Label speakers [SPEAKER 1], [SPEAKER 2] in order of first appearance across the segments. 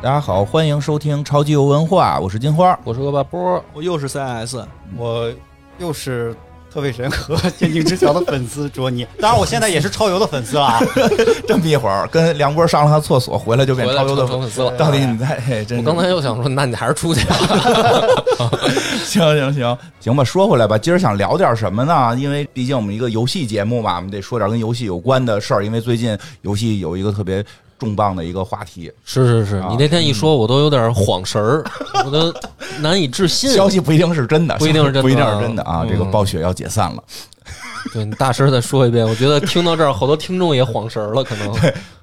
[SPEAKER 1] 大家好，欢迎收听超级游文化，我是金花。
[SPEAKER 2] 我是恶霸波，
[SPEAKER 3] 我又是 CS，
[SPEAKER 4] 我又是特费神和天津之桥的粉丝卓尼，当然我现在也是超游的粉丝 了啊。
[SPEAKER 1] 这么一会儿跟梁波上了趟厕所，回来就变
[SPEAKER 2] 回来
[SPEAKER 1] 超游的
[SPEAKER 2] 成
[SPEAKER 1] 粉
[SPEAKER 2] 粉丝了。
[SPEAKER 1] 到底你在？嘿真
[SPEAKER 2] 我
[SPEAKER 1] 是
[SPEAKER 2] 刚才又想说，那你还是出去吧。
[SPEAKER 1] 行行行行吧，说回来吧，今儿想聊点什么呢？因为毕竟我们一个游戏节目嘛，我们得说点跟游戏有关的事儿。因为最近游戏有一个特别重磅的一个话题，
[SPEAKER 2] 是是是，你那天一说，我都有点晃神儿，我都难以置信。
[SPEAKER 1] 消息不一定是真的，
[SPEAKER 2] 不一定是真的啊
[SPEAKER 1] 不一定是真的啊！
[SPEAKER 2] 嗯
[SPEAKER 1] 这个暴雪要解散了，
[SPEAKER 2] 对你大声再说一遍，我觉得听到这儿，好多听众也晃神儿了，可能。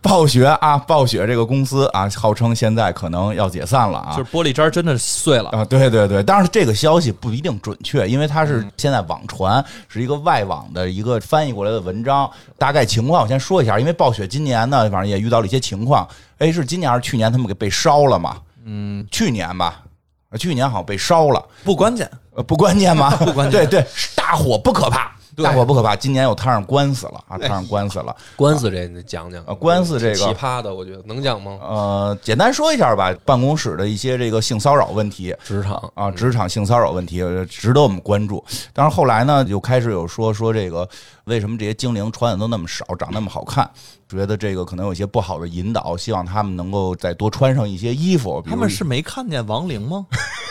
[SPEAKER 1] 暴雪啊，暴雪这个公司啊，号称现在可能要解散了啊，
[SPEAKER 3] 就是玻璃渣真的碎了。
[SPEAKER 1] 啊，对对对，当然这个消息不一定准确，因为它是现在网传，是一个外网的一个翻译过来的文章。大概情况我先说一下，因为暴雪今年呢，反正也遇到了一些情况。哎，是今年还是去年他们给被烧了嘛？嗯，去年吧，呃去年好像被烧了。
[SPEAKER 3] 不关键，
[SPEAKER 1] 呃，不关键吗？ 不关键。对对，大火不可怕，大火不可怕。今年又摊上官司了啊，摊上官司了。
[SPEAKER 2] 官司这你讲讲
[SPEAKER 1] 啊官司这个
[SPEAKER 2] 挺奇葩的，我觉得能讲吗？
[SPEAKER 1] 呃，简单说一下吧，办公室的一些这个性骚扰问题。
[SPEAKER 2] 职场
[SPEAKER 1] 啊，
[SPEAKER 3] 嗯
[SPEAKER 1] 职场性骚扰问题呃值得我们关注。但是后来呢，就开始有说说这个为什么这些精灵穿的都那么少，长那么好看，觉得这个可能有一些不好的引导，希望他们能够再多穿上一些衣服。比
[SPEAKER 3] 他
[SPEAKER 1] 如
[SPEAKER 3] 们是没看见亡灵吗？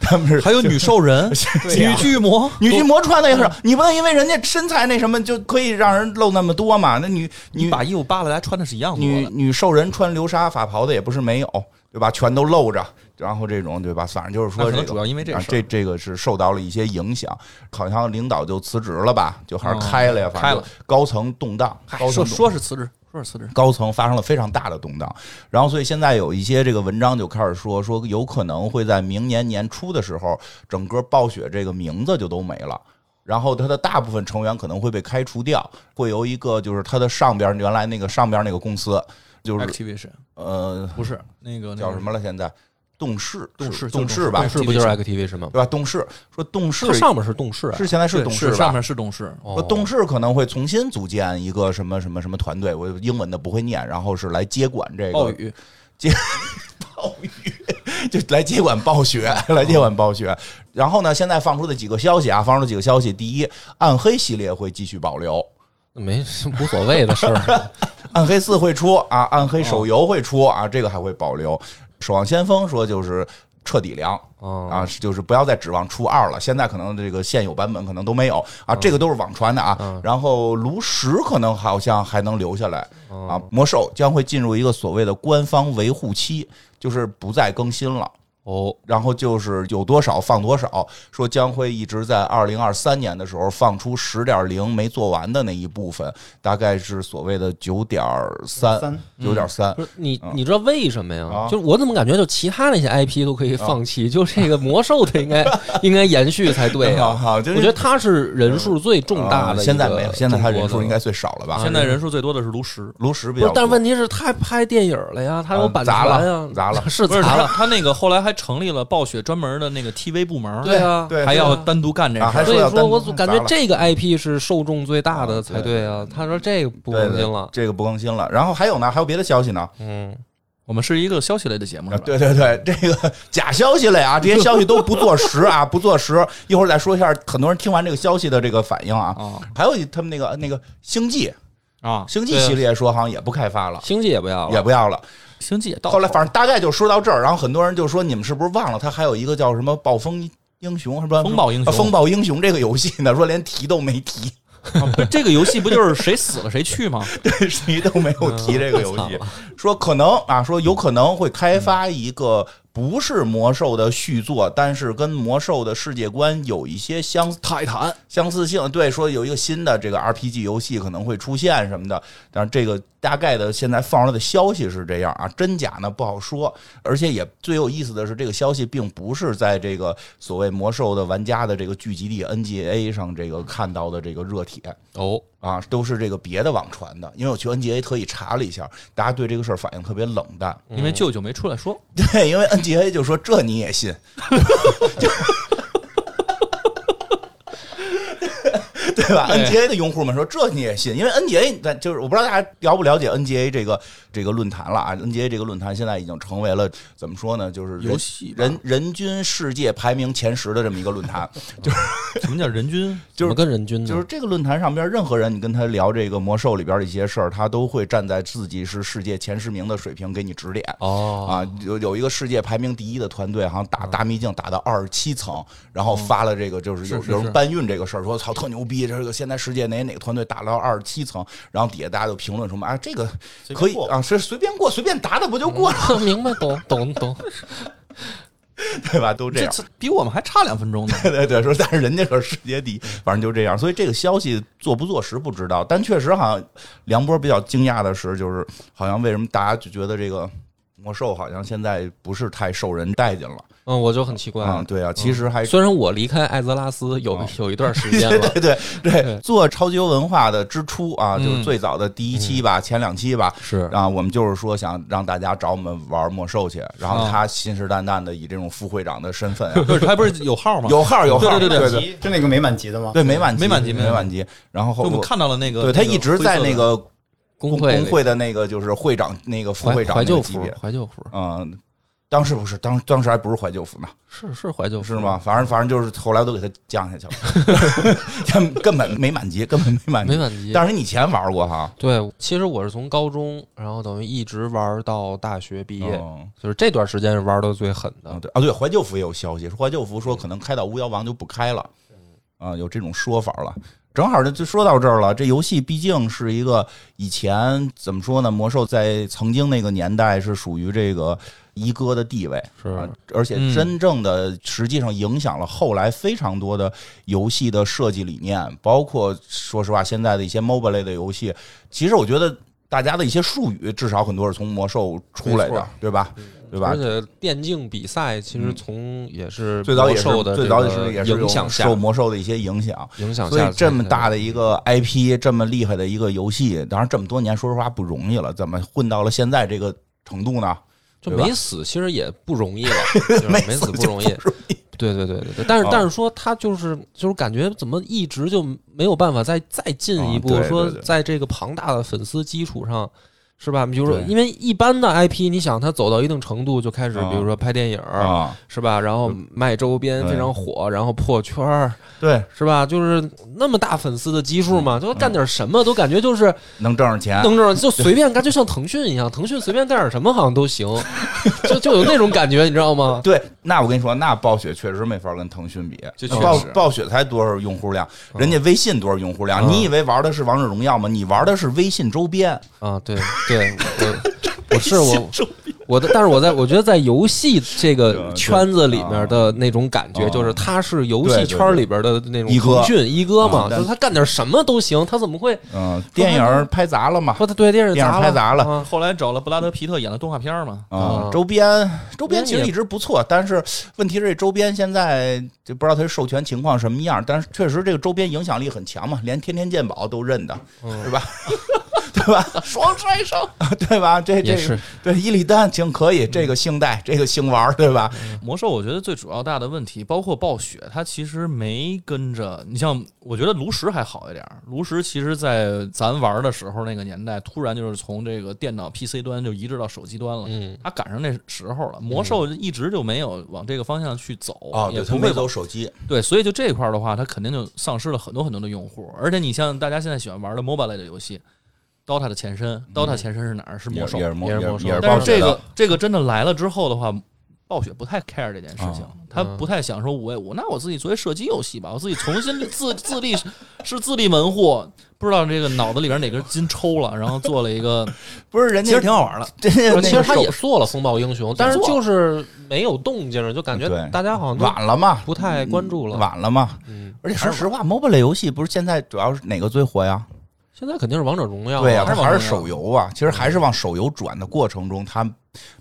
[SPEAKER 1] 他们是
[SPEAKER 3] 还有女兽人、 女巨魔，
[SPEAKER 1] 女巨魔穿的也是，你不能因为人家身材那什么就可以让人露那么多嘛？那女
[SPEAKER 3] 你
[SPEAKER 1] 女
[SPEAKER 3] 把衣服扒了，大家穿的是一样多
[SPEAKER 1] 女
[SPEAKER 3] 的。
[SPEAKER 1] 女兽人穿流沙法袍的也不是没有，对吧？全都露着，然后这种对吧？反正就是说
[SPEAKER 3] 那可
[SPEAKER 1] 这
[SPEAKER 3] 能
[SPEAKER 1] 个
[SPEAKER 3] 主要因为这
[SPEAKER 1] 啊
[SPEAKER 3] 事儿
[SPEAKER 1] 这这个是受到了一些影响，好像领导就辞职了吧？就还是
[SPEAKER 3] 哦
[SPEAKER 1] 开了呀，反
[SPEAKER 3] 开
[SPEAKER 1] 正
[SPEAKER 3] 了
[SPEAKER 1] 就高层动荡，
[SPEAKER 3] 嗨
[SPEAKER 1] 高层
[SPEAKER 3] 说
[SPEAKER 1] 动
[SPEAKER 3] 说是辞职，说是辞职，
[SPEAKER 1] 高层发生了非常大的动荡，然后所以现在有一些这个文章就开始说说有可能会在明年年初的时候，整个暴雪这个名字就都没了。然后它的大部分成员可能会被开除掉，会由一个就是它的上边原来那个上边那个公司，就是
[SPEAKER 3] Activision
[SPEAKER 1] 呃
[SPEAKER 3] 不是那个
[SPEAKER 1] 叫什？么了？现在动视，
[SPEAKER 3] 动
[SPEAKER 1] 视，
[SPEAKER 3] 视
[SPEAKER 1] 动
[SPEAKER 3] 叫
[SPEAKER 1] 视吧
[SPEAKER 3] 动，视
[SPEAKER 2] 是不就是 XTV 是吗？
[SPEAKER 1] 对吧？动视说动视
[SPEAKER 2] 它上面是动视啊，
[SPEAKER 1] 是现在
[SPEAKER 3] 那个
[SPEAKER 1] 是
[SPEAKER 3] 对
[SPEAKER 1] 动
[SPEAKER 3] 是
[SPEAKER 1] 视吧？
[SPEAKER 3] 上面是董事，
[SPEAKER 2] 哦
[SPEAKER 1] 说动视可能会重新组建一个什么什么什么团队，我英文的不会念，然后是来接管这个
[SPEAKER 3] 暴雨
[SPEAKER 1] 就来接管暴雪，来接管暴雪。然后呢，现在放出的几个消息啊，放出几个消息，第一，暗黑系列会继续保留，
[SPEAKER 2] 没无所谓的事儿。
[SPEAKER 1] 暗黑四会出啊，暗黑手游会出啊，这个还会保留。守望先锋说就是彻底凉，
[SPEAKER 2] 啊
[SPEAKER 1] 啊，，是就是不要再指望出二了，现在可能这个现有版本可能都没有啊，这个都是网传的啊
[SPEAKER 2] 嗯。
[SPEAKER 1] 然后炉石可能好像还能留下来
[SPEAKER 2] 哦
[SPEAKER 1] 啊，魔兽将会进入一个所谓的官方维护期，就是不再更新了。
[SPEAKER 2] 哦，
[SPEAKER 1] 然后就是有多少放多少，说将会一直在二零二三年的时候放出十点零没做完的那一部分，大概是所谓的九点三
[SPEAKER 4] 三，
[SPEAKER 1] 九点三
[SPEAKER 2] 不是你
[SPEAKER 1] 嗯，
[SPEAKER 2] 你知道为什么呀？
[SPEAKER 1] 啊
[SPEAKER 2] 就是我怎么感觉就其他那些 IP 都可以放弃，就这个魔兽的应该 应该延续才对
[SPEAKER 1] 好
[SPEAKER 2] 啊。
[SPEAKER 1] 好，就
[SPEAKER 2] 我
[SPEAKER 1] 是
[SPEAKER 2] 觉得它是人数最重大
[SPEAKER 1] 啊
[SPEAKER 2] 的一个中国
[SPEAKER 1] 现
[SPEAKER 2] 的，
[SPEAKER 1] 在没有，现在他人数应该最少了吧？
[SPEAKER 3] 现在人数最多的是炉石，
[SPEAKER 1] 炉石比
[SPEAKER 2] 不
[SPEAKER 1] 较
[SPEAKER 2] 是
[SPEAKER 1] 多，，
[SPEAKER 2] 但问题是他拍电影了呀，他有
[SPEAKER 1] 嗯
[SPEAKER 2] 版权
[SPEAKER 1] 砸
[SPEAKER 2] 呀
[SPEAKER 1] 了，砸了
[SPEAKER 2] 啊 是
[SPEAKER 3] 不是
[SPEAKER 2] 砸
[SPEAKER 3] 他
[SPEAKER 2] 了，
[SPEAKER 3] 他那个后来还成立了暴雪专门的那个 TV 部 门，
[SPEAKER 2] 对啊，
[SPEAKER 1] 对
[SPEAKER 3] 还
[SPEAKER 2] 对啊
[SPEAKER 3] 要单独干这
[SPEAKER 1] 啊
[SPEAKER 3] 事
[SPEAKER 1] 还
[SPEAKER 3] 儿。
[SPEAKER 2] 所
[SPEAKER 1] 说要
[SPEAKER 2] 以
[SPEAKER 1] 单
[SPEAKER 2] 说，
[SPEAKER 1] 独
[SPEAKER 2] 我总感觉
[SPEAKER 1] 砸了
[SPEAKER 2] 这个 IP 是受众最大
[SPEAKER 1] 啊
[SPEAKER 2] 的才
[SPEAKER 1] 对
[SPEAKER 2] 对啊。他说这个不
[SPEAKER 1] 对
[SPEAKER 2] 更
[SPEAKER 1] 对
[SPEAKER 2] 新了，
[SPEAKER 1] 这个不更新了。然后还有呢，还有别的消息呢？
[SPEAKER 2] 嗯，
[SPEAKER 3] 我们是一个消息类的节目，
[SPEAKER 1] 啊
[SPEAKER 3] 是吧？
[SPEAKER 1] 对对对，这个 假消息类啊，这些消息都不坐实啊，不坐实。一会儿再说一下，很多人听完这个消息的这个反应啊。
[SPEAKER 3] 啊
[SPEAKER 1] 还有一他们那个那个星际
[SPEAKER 3] 啊，
[SPEAKER 1] 星际
[SPEAKER 2] 对啊
[SPEAKER 1] 系列说好像也不开发了。
[SPEAKER 2] 星际也不要
[SPEAKER 1] 也
[SPEAKER 2] 了，
[SPEAKER 1] 不要了。
[SPEAKER 3] 星际也到头
[SPEAKER 1] 后
[SPEAKER 3] 了，
[SPEAKER 1] 来反正大概就说到这儿，然后很多人就说你们是不是忘了他还有一个叫什么暴风英雄什么
[SPEAKER 3] 风暴英
[SPEAKER 1] 啊
[SPEAKER 3] 雄，
[SPEAKER 1] 风暴英雄这个游戏呢？说连提都没提，
[SPEAKER 3] 啊不是这个游戏不就是谁死了谁 去吗？
[SPEAKER 1] 谁都没有提这个游
[SPEAKER 2] 惨
[SPEAKER 1] 戏，说可能啊，说有可能会开发一个不是魔兽的续作，但是跟魔兽的世界观有一些相
[SPEAKER 3] 泰坦
[SPEAKER 1] 相似性。对，说有一个新的这个 RPG 游戏可能会出现什么的，但是这个大概的现在放出来的消息是这样啊，真假呢不好说。而且也最有意思的是，这个消息并不是在这个所谓魔兽的玩家的这个聚集地 NGA 上这个看到的这个热帖。
[SPEAKER 2] 哦，
[SPEAKER 1] 啊，都是这个别的网传的，因为我去 NGA 特意查了一下，大家对这个事儿反应特别冷淡。
[SPEAKER 3] 因为舅舅没出来说，
[SPEAKER 1] 对，因为 NGA 就说这你也信， 对吧
[SPEAKER 3] 对
[SPEAKER 1] ？NGA 的用户们说这你也信，因为 NGA 在就是我不知道大家了不了解 NGA 这个这个论坛了啊，NGA 这个论坛现在已经成为了怎么说呢，就是人
[SPEAKER 3] 游戏吧
[SPEAKER 1] 人人均世界排名前十的这么一个论坛，
[SPEAKER 3] 什么叫人均？
[SPEAKER 1] 就
[SPEAKER 2] 怎么
[SPEAKER 1] 是。
[SPEAKER 2] 跟人均呢？
[SPEAKER 1] 就是这个论坛上边，任何人你跟他聊这个魔兽里边的一些事儿，他都会站在自己是世界前十名的水平给你指点。
[SPEAKER 2] 哦
[SPEAKER 1] 啊，有有一个世界排名第一的团队，好像打大秘境打到二十七层，然后发了这个就是有
[SPEAKER 3] 是是
[SPEAKER 1] 有人
[SPEAKER 3] 是
[SPEAKER 1] 搬运这个事儿，说操特牛逼，这个现在世界哪哪个团队打到二十七层，然后底下大家就评论什么啊这个
[SPEAKER 4] 随便
[SPEAKER 1] 可以
[SPEAKER 4] 过
[SPEAKER 1] 啊是随便过随便答答不就
[SPEAKER 2] 嗯
[SPEAKER 1] 过了、
[SPEAKER 2] 明白，懂懂懂。
[SPEAKER 1] 对吧？都这
[SPEAKER 3] 这
[SPEAKER 1] 样。
[SPEAKER 3] 次比我们还差两分钟 呢。
[SPEAKER 1] 对 对对，说但是人家可是世界第一，反正就这样。所以这个消息坐不坐实不知道，但确实好像梁波比较惊讶的是，就是好像为什么大家就觉得这个魔兽好像现在不是太受人待见了
[SPEAKER 2] 嗯，我就很 奇怪。
[SPEAKER 1] 啊、对啊，其实
[SPEAKER 3] 嗯
[SPEAKER 1] 还
[SPEAKER 2] 虽然我离开艾泽拉斯有、
[SPEAKER 1] 哦
[SPEAKER 2] 有一段时间了，
[SPEAKER 1] 对对对
[SPEAKER 2] 对，
[SPEAKER 1] 做超级游文化的之初啊，
[SPEAKER 3] 嗯
[SPEAKER 1] 就是最早的第一期吧，前两期吧。
[SPEAKER 2] 是
[SPEAKER 1] 啊，我们 就是说想让大家找我们玩魔兽去，然后他信誓旦旦的以这种副会长的身份、啊，
[SPEAKER 3] 不啊是，还不是有号吗？
[SPEAKER 1] 有号有号，
[SPEAKER 3] 对对
[SPEAKER 1] 对
[SPEAKER 3] 对
[SPEAKER 1] 对
[SPEAKER 4] 级是那个没满级的吗？
[SPEAKER 1] 对没满级
[SPEAKER 3] 没满级
[SPEAKER 1] 没
[SPEAKER 3] 没
[SPEAKER 1] 满级，然后
[SPEAKER 3] 就
[SPEAKER 1] 后
[SPEAKER 3] 我们看到了那个，
[SPEAKER 1] 对他一直在那
[SPEAKER 3] 那个
[SPEAKER 1] 个
[SPEAKER 2] 工
[SPEAKER 1] 会
[SPEAKER 2] 会
[SPEAKER 1] 的那个就是会长那个副
[SPEAKER 2] 怀
[SPEAKER 1] 会长
[SPEAKER 2] 怀
[SPEAKER 1] 那
[SPEAKER 2] 旧
[SPEAKER 1] 个级
[SPEAKER 2] 服
[SPEAKER 1] 别，，
[SPEAKER 2] 怀旧服
[SPEAKER 1] 嗯。当时不是，当当时还不是怀旧服呢，
[SPEAKER 2] 是是怀旧服
[SPEAKER 1] 是吗？？反正反正就是后来都给他降下去 了， 根本没满级，根本没满级
[SPEAKER 2] 没。满级。
[SPEAKER 1] 但是你以前玩过哈？
[SPEAKER 2] 对，其实我是从高中，然后等于一直玩到大学毕业，
[SPEAKER 1] 哦
[SPEAKER 2] 就是这段时间是玩的最狠
[SPEAKER 1] 啊，
[SPEAKER 2] 的。
[SPEAKER 1] 对啊，对，怀旧服也有消息，说怀旧服说可能开到巫妖王就不开了，啊，有这种说法了。正好就就说到这儿了，这游戏毕竟是一个以前怎么说呢？魔兽在曾经那个年代是属于这个一哥的地位，
[SPEAKER 2] 是
[SPEAKER 1] 啊，而且
[SPEAKER 3] 嗯
[SPEAKER 1] 真正的实际上影响了后来非常多的游戏的设计理念，包括说实话，现在的一些 MOBA 类的游戏，其实我觉得大家的一些术语，至少很多是从魔兽出来
[SPEAKER 2] 没
[SPEAKER 1] 的
[SPEAKER 2] 错，嗯
[SPEAKER 1] 对吧？对吧
[SPEAKER 2] 而？且电竞比赛其实从也是
[SPEAKER 1] 嗯最早也是
[SPEAKER 2] 魔兽的
[SPEAKER 1] 最早也
[SPEAKER 2] 这
[SPEAKER 1] 是
[SPEAKER 2] 个
[SPEAKER 1] 也是有
[SPEAKER 2] 影响下
[SPEAKER 1] 受魔兽的一些影响，
[SPEAKER 2] 影响
[SPEAKER 1] 所
[SPEAKER 2] 下
[SPEAKER 1] 以这么大的一个 IP，这么厉害的一个游戏，当然这么多年说实话不容易了，怎么混到了现在这个程度呢？
[SPEAKER 2] 就
[SPEAKER 1] 对吧
[SPEAKER 2] 没死，其实也不容 易了，就是没
[SPEAKER 1] 死
[SPEAKER 2] 死
[SPEAKER 1] 就
[SPEAKER 2] 不容易。对对对对对，但是
[SPEAKER 1] 啊
[SPEAKER 2] 但是说他就是就是感觉怎么一直就没有办法再再进一
[SPEAKER 1] 啊对
[SPEAKER 2] 步，
[SPEAKER 1] 对
[SPEAKER 2] 说
[SPEAKER 1] 对
[SPEAKER 2] 在这个庞大的粉丝基础上，是吧？比如说，
[SPEAKER 1] 对
[SPEAKER 2] 因为一般的 IP，你想他走到一定程度就开始，
[SPEAKER 1] 啊
[SPEAKER 2] 比如说拍电影儿，
[SPEAKER 1] 啊，
[SPEAKER 2] 是吧？然后卖周边
[SPEAKER 1] 对
[SPEAKER 2] 非常火，然后破圈儿，
[SPEAKER 1] 对，
[SPEAKER 2] 是吧？就是那么大粉丝的基数
[SPEAKER 1] 嗯
[SPEAKER 2] 嘛，就干点什么都感觉就是
[SPEAKER 1] 能挣上钱，
[SPEAKER 2] 弄着就随便干，就像腾讯一样，腾讯随便干点什么好像都行，就就有那种感觉，你知道吗？
[SPEAKER 1] 对，那我跟你说，那暴雪确实没法跟腾讯比。
[SPEAKER 3] 这确
[SPEAKER 1] 暴
[SPEAKER 3] 实
[SPEAKER 1] 暴雪才多少用户量，人家微信多少用户量？
[SPEAKER 2] 嗯
[SPEAKER 1] 你以为玩的是王者荣耀吗？你玩的是微信周边，
[SPEAKER 2] 啊，对对，我我是我我的，但是我在我觉得在游戏这
[SPEAKER 1] 对
[SPEAKER 2] 个
[SPEAKER 1] 对
[SPEAKER 2] 圈子里面的那种感
[SPEAKER 1] 啊
[SPEAKER 2] 觉，就是他是游
[SPEAKER 1] 对对
[SPEAKER 2] 戏
[SPEAKER 1] 对
[SPEAKER 2] 圈里边的那
[SPEAKER 1] 一
[SPEAKER 2] 种
[SPEAKER 1] 哥
[SPEAKER 2] 腾讯一哥
[SPEAKER 1] 啊
[SPEAKER 2] 嘛，
[SPEAKER 1] 但
[SPEAKER 2] 就是他干点什么都行，他怎么会
[SPEAKER 1] 嗯，电影拍砸了嘛，
[SPEAKER 2] 说他对电视
[SPEAKER 1] 电影
[SPEAKER 2] 砸
[SPEAKER 1] 拍砸了
[SPEAKER 2] 啊
[SPEAKER 3] 后来找了布拉德皮特演了动画片儿嘛，
[SPEAKER 1] 啊
[SPEAKER 2] 啊，
[SPEAKER 1] 周边周边其实
[SPEAKER 2] 也
[SPEAKER 1] 一直不错，但是问题是这周边现在就不知道它授权情况什么样，但是确实这个周边影响力很强嘛，连天天鉴宝都认的，
[SPEAKER 2] 嗯
[SPEAKER 1] 是吧？对吧？双摔手，对吧？这这
[SPEAKER 2] 也
[SPEAKER 1] 个
[SPEAKER 2] 是
[SPEAKER 1] 对伊利丹行可以，这个姓戴，这个姓玩，对吧？
[SPEAKER 2] 嗯
[SPEAKER 3] 魔兽，我觉得最主要大的问题，包括暴雪，它其实没跟着。你像，我觉得炉石还好一点儿。炉石其实，在咱玩的时候那个年代，突然就是从这个电脑 PC 端就移植到手机端了。
[SPEAKER 2] 嗯，
[SPEAKER 3] 它赶上那时候了，魔兽一直就没有往这个方向去走，也
[SPEAKER 1] 哦他
[SPEAKER 3] 不会
[SPEAKER 1] 走手机，
[SPEAKER 3] 对，所以就这一块儿的话，它肯定就丧失了很多很多的用户。而且你像大家现在喜欢玩的 MOBA 类的游戏，DOTA 的前身，DOTA 前身是哪儿？是魔
[SPEAKER 1] 嗯也是
[SPEAKER 3] 兽。
[SPEAKER 1] 也是魔
[SPEAKER 2] 也是
[SPEAKER 1] 也
[SPEAKER 2] 魔
[SPEAKER 1] 是
[SPEAKER 2] 兽
[SPEAKER 1] 也是
[SPEAKER 3] 但
[SPEAKER 1] 暴
[SPEAKER 3] 是
[SPEAKER 1] 雪
[SPEAKER 3] 这
[SPEAKER 1] 的
[SPEAKER 3] 个这个真的来了之后的话，暴雪不太 care 这件事情
[SPEAKER 1] 啊，
[SPEAKER 3] 他不太想说五 v 五，那我自己作为射击游戏吧，我自己重新自自立是自立门户，不知道这个脑子里边哪根筋抽了，然后做了一个，
[SPEAKER 1] 不是人家
[SPEAKER 3] 其实挺好玩的。
[SPEAKER 1] 真的那个
[SPEAKER 2] 其实他
[SPEAKER 1] 手
[SPEAKER 2] 也做了风暴英雄，但是就是没有动静，就感觉
[SPEAKER 1] 对
[SPEAKER 2] 大家好像都
[SPEAKER 1] 晚了嘛，
[SPEAKER 2] 不太关注了。
[SPEAKER 1] 晚了嘛。
[SPEAKER 2] 嗯，
[SPEAKER 1] 而且说实话，MOBA 类游戏不是现在主要是哪个最火呀？
[SPEAKER 2] 现在肯定是王者荣耀啊，
[SPEAKER 1] 对呀、
[SPEAKER 3] 还是
[SPEAKER 1] 它
[SPEAKER 3] 往
[SPEAKER 1] 还是
[SPEAKER 3] 上
[SPEAKER 1] 手游啊。其实还是往手游转的过程中，它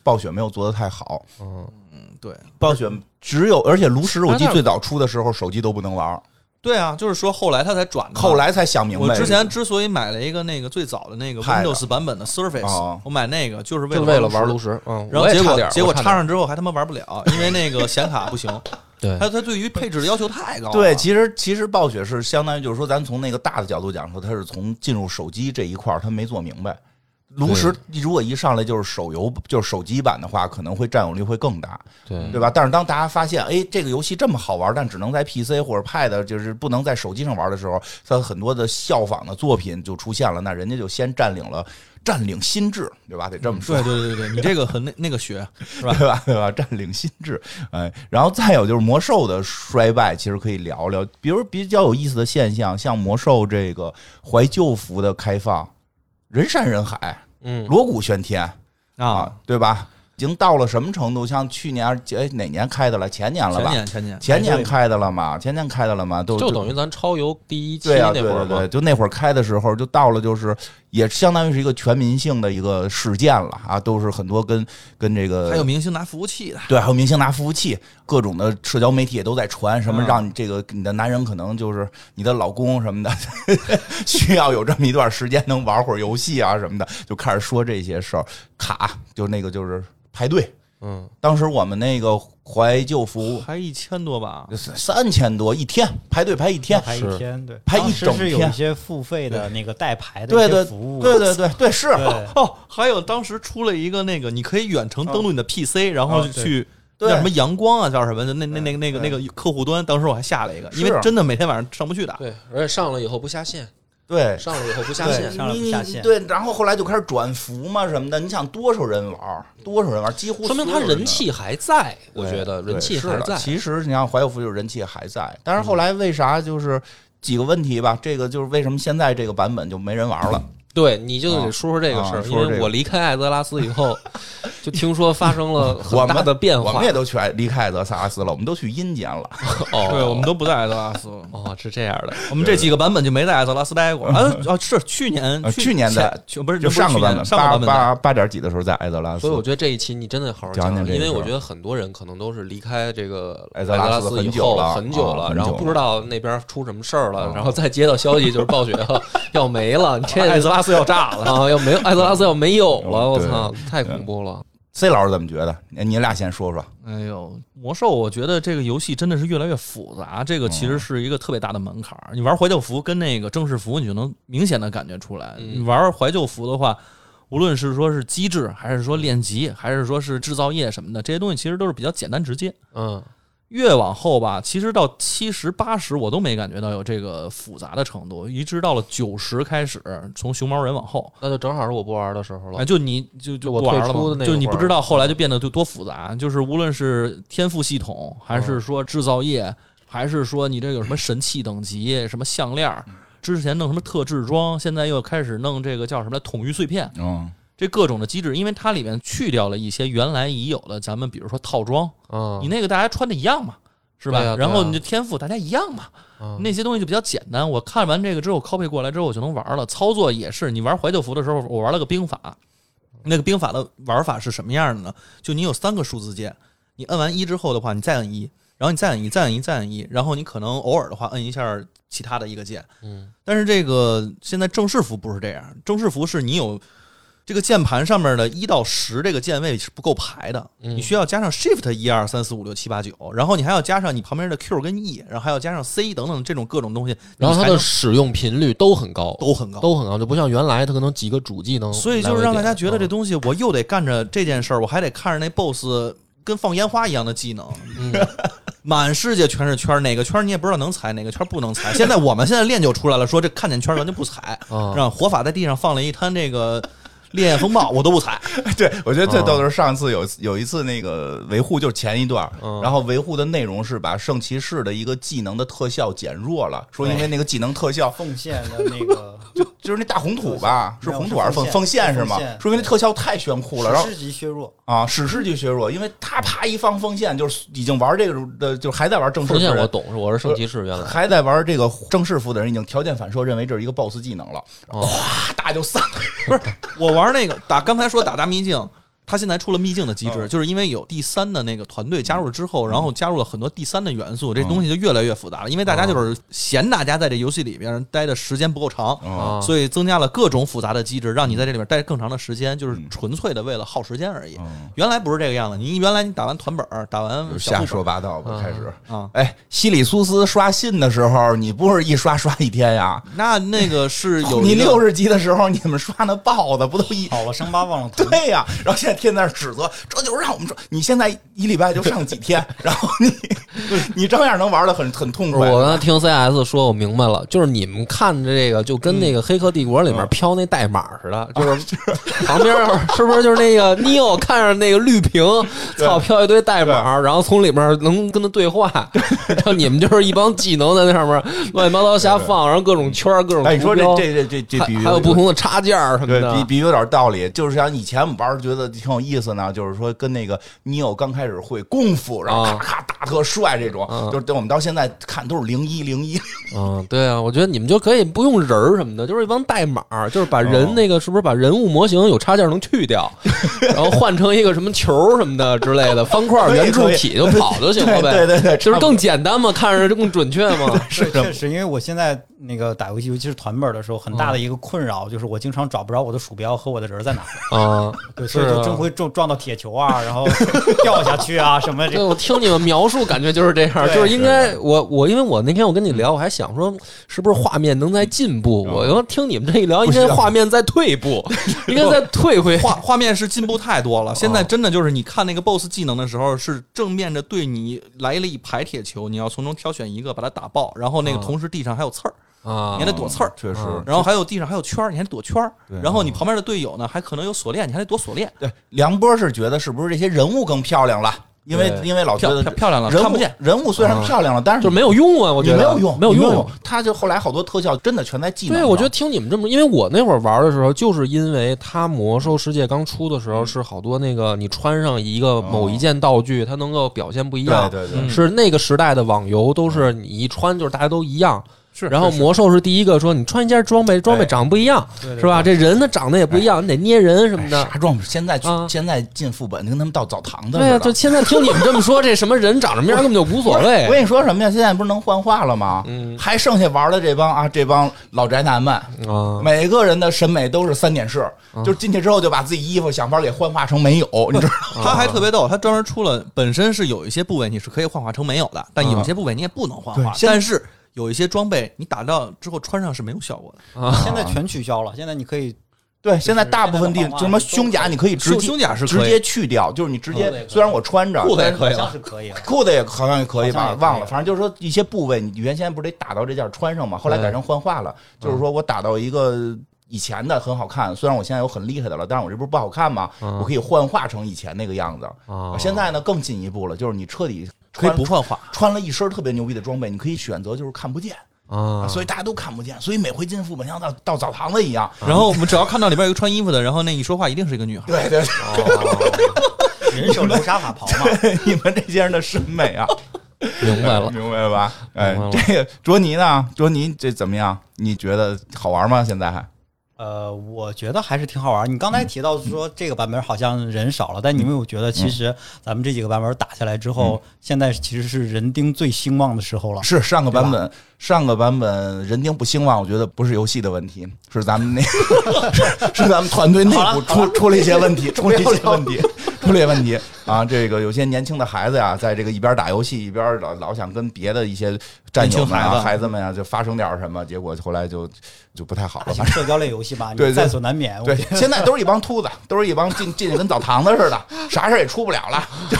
[SPEAKER 1] 暴雪没有做的太好。
[SPEAKER 2] 嗯，
[SPEAKER 3] 嗯，对
[SPEAKER 1] 暴雪只有，而且炉石，我记得
[SPEAKER 3] 它那
[SPEAKER 1] 最早出的时候手机都不能玩，
[SPEAKER 3] 对啊，就是说后来他才转的嘛
[SPEAKER 1] 后。来才想明白。
[SPEAKER 3] 我之前之所以买了一个那个最早的那个
[SPEAKER 1] Pad
[SPEAKER 3] Windows 版本的 Surface，
[SPEAKER 1] 哦
[SPEAKER 3] 我买那个就是为
[SPEAKER 2] 就为了
[SPEAKER 3] 玩
[SPEAKER 2] 玩
[SPEAKER 3] 炉
[SPEAKER 2] 炉
[SPEAKER 3] 石，
[SPEAKER 2] 石，嗯，
[SPEAKER 3] 然
[SPEAKER 2] 我
[SPEAKER 3] 后
[SPEAKER 2] 也
[SPEAKER 3] 结
[SPEAKER 2] 差
[SPEAKER 3] 果
[SPEAKER 2] 点儿
[SPEAKER 3] 结果
[SPEAKER 2] 我差
[SPEAKER 3] 插
[SPEAKER 2] 点儿
[SPEAKER 3] 上之后还他妈玩不了，因为那个显卡不行。
[SPEAKER 2] 对
[SPEAKER 3] 它它对于配置的要求太高了。
[SPEAKER 1] 对，其实其实暴雪是相当于就是说，咱从那个大的角度讲说，它是从进入手机这一块儿，它没做明白。炉石如果一上来就是手游，就是手机版的话，可能会占有率会更大，
[SPEAKER 2] 对
[SPEAKER 1] 对吧？但是当大家发现，哎，这个游戏这么好玩，但只能在 PC 或者 Pad，就是不能在手机上玩的时候，它很多的效仿的作品就出现了，那人家就先占领了，占领心智，对吧？得这么说。
[SPEAKER 3] 嗯对对对对，你这个和那那 个学，
[SPEAKER 1] 对吧？对吧？占领心智，哎，然后再有就是魔兽的衰败，其实可以聊聊，比如比较有意思的现象，像魔兽这个怀旧服的开放，人山人海，
[SPEAKER 2] 嗯，
[SPEAKER 1] 锣鼓喧天
[SPEAKER 3] 啊，，
[SPEAKER 1] 对吧？已经到了什么程度？像去年哎哪年开的了？前年了
[SPEAKER 3] 前
[SPEAKER 1] 吧？
[SPEAKER 3] 年前年
[SPEAKER 1] 前年开的了嘛？前年开的了嘛？都
[SPEAKER 2] 哎就
[SPEAKER 1] 都
[SPEAKER 2] 等于咱超游第一期
[SPEAKER 1] 对啊，
[SPEAKER 2] 那
[SPEAKER 1] 对
[SPEAKER 2] 会儿
[SPEAKER 1] 对
[SPEAKER 2] 嘛
[SPEAKER 1] 对，，就那会儿开的时候，就到了就是也相当于是一个全民性的一个事件了啊，都是很多跟跟这个
[SPEAKER 3] 还有明星拿服务器的，
[SPEAKER 1] 对，还有明星拿服务器，各种的社交媒体也都在传，什么
[SPEAKER 3] 嗯
[SPEAKER 1] 让你这个你的男人可能就是你的老公什么的， 需要有这么一段时间能玩会儿游戏啊什么的，就开始说这些事儿。卡就那个就是排队，
[SPEAKER 2] 嗯，
[SPEAKER 1] 当时我们那个怀旧服务
[SPEAKER 3] 还一千多吧，
[SPEAKER 1] 三千多一天排队排一天，
[SPEAKER 4] 排一天，对，
[SPEAKER 1] 排一
[SPEAKER 4] 当时
[SPEAKER 1] 整
[SPEAKER 4] 是有
[SPEAKER 1] 天
[SPEAKER 4] 一些付费的那个代排的
[SPEAKER 1] 对
[SPEAKER 4] 一
[SPEAKER 1] 对
[SPEAKER 4] 些服务，
[SPEAKER 1] 对对对对是。
[SPEAKER 4] 对
[SPEAKER 3] 哦，还有当时出了一个那个，你可以远程登录你的 PC，然后
[SPEAKER 4] 哦对
[SPEAKER 3] 去
[SPEAKER 1] 对
[SPEAKER 3] 叫什么阳光啊，叫什么的，那那那
[SPEAKER 4] 对
[SPEAKER 3] 那个那
[SPEAKER 4] 对
[SPEAKER 3] 个客户端，当时我还下了一个，
[SPEAKER 1] 是
[SPEAKER 3] 因为真的每天晚上上不去的。
[SPEAKER 2] 对，而且上了以后不下线，
[SPEAKER 1] 对，
[SPEAKER 2] 上了以后不下
[SPEAKER 4] 对
[SPEAKER 2] 线，
[SPEAKER 4] 上了
[SPEAKER 1] 你
[SPEAKER 4] 不下
[SPEAKER 1] 你
[SPEAKER 4] 线
[SPEAKER 1] 对，然后后来就开始转服嘛什么的。你想多少人玩儿，多少人玩儿，几乎
[SPEAKER 2] 说明
[SPEAKER 1] 所
[SPEAKER 2] 他
[SPEAKER 1] 有人
[SPEAKER 2] 人
[SPEAKER 1] 玩儿
[SPEAKER 2] 气还在，我
[SPEAKER 1] 对
[SPEAKER 2] 觉得
[SPEAKER 1] 对
[SPEAKER 2] 人气
[SPEAKER 1] 是
[SPEAKER 2] 还
[SPEAKER 1] 的
[SPEAKER 2] 在。
[SPEAKER 1] 其实你看怀旧服就是人气还在，但是后来为啥就是几个问题吧？这个就是为什么现在这个版本就没人玩了？
[SPEAKER 2] 对，你就
[SPEAKER 1] 啊
[SPEAKER 2] 得说说这个事
[SPEAKER 1] 啊
[SPEAKER 2] 儿，
[SPEAKER 1] 说
[SPEAKER 2] 因
[SPEAKER 1] 说这
[SPEAKER 2] 为
[SPEAKER 1] 个
[SPEAKER 2] 我离开艾泽拉斯以 后，就听说发生了
[SPEAKER 1] 我
[SPEAKER 2] 很
[SPEAKER 1] 们
[SPEAKER 2] 大的变
[SPEAKER 1] 我
[SPEAKER 2] 化
[SPEAKER 1] 们。也都去离开艾泽萨斯了，我们都去阴间了。
[SPEAKER 2] 哦，
[SPEAKER 3] 对，我们都不在艾泽 拉斯了，
[SPEAKER 2] 哦是这样的，
[SPEAKER 3] 我们这几个版本就没在艾泽拉斯待过。啊啊，是去年
[SPEAKER 1] 呃去年在
[SPEAKER 3] 前去不是
[SPEAKER 1] 就
[SPEAKER 3] 不是
[SPEAKER 1] 上个
[SPEAKER 3] 去
[SPEAKER 1] 版
[SPEAKER 3] 年
[SPEAKER 1] 本
[SPEAKER 3] 上个
[SPEAKER 1] 八
[SPEAKER 3] 版本在
[SPEAKER 1] 八八点几的时候在艾泽拉斯
[SPEAKER 2] 所以，我觉得这一期你真的好好
[SPEAKER 1] 讲
[SPEAKER 2] 讲
[SPEAKER 1] 讲
[SPEAKER 2] 讲，
[SPEAKER 1] 这个
[SPEAKER 2] 因为
[SPEAKER 1] 事儿
[SPEAKER 2] 我觉得很多人可能都是离开这个
[SPEAKER 1] 艾
[SPEAKER 2] 艾
[SPEAKER 1] 泽
[SPEAKER 2] 泽
[SPEAKER 1] 拉
[SPEAKER 2] 拉
[SPEAKER 1] 斯
[SPEAKER 2] 斯以
[SPEAKER 1] 很久
[SPEAKER 2] 后
[SPEAKER 1] 了
[SPEAKER 2] 很久
[SPEAKER 1] 啊
[SPEAKER 2] 了，
[SPEAKER 1] 很
[SPEAKER 2] 然
[SPEAKER 1] 久
[SPEAKER 2] 后不
[SPEAKER 1] 了
[SPEAKER 2] 知道那边出什么事儿
[SPEAKER 1] 啊
[SPEAKER 2] 了，然后再接到消息就是暴雪 要要没 了，你这
[SPEAKER 3] 艾泽拉斯要炸了。
[SPEAKER 2] 啊要没有艾泽拉斯要没有了，我
[SPEAKER 1] 哦对嗯
[SPEAKER 2] 操，太恐怖了。
[SPEAKER 1] C 老师怎么觉得？你你俩先说说。
[SPEAKER 3] 哎呦，魔兽，我觉得这个游戏真的是越来越复杂，这个其
[SPEAKER 1] 哦
[SPEAKER 3] 实是一个特别大的门槛儿。你玩怀旧服跟那个正式服，你就能明显的感觉出来。
[SPEAKER 2] 嗯
[SPEAKER 3] 你玩怀旧服的话，无论是说是机制，还是说练级，还是说是制造业什么的，这些东西其实都是比较简单直接。
[SPEAKER 2] 嗯，
[SPEAKER 3] 越往后吧，其实到七十八十，我都没感觉到有这个复杂的程度，一直到了九十开始，从熊猫人往后，
[SPEAKER 2] 那就正好是我不玩的时候
[SPEAKER 3] 哎，
[SPEAKER 2] 了。
[SPEAKER 3] 就你就就
[SPEAKER 2] 就我
[SPEAKER 3] 不玩
[SPEAKER 2] 退
[SPEAKER 3] 了
[SPEAKER 2] 出
[SPEAKER 3] 嘛
[SPEAKER 2] 的那
[SPEAKER 3] 就
[SPEAKER 2] 会
[SPEAKER 3] 你
[SPEAKER 2] 儿嗯
[SPEAKER 3] 不知道后来就变得就多复杂，就是无论是天赋系统，还是
[SPEAKER 2] 嗯
[SPEAKER 3] 说制造业，还是说你这有什么神器等级、什么项链
[SPEAKER 2] 嗯
[SPEAKER 3] 儿，之前弄什么特制装，现在又开始弄这个叫什么来统御碎片，
[SPEAKER 1] 嗯，
[SPEAKER 3] 这各种的机制，因为它里面去掉了一些原来已有的咱们比如说套装，
[SPEAKER 2] 嗯，
[SPEAKER 3] 你那个大家穿的一样嘛。是吧？
[SPEAKER 2] 对啊对
[SPEAKER 3] 然后
[SPEAKER 2] 啊
[SPEAKER 3] 你的天赋大家一样嘛，
[SPEAKER 2] 嗯
[SPEAKER 3] 那些东西就比较简单。我看完这个之后，copy 过来之后，我就能玩了。操作也是，你玩怀旧服的时候，我玩了个兵法，那个兵法的玩法是什么样的呢？就你有三个数字键，你摁完一之后的话，你再摁一，然后你再摁一，再摁一，再摁一，然后你可能偶尔的话摁一下其他的一个键。
[SPEAKER 2] 嗯，
[SPEAKER 3] 但是这个现在正式服不是这样，正式服是你有这个键盘上面的一到十这个键位是不够排的，
[SPEAKER 2] 嗯
[SPEAKER 3] 你需要加上 Shift 一二三四五六七八九，然后你还要加上你旁边的 Q 跟 E，然后还要加上 C 等等这种各种东西，
[SPEAKER 2] 然后
[SPEAKER 3] 你
[SPEAKER 2] 它
[SPEAKER 3] 才
[SPEAKER 2] 的
[SPEAKER 3] 能
[SPEAKER 2] 使用频率都很高，
[SPEAKER 3] 都很高。
[SPEAKER 2] 都很高，就不像原来它可能几个主技哦能来回点，
[SPEAKER 3] 所以就是让大家觉得这
[SPEAKER 2] 嗯
[SPEAKER 3] 东西，我又得干着这件事儿，我还得看着那 BOSS 跟放烟花一样的技能，
[SPEAKER 2] 嗯
[SPEAKER 3] 满世界全是圈儿，哪个圈儿你也不知道能踩，哪个圈儿不能踩。现在我们现在练就出来了，说这看见圈儿咱就不踩，
[SPEAKER 2] 啊
[SPEAKER 3] 让火法在地上放了一滩这个烈焰风暴，我都不踩。
[SPEAKER 1] 对，我觉得最
[SPEAKER 2] 哦
[SPEAKER 1] 逗的是上次有有一次那个维护，就是前一段儿，
[SPEAKER 2] 嗯
[SPEAKER 1] 然后维护的内容是把圣骑士的一个技能的特效减弱了，说因为
[SPEAKER 2] 嗯
[SPEAKER 1] 那个技能特效
[SPEAKER 4] 奉献的那个
[SPEAKER 1] 就是那大红土吧，是
[SPEAKER 4] 没有
[SPEAKER 1] 红土还是
[SPEAKER 4] 是
[SPEAKER 1] 凤
[SPEAKER 4] 凤
[SPEAKER 1] 凤线
[SPEAKER 4] 线
[SPEAKER 1] 是吗
[SPEAKER 4] 凤？线
[SPEAKER 1] 说明那特效太炫酷了，然后
[SPEAKER 4] 史诗级削弱，
[SPEAKER 1] 啊，史诗级削弱，因为他啪一放奉献，就是已经玩这个的，就是还在玩正式
[SPEAKER 2] 奉
[SPEAKER 1] 服
[SPEAKER 2] 献
[SPEAKER 1] 的
[SPEAKER 2] 我
[SPEAKER 1] 人，
[SPEAKER 2] 懂，我是圣骑士原来。
[SPEAKER 1] 还在玩这个正式服的人已经条件反射认为这是一个 BOSS 技能了，
[SPEAKER 2] 哦
[SPEAKER 1] 咵大就散了，
[SPEAKER 3] 不是我玩那个打，刚才说打大秘境，它现在出了秘境的机
[SPEAKER 2] 哦
[SPEAKER 3] 制，
[SPEAKER 1] 嗯
[SPEAKER 3] 就是因为有第三的那个团队加入了之后，然后加入了很多第三的元素，这
[SPEAKER 2] 哦
[SPEAKER 3] 东西就越来越复杂了。因为大家就是嫌大家在这游戏里边待的时间不够长，
[SPEAKER 1] 啊，
[SPEAKER 2] 哦
[SPEAKER 3] 所以增加了各种复杂的机制，让你在这里边待更长的时间，就是纯粹的为了耗时间而已。
[SPEAKER 1] 嗯
[SPEAKER 3] 原来不是这个样子，你原来你打完团本儿，打完
[SPEAKER 1] 就
[SPEAKER 3] 小
[SPEAKER 1] 瞎
[SPEAKER 3] 副
[SPEAKER 1] 说
[SPEAKER 3] 本
[SPEAKER 1] 八道吧，
[SPEAKER 2] 嗯
[SPEAKER 1] 开始。
[SPEAKER 3] 儿啊，
[SPEAKER 1] 哎，西里苏斯刷信的时候，你不是一刷刷一天呀？
[SPEAKER 3] 那那个是 有
[SPEAKER 1] 你
[SPEAKER 3] 一个
[SPEAKER 1] 六十级的时候，你们刷那豹子不都一
[SPEAKER 4] 好了，伤疤忘了 疼。
[SPEAKER 1] 对呀、然后现在天天在那儿指责，这就是让我们说，你现在一礼拜就上几天，然后 你你照样能玩的很很痛快。
[SPEAKER 2] 我刚才听 CS 说，我明白了，就是你们看这个就跟
[SPEAKER 1] 嗯
[SPEAKER 2] 那个《黑客帝国》里面飘那代码似 的，就是旁边是不是就是那个 Neo 看着那个绿屏，
[SPEAKER 1] 对
[SPEAKER 2] 操，飘一堆代码，然后从里面能跟他对话， 然后你们就是一帮技能在那上面乱七八糟瞎放，然后各种圈儿、各种
[SPEAKER 1] 哎，你
[SPEAKER 2] 图
[SPEAKER 1] 说这
[SPEAKER 2] 标，
[SPEAKER 1] 这这这这
[SPEAKER 2] 还
[SPEAKER 1] 比喻
[SPEAKER 2] 还有不同的插件儿什么
[SPEAKER 1] 对比
[SPEAKER 2] 的。
[SPEAKER 1] 比喻有点道理，就是像以前我们玩儿觉得挺有意思呢，就是说跟那个 Neo 刚开始会功夫，然后咔
[SPEAKER 2] 啊
[SPEAKER 1] 咔打特帅这种，
[SPEAKER 2] 嗯
[SPEAKER 1] 就是等我们到现在看都是零一零一，
[SPEAKER 2] 嗯，对啊，我觉得你们就可以不用人儿什么的，就是一帮代码，就是把
[SPEAKER 1] 哦
[SPEAKER 2] 人那个是不是把人物模型有插件能去 掉，然后换成一个什么球儿什么的之类的方块
[SPEAKER 1] 可以
[SPEAKER 2] 圆柱
[SPEAKER 1] 可以
[SPEAKER 2] 体就跑就行了
[SPEAKER 1] 对
[SPEAKER 2] 呗，
[SPEAKER 1] 对对对，
[SPEAKER 2] 就是
[SPEAKER 1] 差不多
[SPEAKER 2] 更简单嘛，看着就更准确嘛。
[SPEAKER 4] 是确实，因为我现在那个打游戏，尤其是团本的时候，很大的
[SPEAKER 1] 嗯
[SPEAKER 4] 一个困扰就是我经常找不着我的鼠标和我的 人在哪儿，
[SPEAKER 2] 啊，
[SPEAKER 4] 对，所以
[SPEAKER 2] 是
[SPEAKER 4] 就
[SPEAKER 2] 啊
[SPEAKER 4] 真会撞撞到铁球啊，然后 掉下去啊什么
[SPEAKER 2] 对，
[SPEAKER 4] 这。
[SPEAKER 2] 我听你们描述，感觉就是这样，
[SPEAKER 4] 对
[SPEAKER 2] 就是应该我我因为我那天我跟你聊，我还想说是不是画面能在进步，
[SPEAKER 1] 嗯
[SPEAKER 2] 我要听你们这一聊，应
[SPEAKER 1] 不需要
[SPEAKER 2] 该画面在退 步，应该在退回。
[SPEAKER 3] 画画面是进步太多
[SPEAKER 1] 哦
[SPEAKER 3] 了，现在真的就是你看那个 BOSS 技能的时候，是正面着对你来了一排铁球，你要从中挑选一个把它打爆，然后那个
[SPEAKER 1] 哦
[SPEAKER 2] 啊
[SPEAKER 3] 同时地上还有刺儿，
[SPEAKER 2] 啊
[SPEAKER 3] 你还得躲刺儿，
[SPEAKER 1] 确实。
[SPEAKER 2] 嗯
[SPEAKER 3] 然后还有地上还有圈儿，你还得躲圈儿
[SPEAKER 1] 对，
[SPEAKER 3] 然后你旁边的队友呢还可能有锁链，你还得躲锁链，
[SPEAKER 1] 对，梁波是觉得是不是这些人物更漂亮了？因为
[SPEAKER 2] 对
[SPEAKER 1] 因为老觉
[SPEAKER 3] 漂
[SPEAKER 1] 得
[SPEAKER 3] 漂漂亮了，
[SPEAKER 1] 人
[SPEAKER 3] 看
[SPEAKER 1] 物
[SPEAKER 3] 不见。
[SPEAKER 1] 人物虽然漂亮了，但是
[SPEAKER 2] 嗯就没有用啊，我
[SPEAKER 1] 你
[SPEAKER 2] 觉得
[SPEAKER 1] 没有用，
[SPEAKER 2] 没有
[SPEAKER 1] 你
[SPEAKER 2] 用。。
[SPEAKER 1] 他就后来好多特效真的全在技能
[SPEAKER 2] 对，
[SPEAKER 1] 上。
[SPEAKER 2] 我觉得听你们这么，因为我那会儿玩的时候，就是因为它魔兽世界刚出的时候是好多那个你穿上一个某一件道具，它能够表现不一样。
[SPEAKER 1] 对对
[SPEAKER 3] 嗯
[SPEAKER 1] 对，
[SPEAKER 2] 是那个时代的网游都是你一穿就是大家都一样，
[SPEAKER 3] 是
[SPEAKER 2] 然后魔兽是第一个说你穿一件装备，装备长得不一样，
[SPEAKER 4] 对对
[SPEAKER 2] 是吧？这人他长得也不一样，你得捏人什么的。
[SPEAKER 1] 啥状态？现在去
[SPEAKER 2] 啊
[SPEAKER 1] 现在进副本跟他们到澡堂哎子
[SPEAKER 2] 对呀、
[SPEAKER 1] 似
[SPEAKER 2] 就
[SPEAKER 1] 的。
[SPEAKER 2] 现在听你们这么说，这什么人长什么样根本就无所
[SPEAKER 1] 我
[SPEAKER 2] 谓。
[SPEAKER 1] 跟你说什么呀？现在不是能幻化了吗？嗯，还剩下玩的这帮啊，这帮老宅男们，
[SPEAKER 2] 啊，
[SPEAKER 1] 每个人的审美都是三点式，
[SPEAKER 2] 嗯
[SPEAKER 1] 就是进去之后就把自己衣服想法给幻化成没有，你知道吗？
[SPEAKER 3] 他还特别逗，他专门出了，本身是有一些部位你是可以幻化成没有的，但有些部位你也不能幻化
[SPEAKER 1] 对，现在
[SPEAKER 3] 但是有一些装备你打到之后穿上是没有效果的。
[SPEAKER 1] 啊
[SPEAKER 4] 现在全取消了，现在你可以
[SPEAKER 1] 对，现在大部分地
[SPEAKER 4] 现在的幻化
[SPEAKER 1] 什么胸甲你可以直接
[SPEAKER 3] 胸胸甲是可以
[SPEAKER 1] 直接去掉，就是你直接虽然我穿着
[SPEAKER 3] 裤子也可以
[SPEAKER 4] 好
[SPEAKER 3] 了
[SPEAKER 4] 像是可以了。
[SPEAKER 1] 裤子也好像也可以
[SPEAKER 4] 好像
[SPEAKER 1] 吧
[SPEAKER 4] 也，可以
[SPEAKER 1] 忘了，反正就是说一些部位，你原先不是得打到这件穿上嘛，后来改成幻化了，就是说我打到一个。以前的很好看，虽然我现在有很厉害的了，但是我这不是不好看吗？
[SPEAKER 2] 嗯
[SPEAKER 1] 我可以幻化成以前那个样子。
[SPEAKER 2] 哦
[SPEAKER 1] 现在呢，更进一步了，就是你彻底
[SPEAKER 3] 可以
[SPEAKER 1] 穿
[SPEAKER 3] 不啊幻化，
[SPEAKER 1] 穿了一身特别牛逼的装备，你可以选择就是看不见，
[SPEAKER 2] 啊，
[SPEAKER 1] 所以大家都看不见，所以每回进副本像到到澡堂子一样。
[SPEAKER 3] 然后我们只要看到里边有一个穿衣服的，然后那一说话一定是一个女 孩。
[SPEAKER 1] 对对
[SPEAKER 4] 人手流沙法袍嘛，
[SPEAKER 1] 对，你们这些人的审美啊，
[SPEAKER 2] 明白了。
[SPEAKER 1] 明白了吧？哎
[SPEAKER 2] 明白，了
[SPEAKER 1] 这个卓尼呢？卓尼这怎么样？你觉得好玩吗？现在还？
[SPEAKER 4] 呃，我觉得还是挺好玩儿。你刚才提到说这个版本好像人少
[SPEAKER 1] 嗯
[SPEAKER 4] 了，但你有没有觉得其实咱们这几个版本打下来之后，现在其实是人丁最兴旺的时候了？
[SPEAKER 1] 是上个版本，上个版本人丁不兴旺，我觉得不是游戏的问题，是咱们那 是是咱们团队内部出出了一些 问题，出了一些问题， 出了一些问题啊！这个有些年轻的孩子呀，在这个一边打游戏一边老老想跟别的一些战友们
[SPEAKER 3] 年轻孩
[SPEAKER 1] 啊、
[SPEAKER 3] 子
[SPEAKER 1] 孩子们啊，就发生点什么，结果后来就就不太好了。
[SPEAKER 4] 打起社交类游戏吧，
[SPEAKER 1] 对
[SPEAKER 4] 你
[SPEAKER 1] 对
[SPEAKER 4] 在所难免。我
[SPEAKER 1] 对，现在都是一帮秃子，都是一帮进进去跟澡堂子似的，啥事儿也出不了了，就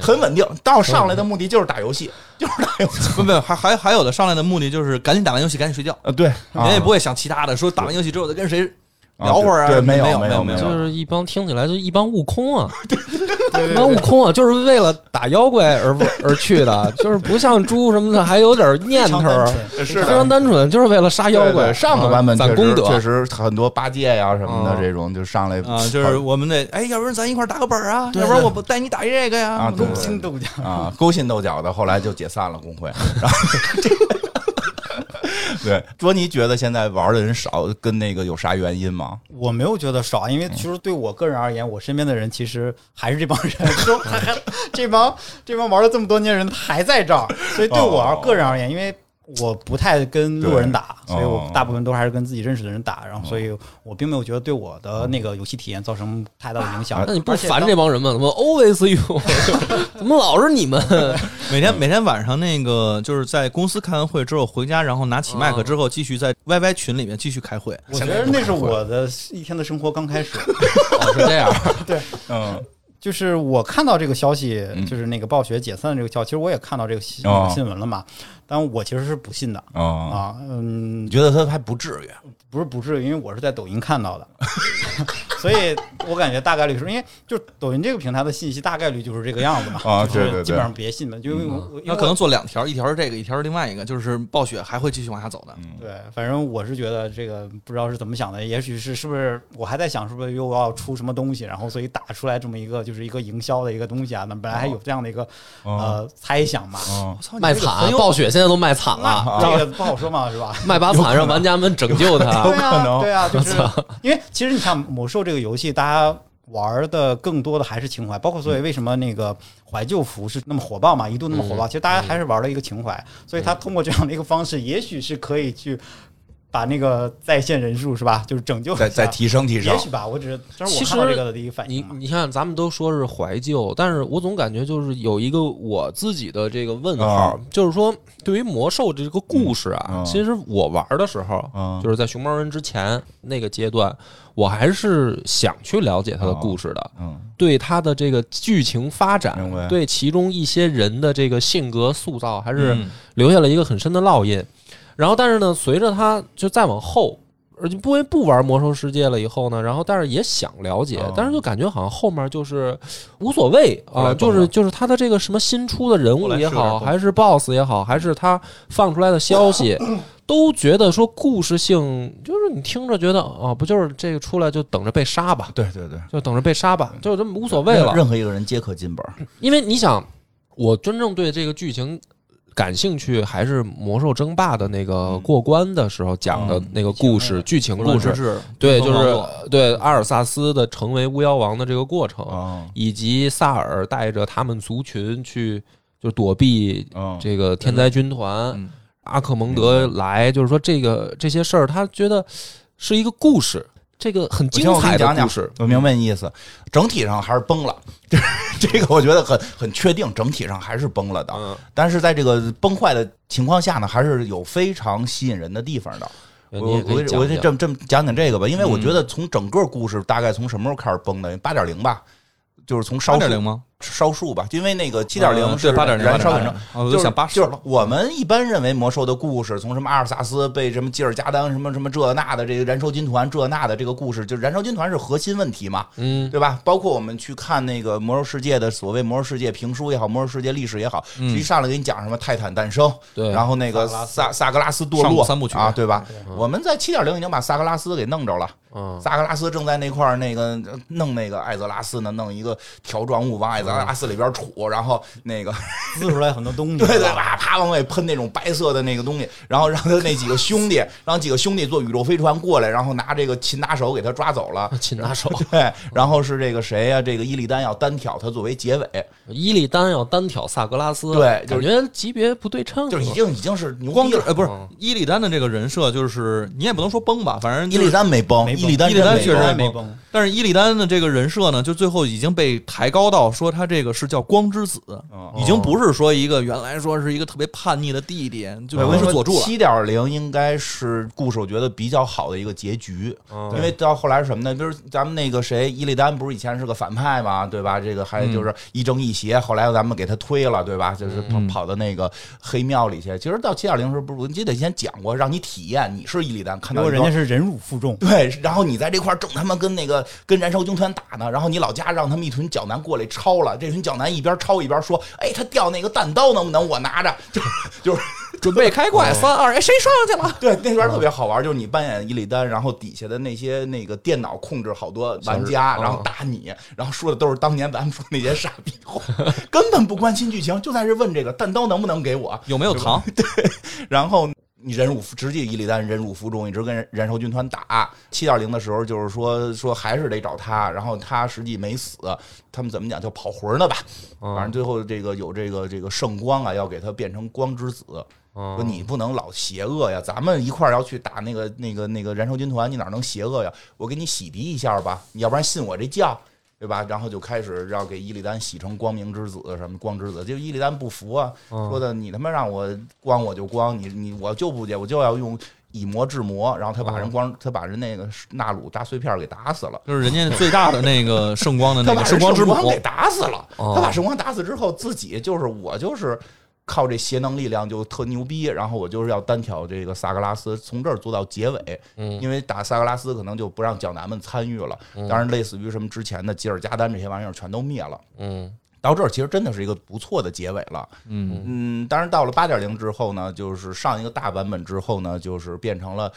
[SPEAKER 1] 很稳定。到上来的目的就是打游戏，就是打游戏。
[SPEAKER 3] 不不，还还还有的上来的目的就是赶紧打完游戏赶紧睡觉，
[SPEAKER 1] 呃，对，
[SPEAKER 3] 人也不会想其他的，说打完游戏之后再跟谁聊会儿啊。
[SPEAKER 1] 对，
[SPEAKER 3] 没
[SPEAKER 1] 没
[SPEAKER 3] 有
[SPEAKER 1] 没
[SPEAKER 3] 有
[SPEAKER 1] 没
[SPEAKER 3] 有。
[SPEAKER 2] 就是一帮听起来就一帮悟空啊，一帮悟空啊，就是为了打妖怪而不而去的，就是不像猪什么的，还有点念
[SPEAKER 4] 非
[SPEAKER 2] 头
[SPEAKER 4] 常
[SPEAKER 2] 儿
[SPEAKER 4] 单，纯，
[SPEAKER 1] 是
[SPEAKER 2] 非
[SPEAKER 1] 的
[SPEAKER 2] 常单纯，就是为了杀妖
[SPEAKER 1] 对
[SPEAKER 2] 怪。
[SPEAKER 1] 对上个版本
[SPEAKER 2] 啊
[SPEAKER 1] 确
[SPEAKER 2] 攒
[SPEAKER 1] 实
[SPEAKER 2] 功德，
[SPEAKER 1] 确实很多八戒呀什么的
[SPEAKER 2] 嗯
[SPEAKER 1] 这种就上来
[SPEAKER 3] 啊，就是我们得哎，要不然咱一块儿打个本儿啊，要不然我不带你打一这个呀。
[SPEAKER 1] 啊对
[SPEAKER 4] 勾心斗角。
[SPEAKER 1] 啊勾心斗角的，后来就解散了工会，然后对，卓尼觉得现在玩的人少，跟那个有啥原因吗？
[SPEAKER 4] 我没有觉得少，啊
[SPEAKER 2] 嗯
[SPEAKER 4] 因为其实对我个人而言，我身边的人其实还是这帮 人，说还还这帮这帮玩了这么多年的人还 在这儿，所以对我而
[SPEAKER 1] 哦
[SPEAKER 4] 个人而言，因为我不太跟路人打，
[SPEAKER 1] 对
[SPEAKER 4] 所以我
[SPEAKER 1] 哦
[SPEAKER 4] 大部分都还是跟自己认识的人打，
[SPEAKER 2] 哦
[SPEAKER 4] 然后所以我并没有觉得对我的那个游戏体验造成太大的影响。
[SPEAKER 2] 啊那你不
[SPEAKER 4] 而且
[SPEAKER 2] 烦
[SPEAKER 4] 当
[SPEAKER 2] 这帮人吗？怎么 always you？怎么老是你们？
[SPEAKER 3] 每天每天晚上那个就是在公司开完会之后回家，然后拿起麦克之后继续在 YY 群里面继续开会。
[SPEAKER 4] 我觉得那是我的一天的生活刚开始，
[SPEAKER 2] 哦，是这 样，
[SPEAKER 1] 嗯，
[SPEAKER 4] 就是我看到这个消息
[SPEAKER 1] 嗯，
[SPEAKER 4] 就是那个暴雪解散的这个消息，其实我也看到这个新
[SPEAKER 1] 哦
[SPEAKER 4] 新闻了嘛，但我其实是不信的
[SPEAKER 1] 哦，
[SPEAKER 4] 啊，嗯
[SPEAKER 1] 你，觉得他还不至于？
[SPEAKER 4] 不是不至于，因为我是在抖音看到的， 所以我感觉大概率是因为就是抖音这个平台的信息大概率就是这个样子嘛，
[SPEAKER 1] 啊
[SPEAKER 4] 就是
[SPEAKER 1] 对对对嗯
[SPEAKER 4] 基本上别信了，就因为我因
[SPEAKER 3] 那
[SPEAKER 4] 为
[SPEAKER 3] 可
[SPEAKER 4] 我
[SPEAKER 3] 能做两条，一条是这个，一条是另外一个，就是暴雪还会继续往下走
[SPEAKER 1] 嗯
[SPEAKER 3] 的。
[SPEAKER 4] 对，反正我是觉得这个不知道是怎么想的，也许是是不是我还在想是不是又要出什么东西，然后所以打出来这么一个就是一个营销的一个东西啊，那本来还有这样的一个、
[SPEAKER 1] 哦
[SPEAKER 4] 呃猜想嘛，
[SPEAKER 1] 哦
[SPEAKER 3] 我操，你
[SPEAKER 2] 卖
[SPEAKER 3] 这个很
[SPEAKER 2] 惨，啊
[SPEAKER 3] 有
[SPEAKER 2] 暴雪现在都卖惨了，
[SPEAKER 1] 啊
[SPEAKER 4] 那啊 这个不好说嘛，是吧？
[SPEAKER 2] 卖把惨，让玩家们拯救 他
[SPEAKER 1] 有
[SPEAKER 4] 对
[SPEAKER 1] 可能
[SPEAKER 4] 啊，对啊，就是因为其实你看魔兽这个游戏，大家玩的更多的还是情怀，包括
[SPEAKER 1] 嗯
[SPEAKER 4] 所以为什么那个怀旧服是那么火爆嘛，一度那么火
[SPEAKER 1] 嗯
[SPEAKER 4] 爆，其实大家还是玩了一个情怀，所以他通过这样的一个方式，也许是可以去把那个在线人数是吧，就是拯救一
[SPEAKER 1] 再
[SPEAKER 4] 下
[SPEAKER 1] 再提升提升
[SPEAKER 4] 也，许吧，我只是这是
[SPEAKER 2] 其
[SPEAKER 4] 我
[SPEAKER 2] 实
[SPEAKER 4] 看到这个的第一反
[SPEAKER 2] 你
[SPEAKER 4] 应嘛。嗯
[SPEAKER 2] 你看，咱们都说是怀旧，但是我总感觉就是有一个我自己的这个问号
[SPEAKER 1] 啊，
[SPEAKER 2] 就是说对于魔兽这个故事
[SPEAKER 1] 嗯
[SPEAKER 2] 啊
[SPEAKER 1] 啊，
[SPEAKER 2] 其实我玩的时候，
[SPEAKER 1] 嗯
[SPEAKER 2] 就是在熊猫人之前那个阶段，我还是想去了解它的故事的，
[SPEAKER 1] 嗯
[SPEAKER 2] 对它的这个剧情发展
[SPEAKER 1] 明白，
[SPEAKER 2] 对其中一些人的这个性格塑造，还是
[SPEAKER 3] 嗯
[SPEAKER 2] 留下了一个很深的烙印。然后，但是呢，随着它就再往后，而且不为不玩魔兽世界了以后呢，然后但是也想了解，
[SPEAKER 1] 哦
[SPEAKER 2] 但是就感觉好像后面就是无所谓
[SPEAKER 1] 后来
[SPEAKER 2] 啊，就
[SPEAKER 1] 崩了
[SPEAKER 2] 是就是它的这个什么新出的人
[SPEAKER 3] 后
[SPEAKER 2] 物
[SPEAKER 3] 来是
[SPEAKER 2] 也
[SPEAKER 3] 有点
[SPEAKER 2] 好，
[SPEAKER 3] 崩
[SPEAKER 2] 还是 BOSS 也好，还是它放出来的 消息。都觉得说故事性，就是你听着觉得啊，不就是这个出来就等着被杀吧，
[SPEAKER 1] 对对对，
[SPEAKER 2] 就等着被杀吧，就这么无所谓了。
[SPEAKER 1] 任何一个人皆可进本，
[SPEAKER 2] 因为你想，我真正对这个剧情感兴趣，还是《魔兽争霸》的那个过关的时候讲的
[SPEAKER 1] 嗯
[SPEAKER 2] 那个故事、剧情故事。
[SPEAKER 3] 事
[SPEAKER 2] 对，就是呃对阿尔萨斯的成为巫妖王的这个过程，
[SPEAKER 1] 哦
[SPEAKER 2] 以及萨尔带着他们族群去就躲避
[SPEAKER 1] 哦，
[SPEAKER 2] 这个天灾军团，
[SPEAKER 3] 嗯
[SPEAKER 2] 阿克蒙德
[SPEAKER 1] 嗯
[SPEAKER 2] 来，就是说这个这些事儿，他觉得是一个故事，这个很精
[SPEAKER 1] 我先我给
[SPEAKER 2] 彩
[SPEAKER 1] 你
[SPEAKER 2] 的
[SPEAKER 1] 讲讲
[SPEAKER 2] 故事。
[SPEAKER 1] 我明白你意思，整体上还是崩了，这这个我觉得很很确定，整体上还是崩了的。
[SPEAKER 2] 嗯，
[SPEAKER 1] 但是在这个崩坏的情况下呢，还是有非常吸引人的地方的。
[SPEAKER 2] 你
[SPEAKER 1] 我
[SPEAKER 2] 也可以
[SPEAKER 1] 我
[SPEAKER 2] 讲
[SPEAKER 1] 我这
[SPEAKER 2] 讲
[SPEAKER 1] 这么这么讲讲这个吧，因为我觉得从整个故事大概从什么时候开始崩的？八点零吧，就是从烧
[SPEAKER 3] 八点零
[SPEAKER 1] 树
[SPEAKER 3] 吗？
[SPEAKER 1] 烧树吧，因为那个七
[SPEAKER 3] 七
[SPEAKER 1] 点零
[SPEAKER 3] 对八点零
[SPEAKER 1] 燃烧很
[SPEAKER 3] 很
[SPEAKER 1] 正
[SPEAKER 3] 正，啊我
[SPEAKER 1] 就
[SPEAKER 3] 就是想八十
[SPEAKER 1] 就是
[SPEAKER 3] 了。
[SPEAKER 1] 我们一般认为魔兽的故事，从什么阿尔萨斯被什么吉尔加丹什么什么这那的这个燃烧军团这那的这个故事，就是燃烧军团是核心问题嘛，
[SPEAKER 2] 嗯，
[SPEAKER 1] 对吧？包括我们去看那个魔兽世界的所谓魔兽世界评书也好，魔兽世界历史也好，
[SPEAKER 3] 嗯
[SPEAKER 1] 其实上来给你讲什么泰坦诞生，
[SPEAKER 2] 对，
[SPEAKER 1] 然后那个
[SPEAKER 4] 萨格拉斯
[SPEAKER 1] 萨萨格拉斯堕落
[SPEAKER 3] 上三部曲
[SPEAKER 1] 啊，对吧？
[SPEAKER 4] 对
[SPEAKER 1] 我们在七点零已经把萨格拉斯给弄着了，
[SPEAKER 2] 嗯，
[SPEAKER 1] 萨格拉斯正在那块儿那个呃弄那个艾泽拉斯呢，弄一个条状物往艾泽拉斯里边杵，然后那个
[SPEAKER 4] 滋出来很多东西，
[SPEAKER 1] 对对，
[SPEAKER 4] 是
[SPEAKER 1] 啪
[SPEAKER 4] 吧？
[SPEAKER 1] 啪往外喷那种白色的那个东西，然后让他那几个兄 弟，让几个兄弟坐宇宙飞船过来，然后拿这个擒拿手给他抓走 了。
[SPEAKER 2] 擒啊拿手，
[SPEAKER 1] 对，然后是这个谁啊呀、这个伊利丹要单挑他作为结尾，
[SPEAKER 3] 嗯
[SPEAKER 2] 伊利丹要单挑萨格拉斯，
[SPEAKER 1] 对就
[SPEAKER 2] 感
[SPEAKER 1] 是
[SPEAKER 2] 觉级别不对称，
[SPEAKER 1] 就是已经已经是牛
[SPEAKER 3] 光
[SPEAKER 1] 逼
[SPEAKER 3] 就
[SPEAKER 1] 了。
[SPEAKER 3] 呃不是
[SPEAKER 2] 嗯
[SPEAKER 3] 伊利丹的这个人设，就是你也不能说崩吧，反正
[SPEAKER 1] 伊
[SPEAKER 3] 就
[SPEAKER 1] 利
[SPEAKER 3] 是。
[SPEAKER 1] 丹没崩，
[SPEAKER 4] 没崩
[SPEAKER 1] 伊利丹
[SPEAKER 3] 伊利丹
[SPEAKER 1] 真没
[SPEAKER 3] 确实
[SPEAKER 1] 崩
[SPEAKER 4] 还
[SPEAKER 3] 还
[SPEAKER 4] 没
[SPEAKER 3] 没
[SPEAKER 4] 崩，
[SPEAKER 3] 但是伊利丹的这个人设呢，就最后已经被抬高到说他这个是叫光之子，
[SPEAKER 1] 嗯
[SPEAKER 3] 已经不是说一个原来说是一个特别叛逆的弟弟，就
[SPEAKER 1] 对，我
[SPEAKER 3] 不
[SPEAKER 1] 跟你说，
[SPEAKER 3] 是佐助了。
[SPEAKER 1] 嗯七点零应该是故事，我觉得比较好的一个结局，
[SPEAKER 2] 嗯
[SPEAKER 1] 因为到后来是什么呢？比如咱们那个谁，伊利丹不是以前是个反派嘛，对吧？这个还
[SPEAKER 4] 嗯
[SPEAKER 1] 就是一正一邪，后来咱们给他推了，对吧？就是跑
[SPEAKER 4] 嗯
[SPEAKER 1] 跑到那个黑庙里去。其实到七点零时候，不是我记得以前讲过，让你体验你是伊利丹，看
[SPEAKER 4] 结
[SPEAKER 1] 到
[SPEAKER 4] 果
[SPEAKER 1] 一
[SPEAKER 4] 人
[SPEAKER 1] 个
[SPEAKER 4] 家是忍辱负重，
[SPEAKER 1] 对，然后你在这块儿正他妈跟那个跟燃烧军团打呢，然后你老家让他们一群角男过来抄了，这群角男一边抄一边说：“哎，他掉那个弹刀能不能我拿着？”就就是
[SPEAKER 2] 准备开怪，三二哎，谁上去了？
[SPEAKER 1] 对，那边特别好玩，就是你扮演伊利丹，然后底下的那些那个电脑控制好多玩家，
[SPEAKER 2] 小人
[SPEAKER 1] 然后打你，然后说的都是当年咱们说那些傻逼话， 根本不关心剧情，就在这问这个弹刀能不能给我，
[SPEAKER 3] 有没有糖？
[SPEAKER 1] 然后。你忍辱负直接以李诞忍辱负重，一直跟燃燃烧军团打。七点零的时候，就是说说还是得找他，然后他实际没死，他们怎么讲叫跑魂儿呢吧？
[SPEAKER 2] 嗯
[SPEAKER 1] 反正最后这个有这个这个圣光啊，要给他变成光之子。说
[SPEAKER 2] 嗯，
[SPEAKER 1] 你不能老邪恶呀，咱们一块儿要去打那个那个那个燃烧军团，你哪能邪恶呀？我给你洗涤一下吧，你要不然信我这教，对吧？然后就开始要给伊利丹洗成光明之子，什么光之子，就伊利丹不服啊，
[SPEAKER 2] 嗯
[SPEAKER 1] 说的你他妈让我光我就光，你你我就不解，我就要用以魔制魔，然后他把人光他把人那个纳鲁大碎片儿给打死了。
[SPEAKER 3] 就是人家最大的那个圣光 的
[SPEAKER 1] 他
[SPEAKER 3] 那
[SPEAKER 1] 把
[SPEAKER 3] 个
[SPEAKER 1] 人
[SPEAKER 3] 圣光之母，
[SPEAKER 1] 给打死了。
[SPEAKER 2] 哦
[SPEAKER 1] 他把圣光打死之后，自己就是我就是靠这邪能力量就特牛逼，然后我就是要单挑这个萨格拉斯，从这儿做到结尾。
[SPEAKER 2] 嗯
[SPEAKER 1] 因为打萨格拉斯可能就不让角男们参与了，
[SPEAKER 3] 嗯
[SPEAKER 1] 当然类似于什么之前的吉尔加丹这些玩意儿全都灭了。
[SPEAKER 2] 嗯
[SPEAKER 1] 到这儿其实真的是一个不错的结尾了。
[SPEAKER 3] 嗯，
[SPEAKER 1] 嗯，当然到了八点零之后呢，就是上一个大版本之后呢，就是变成了。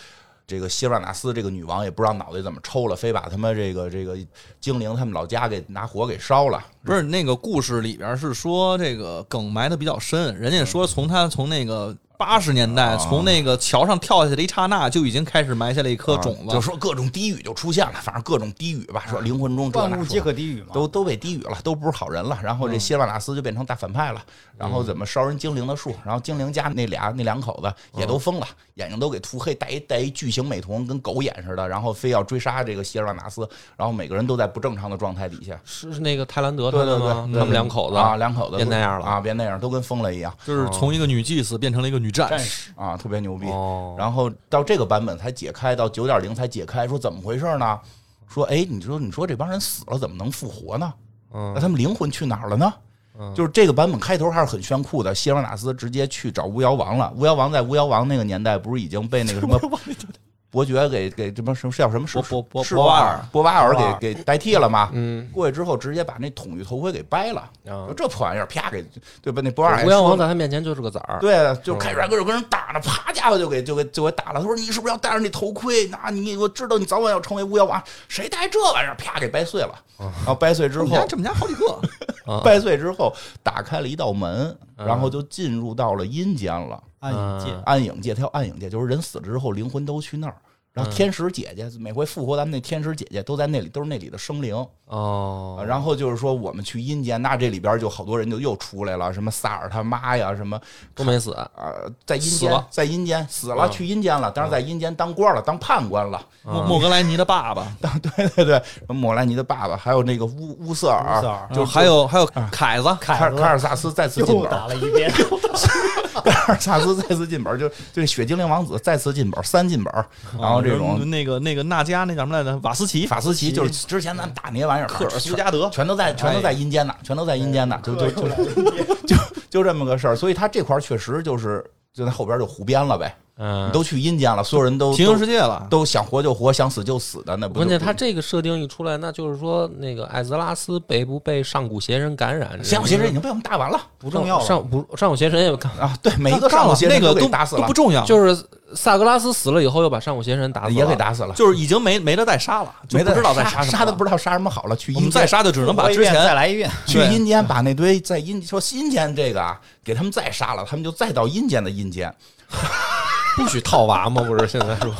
[SPEAKER 1] 这个希尔瓦纳斯这个女王也不知道脑袋怎么抽了，非把他们这个这个精灵他们老家给拿火给烧了。
[SPEAKER 3] 不是那个故事里边是说这个梗埋的比较深，人家说从他从那个八十年代
[SPEAKER 1] 嗯啊
[SPEAKER 3] 从那个桥上跳下去的一刹那就已经开始埋下了一颗种
[SPEAKER 1] 啊就
[SPEAKER 3] 子，
[SPEAKER 1] 说各种啊低语就出现了，反正各种低语吧，说灵魂中这嗯
[SPEAKER 4] 万
[SPEAKER 1] 那
[SPEAKER 4] 物
[SPEAKER 1] 说啊
[SPEAKER 4] 皆可地狱嘛。
[SPEAKER 1] 都都被低语了，都不是好人了。然后这希尔瓦纳斯就变成大反派了，然后怎么烧人精灵的树，然后精灵家那俩那两口子也都疯了，眼睛都给涂黑，戴一戴一巨型美瞳，跟狗眼似的，然后非要追杀这个希尔瓦纳斯，然后每个人都在不正常的状态底下。
[SPEAKER 2] 是那个泰兰德他
[SPEAKER 1] 对对
[SPEAKER 2] 们
[SPEAKER 1] 对，
[SPEAKER 2] 吗？
[SPEAKER 1] 对
[SPEAKER 2] 他们两口子
[SPEAKER 1] 啊，两口子
[SPEAKER 2] 变那样了
[SPEAKER 1] 啊，变那样，都跟疯了一样
[SPEAKER 3] 就是从一个女祭司变成了一个女战士。
[SPEAKER 1] 啊，特别牛逼。
[SPEAKER 2] 哦，
[SPEAKER 1] 然后到这个版本才解开，到九点零才解开，说怎么回事呢？说哎，你说你说这帮人死了怎么能复活呢？那
[SPEAKER 2] 嗯
[SPEAKER 1] 他们灵魂去哪儿了呢？
[SPEAKER 2] 嗯
[SPEAKER 1] 就是这个版本开头还是很炫酷的，谢尔瓦纳斯直接去找巫妖王了。巫妖王在巫妖王那个年代不是已经被那个 什么伯爵给给这帮什么是叫什么
[SPEAKER 3] 伯伯伯
[SPEAKER 1] 是
[SPEAKER 3] 伯
[SPEAKER 1] 瓦
[SPEAKER 3] 瓦
[SPEAKER 1] 尔
[SPEAKER 3] 尔
[SPEAKER 1] 博瓦尔给给代替了吗？
[SPEAKER 2] 嗯
[SPEAKER 1] 过去之后直接把那统御头盔给掰了，
[SPEAKER 2] 啊
[SPEAKER 1] 说这破玩意儿啪给对吧？那博瓦尔还
[SPEAKER 2] 无妖
[SPEAKER 1] 说
[SPEAKER 2] 王
[SPEAKER 1] 了
[SPEAKER 2] 在他面前就是个崽儿，
[SPEAKER 1] 对，就开始还跟人跟人打呢，啪家伙就给就给就给打了。他说你是不是要戴上那头盔？那你我知道你早晚要成为巫妖王，谁戴这玩意儿？啪给掰碎了。
[SPEAKER 2] 哦
[SPEAKER 1] 然后掰碎之
[SPEAKER 3] 我们家
[SPEAKER 1] 后，
[SPEAKER 3] 这我们家好几个，
[SPEAKER 2] 啊
[SPEAKER 1] 掰碎之后打开了一道门，
[SPEAKER 2] 嗯
[SPEAKER 1] 然后就进入到了阴间了，
[SPEAKER 4] 暗影界，
[SPEAKER 1] 暗影界。它叫暗影界，就是人死了之后灵魂都去那儿。然
[SPEAKER 2] 嗯
[SPEAKER 1] 后天使姐姐每回复活咱们那天使姐姐都在那里，都是那里的生灵。
[SPEAKER 2] 哦，
[SPEAKER 1] 然后就是说我们去阴间，那这里边就好多人就又出来了，什么萨尔他妈呀，什么
[SPEAKER 2] 都没死，
[SPEAKER 1] 呃，在阴
[SPEAKER 2] 死
[SPEAKER 1] 间
[SPEAKER 2] 了，
[SPEAKER 1] 在阴间死了，
[SPEAKER 2] 嗯
[SPEAKER 1] 去阴间了，当然在阴间当官了，当判官了。
[SPEAKER 3] 莫莫格莱尼的爸
[SPEAKER 1] 啊
[SPEAKER 3] 爸，
[SPEAKER 1] 对对对，莫兰尼的爸爸，还有那个乌乌瑟尔，
[SPEAKER 4] 乌瑟尔
[SPEAKER 2] 嗯
[SPEAKER 3] 就还
[SPEAKER 1] 啊
[SPEAKER 3] 有还有凯子，
[SPEAKER 1] 卡
[SPEAKER 4] 凯
[SPEAKER 1] 尔卡
[SPEAKER 4] 子
[SPEAKER 1] 尔萨斯再次进
[SPEAKER 4] 又
[SPEAKER 1] 本，
[SPEAKER 4] 打了一遍，
[SPEAKER 1] 卡尔萨斯再次进本，就对雪精灵王子再次进本，三进本，
[SPEAKER 2] 嗯
[SPEAKER 1] 然后这种
[SPEAKER 3] 那个那个那加那叫什么来着？瓦斯奇、
[SPEAKER 1] 法斯奇，就是之前咱们打那些玩意儿，
[SPEAKER 3] 科尔
[SPEAKER 1] 全
[SPEAKER 3] 苏加德，
[SPEAKER 1] 全都在全都在阴间呢，全都在阴间呢，就就就
[SPEAKER 4] 就
[SPEAKER 1] 就这么个事儿，所以他这块儿确实就是就在后边就胡编了呗，
[SPEAKER 2] 嗯
[SPEAKER 1] 你。都去阴间了，所有人都
[SPEAKER 3] 平行
[SPEAKER 1] 都
[SPEAKER 3] 世界了。
[SPEAKER 1] 都想活就活，想死就死的，那不就
[SPEAKER 2] 关键他这个设定一出来，那就是说，那个艾泽拉斯被不被上古邪神感染？
[SPEAKER 1] 先有邪神已经被我们打完了。
[SPEAKER 4] 不重要了。
[SPEAKER 2] 上不上古邪神也看，
[SPEAKER 1] 啊，对，每一
[SPEAKER 3] 他
[SPEAKER 1] 个
[SPEAKER 3] 干
[SPEAKER 1] 上
[SPEAKER 3] 了
[SPEAKER 1] 古邪
[SPEAKER 3] 那
[SPEAKER 1] 神
[SPEAKER 3] 个
[SPEAKER 1] 给
[SPEAKER 3] 都
[SPEAKER 1] 打死
[SPEAKER 3] 都
[SPEAKER 1] 了
[SPEAKER 3] 不，重要，
[SPEAKER 2] 就是萨格拉斯死了以后，又把上古邪神打死了，
[SPEAKER 1] 也给打死了，
[SPEAKER 3] 就是已经没没得再杀了，就
[SPEAKER 1] 没
[SPEAKER 3] 不
[SPEAKER 1] 得
[SPEAKER 3] 知道再
[SPEAKER 1] 杀，
[SPEAKER 3] 什么了。
[SPEAKER 1] 杀都不知道杀什么好了。去
[SPEAKER 3] 我们
[SPEAKER 1] 阴
[SPEAKER 3] 再
[SPEAKER 1] 间，
[SPEAKER 3] 杀就只能把
[SPEAKER 4] 复活一
[SPEAKER 3] 之
[SPEAKER 4] 遍
[SPEAKER 3] 前
[SPEAKER 4] 再来一遍，
[SPEAKER 1] 去
[SPEAKER 3] 对
[SPEAKER 1] 阴间把那堆在阴说阴间这个啊，给他们再杀了，他们就再到阴间的阴间，
[SPEAKER 2] 不许套娃嘛，不是现在说，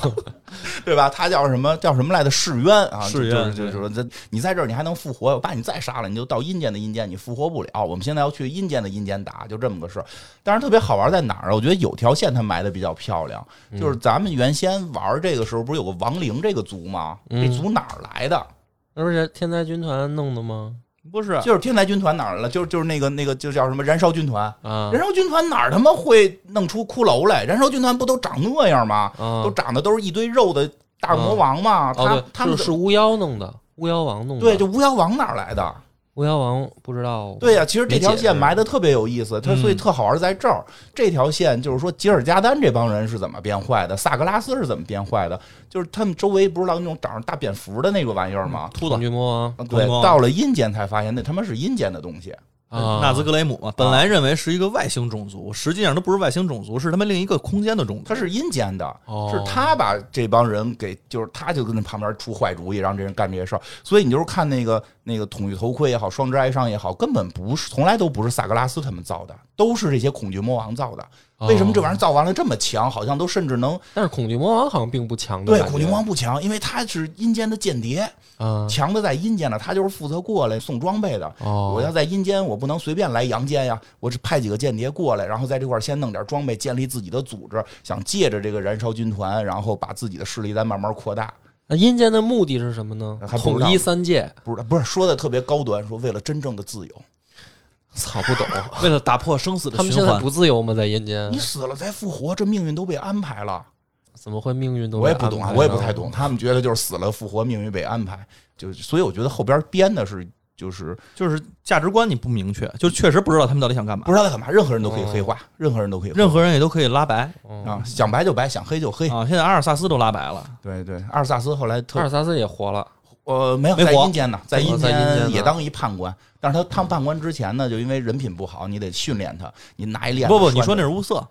[SPEAKER 1] 对吧？他叫什么叫什么来的世冤啊？
[SPEAKER 3] 世
[SPEAKER 1] 就
[SPEAKER 3] 冤
[SPEAKER 1] 是就是
[SPEAKER 3] 对
[SPEAKER 1] 说这你在这儿你还能复活，我把你再杀了，你就到阴间的阴间，你复活不了。我们现在要去阴间的阴间打，就这么个事儿。但是特别好玩在哪儿啊？我觉得有条线它埋的比较漂亮，
[SPEAKER 2] 嗯
[SPEAKER 1] 就是咱们原先玩这个时候不是有个亡灵这个族吗？这
[SPEAKER 2] 嗯
[SPEAKER 1] 族哪儿来的？
[SPEAKER 2] 那不是天灾军团弄的吗？
[SPEAKER 3] 不是
[SPEAKER 1] 就是天才军团哪儿了？就是就是那个那个就叫什么燃烧军团，
[SPEAKER 2] 啊
[SPEAKER 1] 燃烧军团哪儿他妈会弄出骷髅来？燃烧军团不都长那样吗？
[SPEAKER 2] 啊
[SPEAKER 1] 都！长得都是一堆肉的大魔王吗？他、
[SPEAKER 2] 嗯哦，
[SPEAKER 1] 他
[SPEAKER 2] 对，
[SPEAKER 1] 们
[SPEAKER 2] 是是巫妖弄的，巫妖王弄的，
[SPEAKER 1] 对，就巫妖王哪儿来的？
[SPEAKER 2] 巫妖王不知道，
[SPEAKER 1] 对呀、其实这条
[SPEAKER 2] 没解释
[SPEAKER 1] 线埋的特别有意思，它
[SPEAKER 3] 嗯
[SPEAKER 1] 所以特好玩在这儿。这条线就是说吉尔加丹这帮人是怎么变坏的，萨格拉斯是怎么变坏的，就是他们周围不是老有那种长着大蝙蝠的那个玩意儿吗？
[SPEAKER 3] 秃
[SPEAKER 2] 恐
[SPEAKER 3] 子
[SPEAKER 2] 惧魔王
[SPEAKER 1] 啊对
[SPEAKER 3] 光，光
[SPEAKER 1] 到了阴间才发现那他妈是阴间的东西。
[SPEAKER 2] 啊，
[SPEAKER 3] 纳兹格雷姆嘛，本来认为是一个外星种族，实际上它不是外星种族，是他们另一个空间的种族
[SPEAKER 1] 他。是阴间的，
[SPEAKER 2] 哦
[SPEAKER 1] 是他把这帮人给，就是他就跟那旁边出坏主意，让这人干这些事儿。所以你就是看那个那个统御头盔也好，双之哀伤也好，根本不是，从来都不是萨格拉斯他们造的，都是这些恐惧魔王造的。
[SPEAKER 2] 哦
[SPEAKER 1] 为什么这玩意儿造完了这么强？好像都甚至能
[SPEAKER 2] 但是恐惧魔王好像并不强的
[SPEAKER 1] 对
[SPEAKER 2] 感觉。
[SPEAKER 1] 恐惧魔王不强，因为他是阴间的间谍，
[SPEAKER 2] 啊，
[SPEAKER 1] 强的在阴间呢，他就是负责过来送装备的。
[SPEAKER 2] 哦，
[SPEAKER 1] 我要在阴间，我不能随便来阳间呀！我只派几个间谍过来，然后在这块儿先弄点装备，建立自己的组织，想借着这个燃烧军团，然后把自己的势力再慢慢扩大。
[SPEAKER 2] 那阴间的目的是什么呢
[SPEAKER 1] 还？不知道
[SPEAKER 2] 统一三界，
[SPEAKER 1] 不是不是说的特别高端，说为了真正的自由，
[SPEAKER 2] 操，不懂。啊
[SPEAKER 3] 为了打破生死的
[SPEAKER 2] 他们
[SPEAKER 3] 循
[SPEAKER 2] 现在
[SPEAKER 3] 环
[SPEAKER 2] 不，自由吗？在阴间
[SPEAKER 1] 你死了再复活，这命运都被安排了。
[SPEAKER 2] 怎么会命运都
[SPEAKER 1] 我也
[SPEAKER 2] 被
[SPEAKER 1] 不懂啊
[SPEAKER 2] 安，排
[SPEAKER 1] 我也
[SPEAKER 2] 呢
[SPEAKER 1] 不太懂。。他们觉得就是死了复活，命运被安排，就所以我觉得后边编的是就是
[SPEAKER 3] 就是价值观你不明确，就确实不知道他们到底想干嘛
[SPEAKER 1] 不。知道在干嘛，任何人都可以黑化，任何人都可以黑化
[SPEAKER 3] 任何人也都可以拉白
[SPEAKER 2] 嗯
[SPEAKER 1] 啊，想白就白，想黑就黑。
[SPEAKER 3] 啊！现在阿尔萨斯都拉白了，
[SPEAKER 1] 对对，阿尔萨斯后来
[SPEAKER 2] 阿
[SPEAKER 1] 特
[SPEAKER 2] 尔萨斯也活了，
[SPEAKER 1] 呃没有
[SPEAKER 3] 没
[SPEAKER 1] 在
[SPEAKER 3] 活
[SPEAKER 1] 阴间呢，在阴
[SPEAKER 2] 在阴间
[SPEAKER 1] 间
[SPEAKER 2] 呢
[SPEAKER 1] 也当一判官，但是他当判官之前呢，就因为人品不好，你得训练他，你拿一练
[SPEAKER 3] 不不，你说那是乌瑟，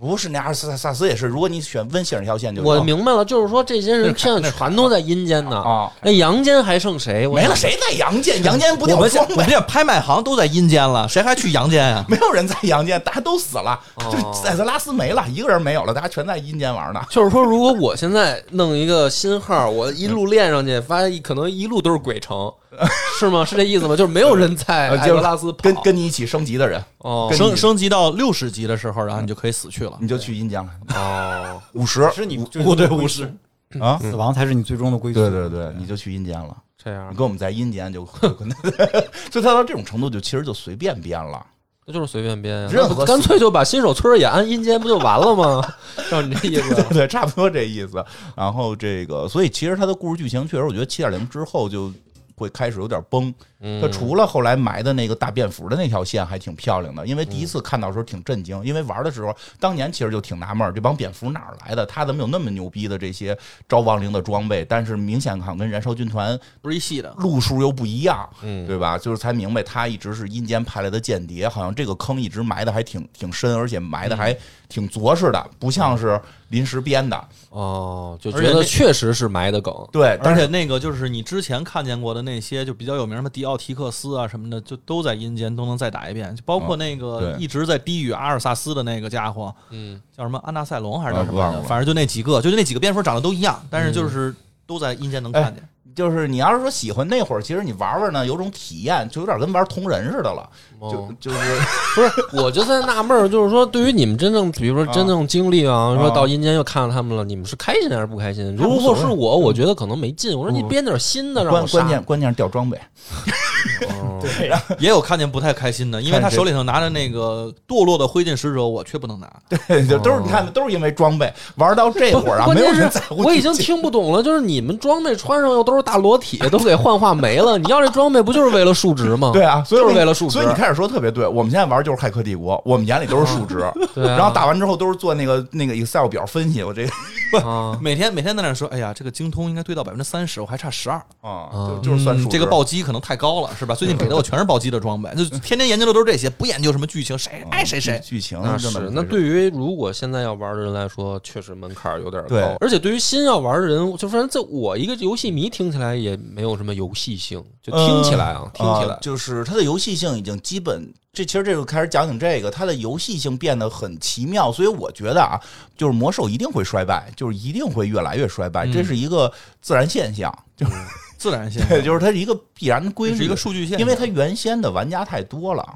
[SPEAKER 1] 不是那阿尔萨萨斯也是，如果你选温线一条线就
[SPEAKER 2] 我明白了，就是说这些
[SPEAKER 3] 那
[SPEAKER 2] 人
[SPEAKER 3] 是
[SPEAKER 2] 现在全都在阴间呢。
[SPEAKER 1] 啊
[SPEAKER 2] 那阳间还剩谁？我
[SPEAKER 1] 没了，谁在阳间？阳间不
[SPEAKER 3] 我
[SPEAKER 1] 掉
[SPEAKER 3] 们现
[SPEAKER 1] 装
[SPEAKER 3] 我
[SPEAKER 1] 备
[SPEAKER 3] 们。这拍卖行都在阴间了，谁还去阳间啊？
[SPEAKER 1] 没有人在阳间，大家都死了，
[SPEAKER 2] 哦
[SPEAKER 1] 就塞泽拉斯没了，一个人没有了，大家全在阴间玩呢。
[SPEAKER 2] 就是说，如果我现在弄一个新号，我一路练上去，发现可能一路都是鬼城， 是吗？是这意思吗？就是没有人在
[SPEAKER 1] 呃
[SPEAKER 2] 艾
[SPEAKER 1] 就
[SPEAKER 2] 格
[SPEAKER 1] 是
[SPEAKER 2] 拉斯跑
[SPEAKER 1] 跟
[SPEAKER 3] 哦
[SPEAKER 1] 跟你一起升级的人，
[SPEAKER 2] 哦
[SPEAKER 1] 跟
[SPEAKER 3] 升升级到六十级的时候，然后你就可以死去了
[SPEAKER 1] 你。就去阴间了。
[SPEAKER 2] 哦，
[SPEAKER 1] 五十
[SPEAKER 4] 是你最
[SPEAKER 3] 不
[SPEAKER 4] 终
[SPEAKER 3] 对
[SPEAKER 4] 的
[SPEAKER 3] 五
[SPEAKER 4] 归
[SPEAKER 3] 十
[SPEAKER 4] 宿，
[SPEAKER 1] 啊，
[SPEAKER 4] 死亡才是你最终的归宿。
[SPEAKER 1] 对对
[SPEAKER 3] 嗯
[SPEAKER 1] 对，你就去阴间了。
[SPEAKER 2] 这样
[SPEAKER 1] 你跟我们在阴间就，就可能 就他到这种程度，就其实就随便编了。
[SPEAKER 2] 那就是随便编呀，
[SPEAKER 1] 任何
[SPEAKER 2] 那不干脆就把新手村也安阴间不就完了吗？ 照你这意思，
[SPEAKER 1] 对，差不多这意思。然后这个，所以其实它的故事剧情确实，我觉得七点零之后就会开始有点崩。它除了后来埋的那个大蝙蝠的那条线还挺漂亮的，因为第一次看到的时候挺震惊，因为玩的时候当年其实就挺纳闷儿，这帮蝙蝠哪儿来的？他怎么有那么牛逼的这些招亡灵的装备？但是明显看跟燃烧军团
[SPEAKER 3] 不是一系的，
[SPEAKER 1] 路数又不一样，
[SPEAKER 2] 嗯
[SPEAKER 1] 对吧？就是才明白他一直是阴间派来的间谍，好像这个坑一直埋的还挺挺深，而且埋的还
[SPEAKER 2] 嗯
[SPEAKER 1] 挺着实的，不像是临时编的。
[SPEAKER 2] 哦，就
[SPEAKER 3] 而
[SPEAKER 2] 觉
[SPEAKER 3] 且
[SPEAKER 2] 得
[SPEAKER 3] 那
[SPEAKER 2] 确实是埋的梗，
[SPEAKER 1] 对，
[SPEAKER 3] 而
[SPEAKER 1] 但
[SPEAKER 3] 且
[SPEAKER 1] 是
[SPEAKER 3] 那个就是你之前看见过的那些，就比较有名什么迪奥提克斯啊什么的，就都在阴间都能再打一遍，就包括那个
[SPEAKER 1] 嗯对
[SPEAKER 3] 一直在低语阿尔萨斯的那个家伙，
[SPEAKER 2] 嗯，
[SPEAKER 3] 叫什么安纳塞龙还是叫什么
[SPEAKER 1] 啊
[SPEAKER 3] 来
[SPEAKER 1] 忘
[SPEAKER 3] 着？
[SPEAKER 1] 了嗯
[SPEAKER 3] 反正就那几个，就那几个蝙蝠长得都一样，但是就是都在阴间能看 见。
[SPEAKER 1] 就是你要是说喜欢那会儿，其实你玩玩呢，有种体验，就有点跟玩同人似的了，就
[SPEAKER 2] 哦
[SPEAKER 1] 就是
[SPEAKER 2] 不是，我就在纳闷儿，就是说，对于你们真正，比如说真正经历啊，说到阴间又看到他们了，你们是开心还是不开心？如果是我，
[SPEAKER 1] 嗯
[SPEAKER 2] 我觉得可能没劲。我说你编点新的让
[SPEAKER 1] 关
[SPEAKER 2] 我杀
[SPEAKER 1] 关键关键是掉装 备，
[SPEAKER 2] 哦
[SPEAKER 3] 也有看见不太开心的，因为他
[SPEAKER 1] 看谁
[SPEAKER 3] 手里头拿着那个堕落的灰烬使者，我却不能拿。
[SPEAKER 1] 就都是你看的都是因为装备，玩到这会儿啊，
[SPEAKER 2] 哦关
[SPEAKER 1] 没有
[SPEAKER 2] 键
[SPEAKER 1] 人
[SPEAKER 2] 是
[SPEAKER 1] 在乎
[SPEAKER 2] 我已
[SPEAKER 1] 剧
[SPEAKER 2] 经
[SPEAKER 1] 情
[SPEAKER 2] 听不懂了，就是你们装备穿上又都是大裸体，都给幻化没 了。你要这装备不就是为了数值吗？
[SPEAKER 1] 对啊，所以
[SPEAKER 2] 就是
[SPEAKER 1] 我
[SPEAKER 2] 为了数值
[SPEAKER 1] 所以你开始说特别对，我们现在玩就是《骇客帝国》，我们眼里都是数值，
[SPEAKER 2] 对啊
[SPEAKER 1] 然后打完之后都是做那个那个 Excel 表分析，我这个
[SPEAKER 2] 啊，
[SPEAKER 3] 每天每天在那说，哎呀，这个精通应该堆到百分之三十，我还差十二，
[SPEAKER 1] 啊
[SPEAKER 2] 嗯
[SPEAKER 1] 就就是算数值。
[SPEAKER 3] 这个暴击可能太高了，是吧？最近给的我全是暴击的装备，就天天研究的都是这些，不研究什么剧情，谁
[SPEAKER 1] 嗯
[SPEAKER 3] 爱哎谁谁。
[SPEAKER 1] 剧情
[SPEAKER 2] 那
[SPEAKER 1] 嗯这么
[SPEAKER 2] 是
[SPEAKER 1] 回事
[SPEAKER 2] 那对于如果现在要玩的人来说，确实门槛儿有点高
[SPEAKER 1] 对。
[SPEAKER 2] 而且对于新要玩的人，就反正在我一个游戏迷听起来也没有什么游戏性，就听起来啊，听起
[SPEAKER 1] 啊
[SPEAKER 2] 来
[SPEAKER 1] 就是它的游戏性已经基本，这其实这个开始讲讲这个，它的游戏性变得很奇妙，所以我觉得啊，就是魔兽一定会衰败，就是一定会越来越衰败，
[SPEAKER 3] 嗯
[SPEAKER 1] 这是一个自然现象，
[SPEAKER 2] 嗯
[SPEAKER 1] 就是
[SPEAKER 3] 自然现
[SPEAKER 1] 对，就是它是一个必然的规
[SPEAKER 3] 这
[SPEAKER 1] 律，
[SPEAKER 3] 是一个数据线，
[SPEAKER 1] 因为它原先的玩家太多了，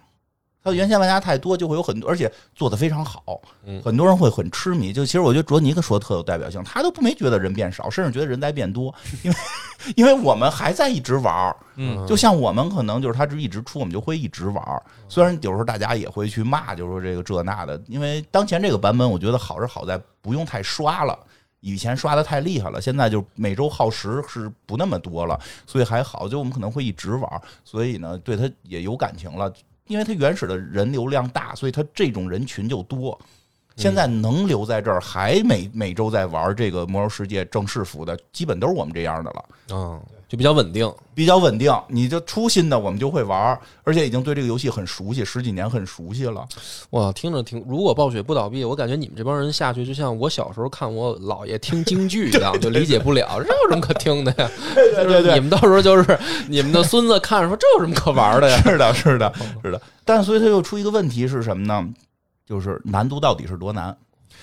[SPEAKER 1] 它原先玩家太多，就会有很多，而且做的非常好
[SPEAKER 2] 嗯，
[SPEAKER 1] 很多人会很痴迷。就其实我觉得卓尼克说的特有代表性，他都不没觉得人变少，甚至觉得人在变多，因为 因为我们还在一直玩儿，
[SPEAKER 3] 嗯，
[SPEAKER 1] 就像我们可能就是他就一直出，我们就会一直玩儿。虽然有时候大家也会去骂，就说这个这那的，因为当前这个版本我觉得好是好在不用太刷了。以前刷的太厉害了，现在就每周耗时是不那么多了，所以还好。就我们可能会一直玩儿，所以呢，对它也有感情了。因为它原始的人流量大，所以它这种人群就多。现在能留在这儿还每每周在玩这个《魔兽世界》正式服的，基本都是我们这样的了。
[SPEAKER 2] 嗯，就比较稳定。
[SPEAKER 1] 比较稳定，你就出新的我们就会玩儿，而且已经对这个游戏很熟悉，十几年很熟悉了。
[SPEAKER 2] 哇，听着听，如果暴雪不倒闭，我感觉你们这帮人下去就像我小时候看我姥爷听京剧一样，就理解不了，这有什么可听的呀？对
[SPEAKER 1] 对对
[SPEAKER 2] 你们到时候就是你们的孙子看着说这有什么可玩的呀？ 哦
[SPEAKER 1] 是的，是的，是的。但所以它又出一个问题是什么呢？就是难度到底是多难。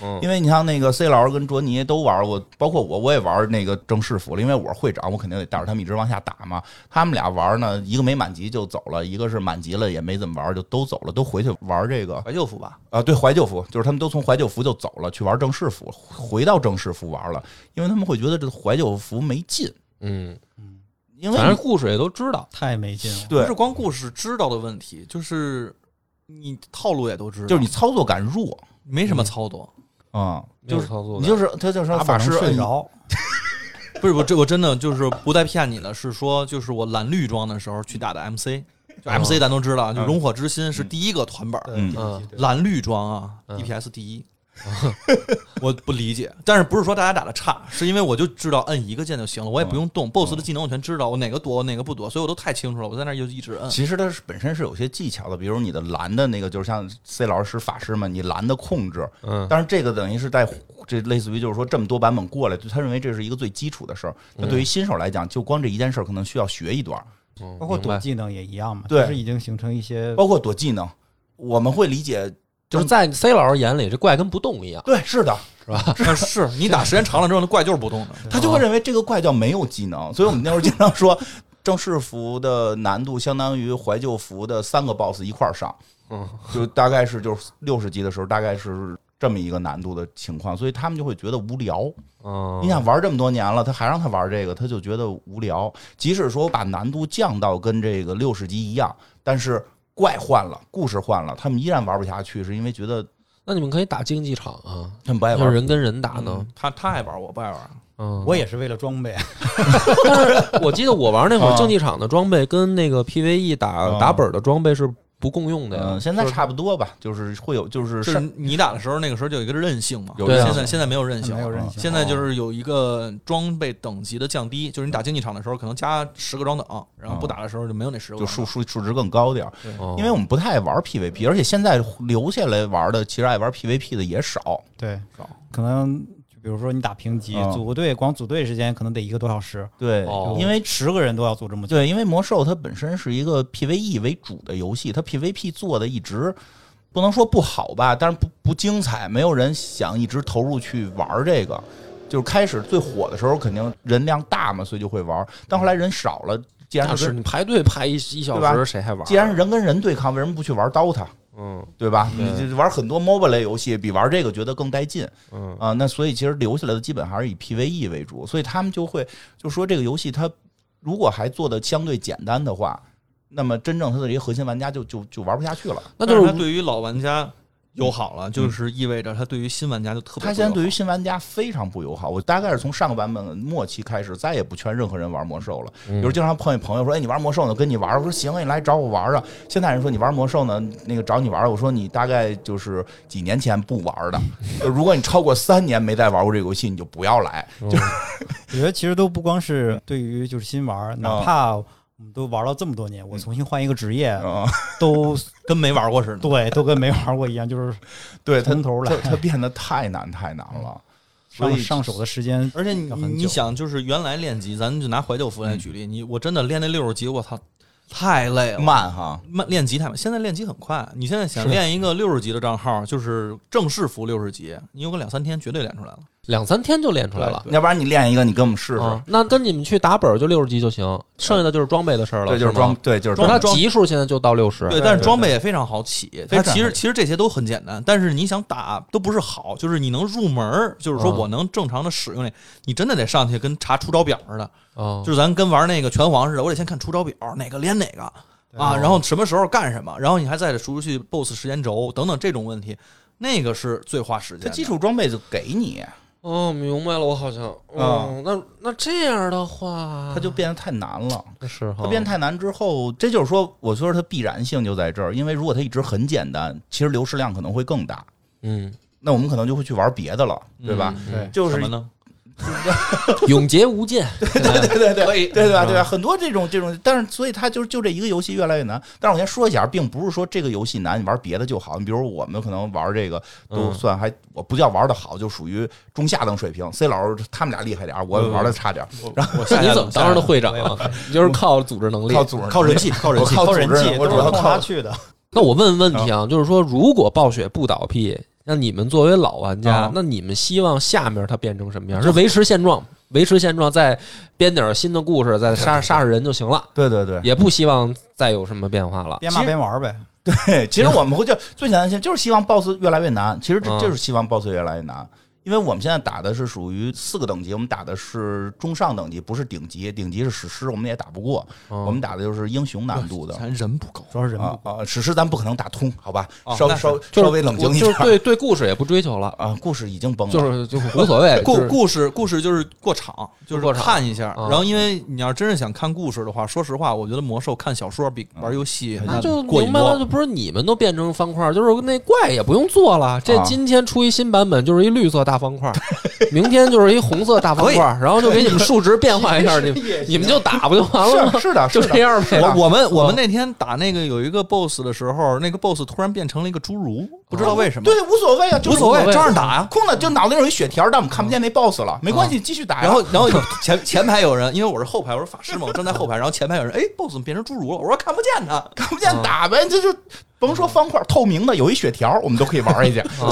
[SPEAKER 2] 嗯
[SPEAKER 1] 因为你像那个 C 老师跟卓尼都玩过，包括我，我也玩那个正式服了，因为我是会长，我肯定得带着他们一直往下打嘛。他们俩玩呢，一个没满级就走了，一个是满级了也没怎么玩，就都走了，都回去玩这个
[SPEAKER 5] 怀旧服吧，
[SPEAKER 1] 啊，对怀旧服，就是他们都从怀旧服就走了，去玩正式服，回到正式服玩了，因为他们会觉得这怀旧服没劲，
[SPEAKER 2] 嗯，
[SPEAKER 1] 因为
[SPEAKER 2] 反正故事也都知道，
[SPEAKER 4] 太没劲了。
[SPEAKER 5] 不
[SPEAKER 1] 对
[SPEAKER 5] 是，光故事知道的问题，就是你套路也都知道，
[SPEAKER 1] 就是你嗯操作感弱
[SPEAKER 3] 没什么操作。
[SPEAKER 1] 啊、
[SPEAKER 2] 没有
[SPEAKER 1] 就是
[SPEAKER 2] 操作
[SPEAKER 1] 你就
[SPEAKER 2] 感
[SPEAKER 1] 是他就是
[SPEAKER 4] 打
[SPEAKER 1] 法
[SPEAKER 4] 法
[SPEAKER 1] 师
[SPEAKER 4] 能睡
[SPEAKER 1] 摁一
[SPEAKER 4] 着，
[SPEAKER 3] 不是，我这我真的就是不带骗你的，是说就是我蓝绿装的时候去打的 MC，就
[SPEAKER 1] 哦
[SPEAKER 3] MC 咱都知道，就熔火之心是第一个团本儿，
[SPEAKER 1] 嗯
[SPEAKER 2] 嗯
[SPEAKER 3] 蓝绿装啊
[SPEAKER 2] 嗯
[SPEAKER 3] ，DPS 第一。 我不理解，但是不是说大家打的差，是因为我就知道摁一个键就行了，我也不用动、BOSS 的技能我全知道，我哪个躲我哪个不躲，所以我都太清楚了，我在那儿就一直摁。
[SPEAKER 1] 其实它是本身是有些技巧的，比如你的蓝的那个，就是像 C 老师法师们，你蓝的控制，
[SPEAKER 2] 嗯，
[SPEAKER 1] 但是这个等于是在这类似于就是说这么多版本过来，就他认为这是一个最基础的事儿。那对于新手来讲，就光这一件事儿可能需要学一段儿，
[SPEAKER 2] 嗯
[SPEAKER 4] 包括
[SPEAKER 2] 明
[SPEAKER 4] 躲
[SPEAKER 2] 白
[SPEAKER 4] 技能也一样嘛，
[SPEAKER 1] 对
[SPEAKER 4] 就是已经形成一些
[SPEAKER 1] 包括躲技能，我们会理解
[SPEAKER 2] 就是在 C 老师眼里，这怪跟不动一样，
[SPEAKER 1] 对，是的，
[SPEAKER 3] 但是你打时间长了之后，那怪就是不动的。
[SPEAKER 1] 他就会认为这个怪叫没有技能，所以我们那会儿经常说。正式服的难度相当于怀旧服的三个 BOSS 一块儿上，
[SPEAKER 2] 嗯，
[SPEAKER 1] 就大概是就是六十级的时候，大概是这么一个难度的情况，所以他们就会觉得无聊。
[SPEAKER 2] 嗯，
[SPEAKER 1] 你想玩这么多年了，他还让他玩这个，他就觉得无聊。即使说把难度降到跟这个六十级一样，但是怪换了，故事换了，他们依然玩不下去，是因为觉得
[SPEAKER 2] 那你们可以打竞技场啊，
[SPEAKER 1] 他们不爱
[SPEAKER 2] 要是
[SPEAKER 1] 哎玩。
[SPEAKER 2] 人跟人打
[SPEAKER 4] 嗯
[SPEAKER 2] 呢，
[SPEAKER 3] 他他爱嗯玩，我不爱玩。
[SPEAKER 2] 嗯，
[SPEAKER 4] 我也是为了装备，啊
[SPEAKER 2] 我记得我玩那会儿
[SPEAKER 1] 啊
[SPEAKER 2] 竞技场的装备跟那个 PVE 打
[SPEAKER 1] 啊
[SPEAKER 2] 打本儿的装备是不共用的呀
[SPEAKER 1] 嗯，。现在差不多吧，就是会有，就是
[SPEAKER 3] 就是你打的时候，那个时候就有一个韧性嘛。
[SPEAKER 1] 有
[SPEAKER 2] 对啊
[SPEAKER 3] 现在现在没有韧性，
[SPEAKER 4] 没有韧性
[SPEAKER 3] 现在就是有一个装备等级的降低，就是你打竞技场的时候可能加十个装等，然后不打的时候就没有那十个
[SPEAKER 1] 就
[SPEAKER 3] 装
[SPEAKER 1] 数
[SPEAKER 2] 嗯
[SPEAKER 3] 等。
[SPEAKER 1] 数数值更高点儿，
[SPEAKER 2] 哦
[SPEAKER 1] 因为我们不太爱玩 PVP，而且现在留下来玩的，其实爱玩 PVP 的也少。
[SPEAKER 4] 对
[SPEAKER 1] 少，
[SPEAKER 4] 可能就比如说你打评级
[SPEAKER 1] 嗯
[SPEAKER 4] 组个队，光组队时间可能得一个多小时，
[SPEAKER 1] 对
[SPEAKER 2] 哦
[SPEAKER 1] 因为
[SPEAKER 4] 十个人都要组这么久。
[SPEAKER 1] 对，因为魔兽它本身是一个 PVE 为主的游戏，它 PVP 做的一直不能说不好吧，但是不不精彩，没有人想一直投入去玩这个。就是开始最火的时候，肯定人量大嘛，所以就会玩。但后来人少了，既然
[SPEAKER 2] 那
[SPEAKER 1] 是
[SPEAKER 2] 是
[SPEAKER 1] 跟
[SPEAKER 2] 你排队排一一小
[SPEAKER 1] 对吧
[SPEAKER 2] 时，谁还玩？
[SPEAKER 1] 既然是人跟人对抗，为什么不去玩 DOTA，
[SPEAKER 2] 嗯
[SPEAKER 1] 对吧？
[SPEAKER 2] 对
[SPEAKER 1] 你就玩很多 MOBA 类游戏，比玩这个觉得更带劲。
[SPEAKER 2] 嗯
[SPEAKER 1] 啊，那所以其实留下来的基本还是以 PVE 为主，所以他们就会就说这个游戏它如果还做的相对简单的话，那么真正它的这些核心玩家就就就玩不下去了。
[SPEAKER 2] 那
[SPEAKER 3] 但
[SPEAKER 2] 就是
[SPEAKER 3] 他
[SPEAKER 2] 是
[SPEAKER 3] 对于老玩家友好了，就是意味着他对于新玩家就特别不友好。
[SPEAKER 1] 它现在对于新玩家非常不友好。我大概是从上个版本末期开始，再也不劝任何人玩魔兽了。有时候经常碰见朋友说：“哎，你玩魔兽呢？”跟你玩儿，我说：“行啊，你来找我玩儿啊。”现在人说你玩魔兽呢，那个找你玩儿，我说你大概就是几年前不玩儿的。就如果你超过三年没再玩过这个游戏，你就不要来。
[SPEAKER 4] 我觉得其实都不光是对于就是新玩儿，哪怕我们都玩了这么多年，我重新换一个职业，
[SPEAKER 1] 嗯，
[SPEAKER 4] 都
[SPEAKER 3] 跟没玩过似的。
[SPEAKER 4] 对，都跟没玩过一样，就是
[SPEAKER 1] 对他
[SPEAKER 4] 从头来
[SPEAKER 1] 它它变得太难太难了，所
[SPEAKER 4] 上
[SPEAKER 1] 以
[SPEAKER 4] 上手的时间
[SPEAKER 3] 而且你
[SPEAKER 4] 要很久
[SPEAKER 3] 你想，就是原来练级，咱就拿怀旧服来举例，你我真的练那六十级，我操，太累了。
[SPEAKER 1] 慢哈。
[SPEAKER 3] 慢练级太慢，现在练级很快。你现在想练一个六十级的账号，就是正式服六十级，你有个两三天绝对练出来了。
[SPEAKER 2] 两三天就练出来了。
[SPEAKER 1] 要不然你练一个，你给我们试试
[SPEAKER 2] 啊。，那跟你们去打本儿就六十级就行，剩下的就是装备的事儿了。
[SPEAKER 1] 对，就是
[SPEAKER 2] 吗
[SPEAKER 1] 装，，对，就是
[SPEAKER 2] 那
[SPEAKER 1] 装
[SPEAKER 2] 它级数现在就到六十。
[SPEAKER 3] 对，
[SPEAKER 1] 对
[SPEAKER 3] 但是
[SPEAKER 1] 对
[SPEAKER 3] 装备也非常好起。它
[SPEAKER 1] 发展
[SPEAKER 3] 其实
[SPEAKER 1] 很
[SPEAKER 3] 其实这些都很简单，但是你想打都不是好，就是你能入门儿，就是说
[SPEAKER 2] 嗯
[SPEAKER 3] 我能正常的使用那，你真的得上去跟查出招表似的，
[SPEAKER 2] 啊，
[SPEAKER 3] 就是咱跟玩那个拳皇似的，我得先看出招表哪个连哪个啊，然后什么时候干什么，然后你还在熟悉 BOSS 时间轴等等这种问题，那个是最花时间
[SPEAKER 1] 它
[SPEAKER 3] 的。
[SPEAKER 1] 基础装备就给你，
[SPEAKER 2] 哦，明白了，我好像哦，那那这样的话，
[SPEAKER 1] 它啊就变得太难了。
[SPEAKER 2] 是哈
[SPEAKER 1] 它
[SPEAKER 3] 啊
[SPEAKER 1] 变太难之后，这就是说，我说它必然性就在这儿，因为如果它一直很简单，其实流失量可能会更大。
[SPEAKER 2] 嗯，
[SPEAKER 1] 那我们可能就会去玩别的了，对吧？
[SPEAKER 4] 对
[SPEAKER 1] 就
[SPEAKER 3] 嗯什
[SPEAKER 1] 是
[SPEAKER 3] 么呢？
[SPEAKER 2] 永劫 无间，
[SPEAKER 1] 对对对，
[SPEAKER 2] 可以
[SPEAKER 1] 对对吧？
[SPEAKER 2] 是吧
[SPEAKER 1] 对
[SPEAKER 3] 嗯
[SPEAKER 1] 吧？很多这种这种，但是所以它就就这一个游戏越来越难。但是我先说一下，并不是说这个游戏难，你玩别的就好。你比如我们可能玩这个都
[SPEAKER 2] 嗯
[SPEAKER 1] 算还，我不叫玩的好，就属于中下等水平。C 老师他们俩厉害点儿，我
[SPEAKER 3] 嗯
[SPEAKER 1] 玩的差点儿，
[SPEAKER 3] 然后我下
[SPEAKER 2] 你
[SPEAKER 3] 下
[SPEAKER 2] 怎么当上的会长啊？你就是靠组织能力
[SPEAKER 1] 靠组织
[SPEAKER 3] 靠人气，靠人
[SPEAKER 1] 我
[SPEAKER 3] 气。
[SPEAKER 1] 靠
[SPEAKER 4] 靠
[SPEAKER 1] 组
[SPEAKER 4] 人
[SPEAKER 1] 织
[SPEAKER 4] 气，
[SPEAKER 1] 我主
[SPEAKER 4] 都是
[SPEAKER 1] 要
[SPEAKER 4] 冲他
[SPEAKER 1] 靠
[SPEAKER 4] 去的。
[SPEAKER 2] 那我问问题啊，就是说，如果暴雪不倒闭，那你们作为老玩家，
[SPEAKER 1] 啊
[SPEAKER 2] 那你们希望下面它变成什么样？是维持现状，维持现状，再编点新的故事，再杀杀杀人就行了，
[SPEAKER 1] 对对对，
[SPEAKER 2] 也不希望再有什么变化了。
[SPEAKER 4] 边骂边玩儿呗。
[SPEAKER 1] 嘿 其实我们会就最简单的，就是希望 BOSS 越来越难。其实这
[SPEAKER 2] 嗯
[SPEAKER 1] 就是希望 BOSS 越来越难，因为我们现在打的是属于四个等级，我们打的是中上等级，不是顶级。顶级是史诗，我们也打不过，
[SPEAKER 2] 嗯
[SPEAKER 1] 我们打的就是英雄难度的。
[SPEAKER 3] 咱人不够，
[SPEAKER 4] 主要是人不
[SPEAKER 1] 啊啊！史诗咱不可能打通，好吧？
[SPEAKER 3] 哦
[SPEAKER 1] 稍
[SPEAKER 3] 那是
[SPEAKER 1] 稍
[SPEAKER 2] 就是
[SPEAKER 1] 稍微冷静一
[SPEAKER 2] 就
[SPEAKER 1] 点
[SPEAKER 2] 是对对故事也不追求了，
[SPEAKER 1] 啊！故事已经崩了，
[SPEAKER 2] 就是就无所 谓。就
[SPEAKER 3] 故
[SPEAKER 2] 是
[SPEAKER 3] 故事故事就是过场，就
[SPEAKER 2] 过
[SPEAKER 3] 是
[SPEAKER 2] 场
[SPEAKER 3] 看一下。
[SPEAKER 2] 啊
[SPEAKER 3] 然后，因为你要真是想看故事的话，说实话，我觉得魔兽看小说比玩游戏
[SPEAKER 2] 那就
[SPEAKER 3] 哎过
[SPEAKER 2] 明
[SPEAKER 3] 瘾
[SPEAKER 2] 白
[SPEAKER 3] 多
[SPEAKER 2] 了，
[SPEAKER 3] 了。
[SPEAKER 2] 就不是你们都变成方块，就是那怪也不用做了。这
[SPEAKER 1] 啊
[SPEAKER 2] 今天出一新版本，就是一绿色大方块， 明天就是一红色大方
[SPEAKER 3] 可以
[SPEAKER 2] 块，然后就给你们数值变化一下，你们
[SPEAKER 4] 也行
[SPEAKER 2] 你们就打不就完了吗
[SPEAKER 1] 是？是的，
[SPEAKER 2] 就是这
[SPEAKER 1] 的，
[SPEAKER 2] 样呗。
[SPEAKER 3] 我我们我
[SPEAKER 2] 啊
[SPEAKER 3] 们那天打那个有一个 boss 的时候，那个 boss 突然变成了一个侏儒，不知道为什么，
[SPEAKER 1] 对，无所谓啊，就
[SPEAKER 3] 无
[SPEAKER 1] 是
[SPEAKER 3] 所
[SPEAKER 2] 无所谓
[SPEAKER 3] 谓，照样打
[SPEAKER 2] 啊
[SPEAKER 3] 呀。
[SPEAKER 1] 空的，就脑子里有一血条，但我们看不
[SPEAKER 2] 嗯
[SPEAKER 1] 见那 boss 了，没关系，继续打呀。
[SPEAKER 3] 然后，然后前前排有人，因为我是后排，我是法师嘛，我站在后排。然后前排有人，哎，boss 怎么变成侏儒了？我说看不见他。
[SPEAKER 1] 看不见打呗，这就甭说方块，透明的有一血条，我们都可以玩 一下。
[SPEAKER 2] 啊，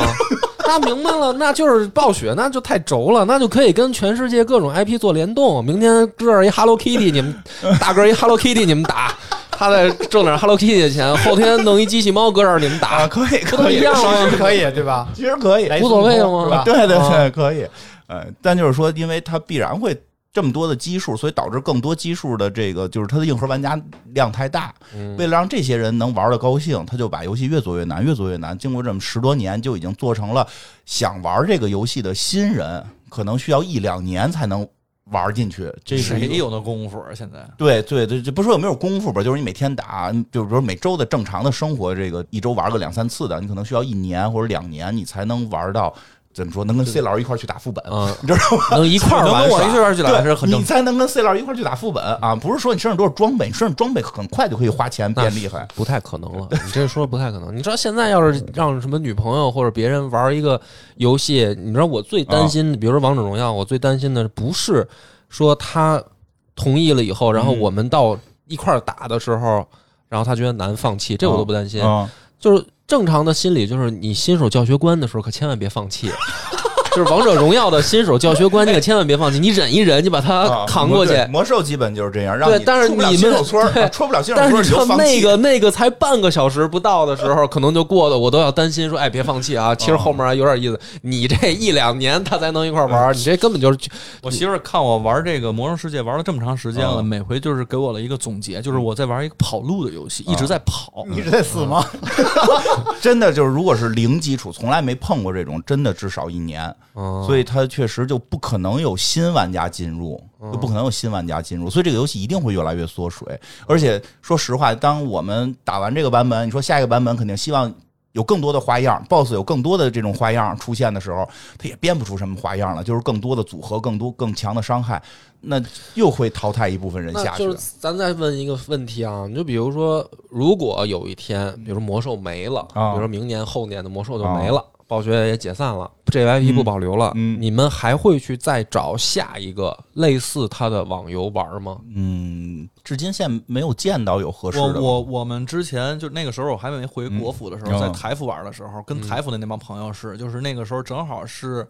[SPEAKER 2] 那明白了，啊那就是暴雪，那就太轴了，那就可以跟全世界各种 IP 做联动。明天这儿一 Hello Kitty，你们大哥一 Hello Kitty，你们打，他再挣点 Hello Kitty 的钱，后天弄一机器猫搁这儿，你们打，
[SPEAKER 1] 啊可以，
[SPEAKER 2] 啊不都一样吗？
[SPEAKER 4] 是可以对吧？
[SPEAKER 1] 其实可以，
[SPEAKER 4] 来
[SPEAKER 2] 无所谓了
[SPEAKER 4] 孙悟
[SPEAKER 2] 吗
[SPEAKER 4] 空是吧？
[SPEAKER 1] 对对
[SPEAKER 2] 啊
[SPEAKER 1] 对，可以。呃，但就是说，因为它必然会这么多的基数，所以导致更多基数的这个就是它的硬核玩家量太大。
[SPEAKER 2] 嗯
[SPEAKER 1] 为了让这些人能玩的高兴，他就把游戏越做越难，越做越难。经过这么十多年，就已经做成了想玩这个游戏的新人，可能需要一两年才能玩进去。这是一个
[SPEAKER 6] 谁有那功夫啊？现 在
[SPEAKER 1] 对对对，就不说有没有功夫吧，就是你每天打，就是比如每周的正常的生活，这个一周玩个两三次的，你可能需要一年或者两年，你才能玩到怎么说，能跟 C 老师一块儿去打副本，
[SPEAKER 2] 嗯，
[SPEAKER 1] 你知道吗？
[SPEAKER 2] 能一块儿
[SPEAKER 3] 能
[SPEAKER 2] 玩
[SPEAKER 3] 跟我
[SPEAKER 2] 耍
[SPEAKER 3] 一块儿去打
[SPEAKER 1] 对
[SPEAKER 3] 是很正
[SPEAKER 1] 你才能跟 C 老师一块儿去打副本啊！不是说你身上多少装备，你身上装备很快就可以花钱
[SPEAKER 2] 啊
[SPEAKER 1] 变厉害。
[SPEAKER 2] 不太可能了，你这说不太可能。你知道现在要是让什么女朋友或者别人玩一个游戏，你知道我最
[SPEAKER 1] 啊
[SPEAKER 2] 担心，比如说王者荣耀，我最担心的不是说他同意了以后，然
[SPEAKER 1] 嗯
[SPEAKER 2] 后我们到一块儿打的时候，然后他觉得难放弃，这我都不担心。
[SPEAKER 1] 嗯，
[SPEAKER 2] 就是正常的心理，就是你新手教学关的时候，可千万别放弃。 就是王者荣耀的新手教学关，你可千万别放弃，你忍一忍，你把它
[SPEAKER 1] 啊
[SPEAKER 2] 扛过去。
[SPEAKER 1] 对魔兽基本就是这样，让
[SPEAKER 2] 对
[SPEAKER 1] 你
[SPEAKER 2] 但是
[SPEAKER 1] 出不了
[SPEAKER 2] 你
[SPEAKER 1] 新
[SPEAKER 2] 们
[SPEAKER 1] 手村
[SPEAKER 2] 对
[SPEAKER 1] 儿，出不了新手
[SPEAKER 2] 但
[SPEAKER 1] 村儿你
[SPEAKER 2] 是你知
[SPEAKER 1] 就
[SPEAKER 2] 道
[SPEAKER 1] 放
[SPEAKER 2] 那
[SPEAKER 1] 弃。
[SPEAKER 2] 个那个才半个小时不到的时候，可能就过的，我都要担心说，哎，别放弃啊！其实
[SPEAKER 1] 哦
[SPEAKER 2] 后面还有点意思，你这一两年他才能一块玩儿，你这根本就是
[SPEAKER 6] 我媳妇儿看我玩这个《魔兽世界》玩了这么长时间了，
[SPEAKER 1] 嗯
[SPEAKER 6] 每回就是给我了一个总结，就是我在玩一个跑路的游戏，一直
[SPEAKER 1] 嗯
[SPEAKER 6] 在跑。
[SPEAKER 4] 你是在死吗？
[SPEAKER 1] 真的就是，如果是零基础，从来没碰过这种，真的至少一年。
[SPEAKER 2] 所
[SPEAKER 1] 所以它确实就不可能有新玩家进入，
[SPEAKER 2] 嗯
[SPEAKER 1] 就不可能有新玩家进入，所以这个游戏一定会越来越缩水。而且说实话，当我们打完这个版本，你说下一个版本肯定希望。有更多的花样，BOSS 有更多的这种花样出现的时候，它也编不出什么花样了，就是更多的组合，更多更强的伤害，那又会淘汰一部分人
[SPEAKER 2] 那
[SPEAKER 1] 下去。
[SPEAKER 2] 就是咱再问一个问题啊，你就比如说，如果有一天，比如说魔兽没了，
[SPEAKER 1] 嗯啊
[SPEAKER 2] 比如说明年后年的魔兽就没了，暴雪也解散了，JYP
[SPEAKER 1] 嗯
[SPEAKER 2] 不保留了，
[SPEAKER 1] 嗯
[SPEAKER 2] 你们还会去再找下一个类似它的网游玩吗？
[SPEAKER 1] 嗯，至今现在没有见到有合适
[SPEAKER 3] 我
[SPEAKER 1] 的。
[SPEAKER 3] 我我们之前就那个时候我还没回国服的时候，
[SPEAKER 1] 嗯
[SPEAKER 3] 在台服玩的时候，跟台服的那帮朋友是，就是那个时候正好是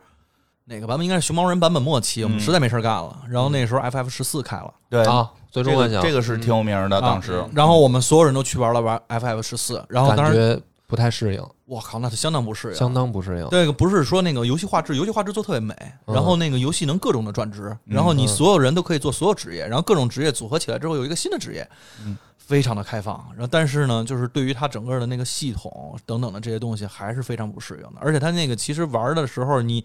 [SPEAKER 3] 哪个版本？应该是熊猫人版本末期，
[SPEAKER 1] 嗯
[SPEAKER 3] 我们实在没事干了。然后那时候 FF 十四开了，
[SPEAKER 1] 对
[SPEAKER 2] 啊，最终
[SPEAKER 1] 哎这
[SPEAKER 2] 幻
[SPEAKER 1] 个
[SPEAKER 2] 想嗯
[SPEAKER 1] 这个是挺有名的，当时、
[SPEAKER 3] 啊然后我们所有人都去玩了玩 FF 十四，然后当
[SPEAKER 2] 感
[SPEAKER 3] 时
[SPEAKER 2] 觉不太适应，
[SPEAKER 3] 我靠，那就相当不适应。
[SPEAKER 2] 相当不适应。
[SPEAKER 3] 这个不是说那个游戏画质，游戏画质做特别美，
[SPEAKER 2] 嗯
[SPEAKER 3] 然后那个游戏能各种的转职，然后你所有人都可以做所有职业，然后各种职业组合起来之后有一个新的职业，
[SPEAKER 2] 嗯
[SPEAKER 3] 非常的开放。然后但是呢，就是对于它整个的那个系统等等的这些东西还是非常不适应的，而且它那个其实玩的时候你。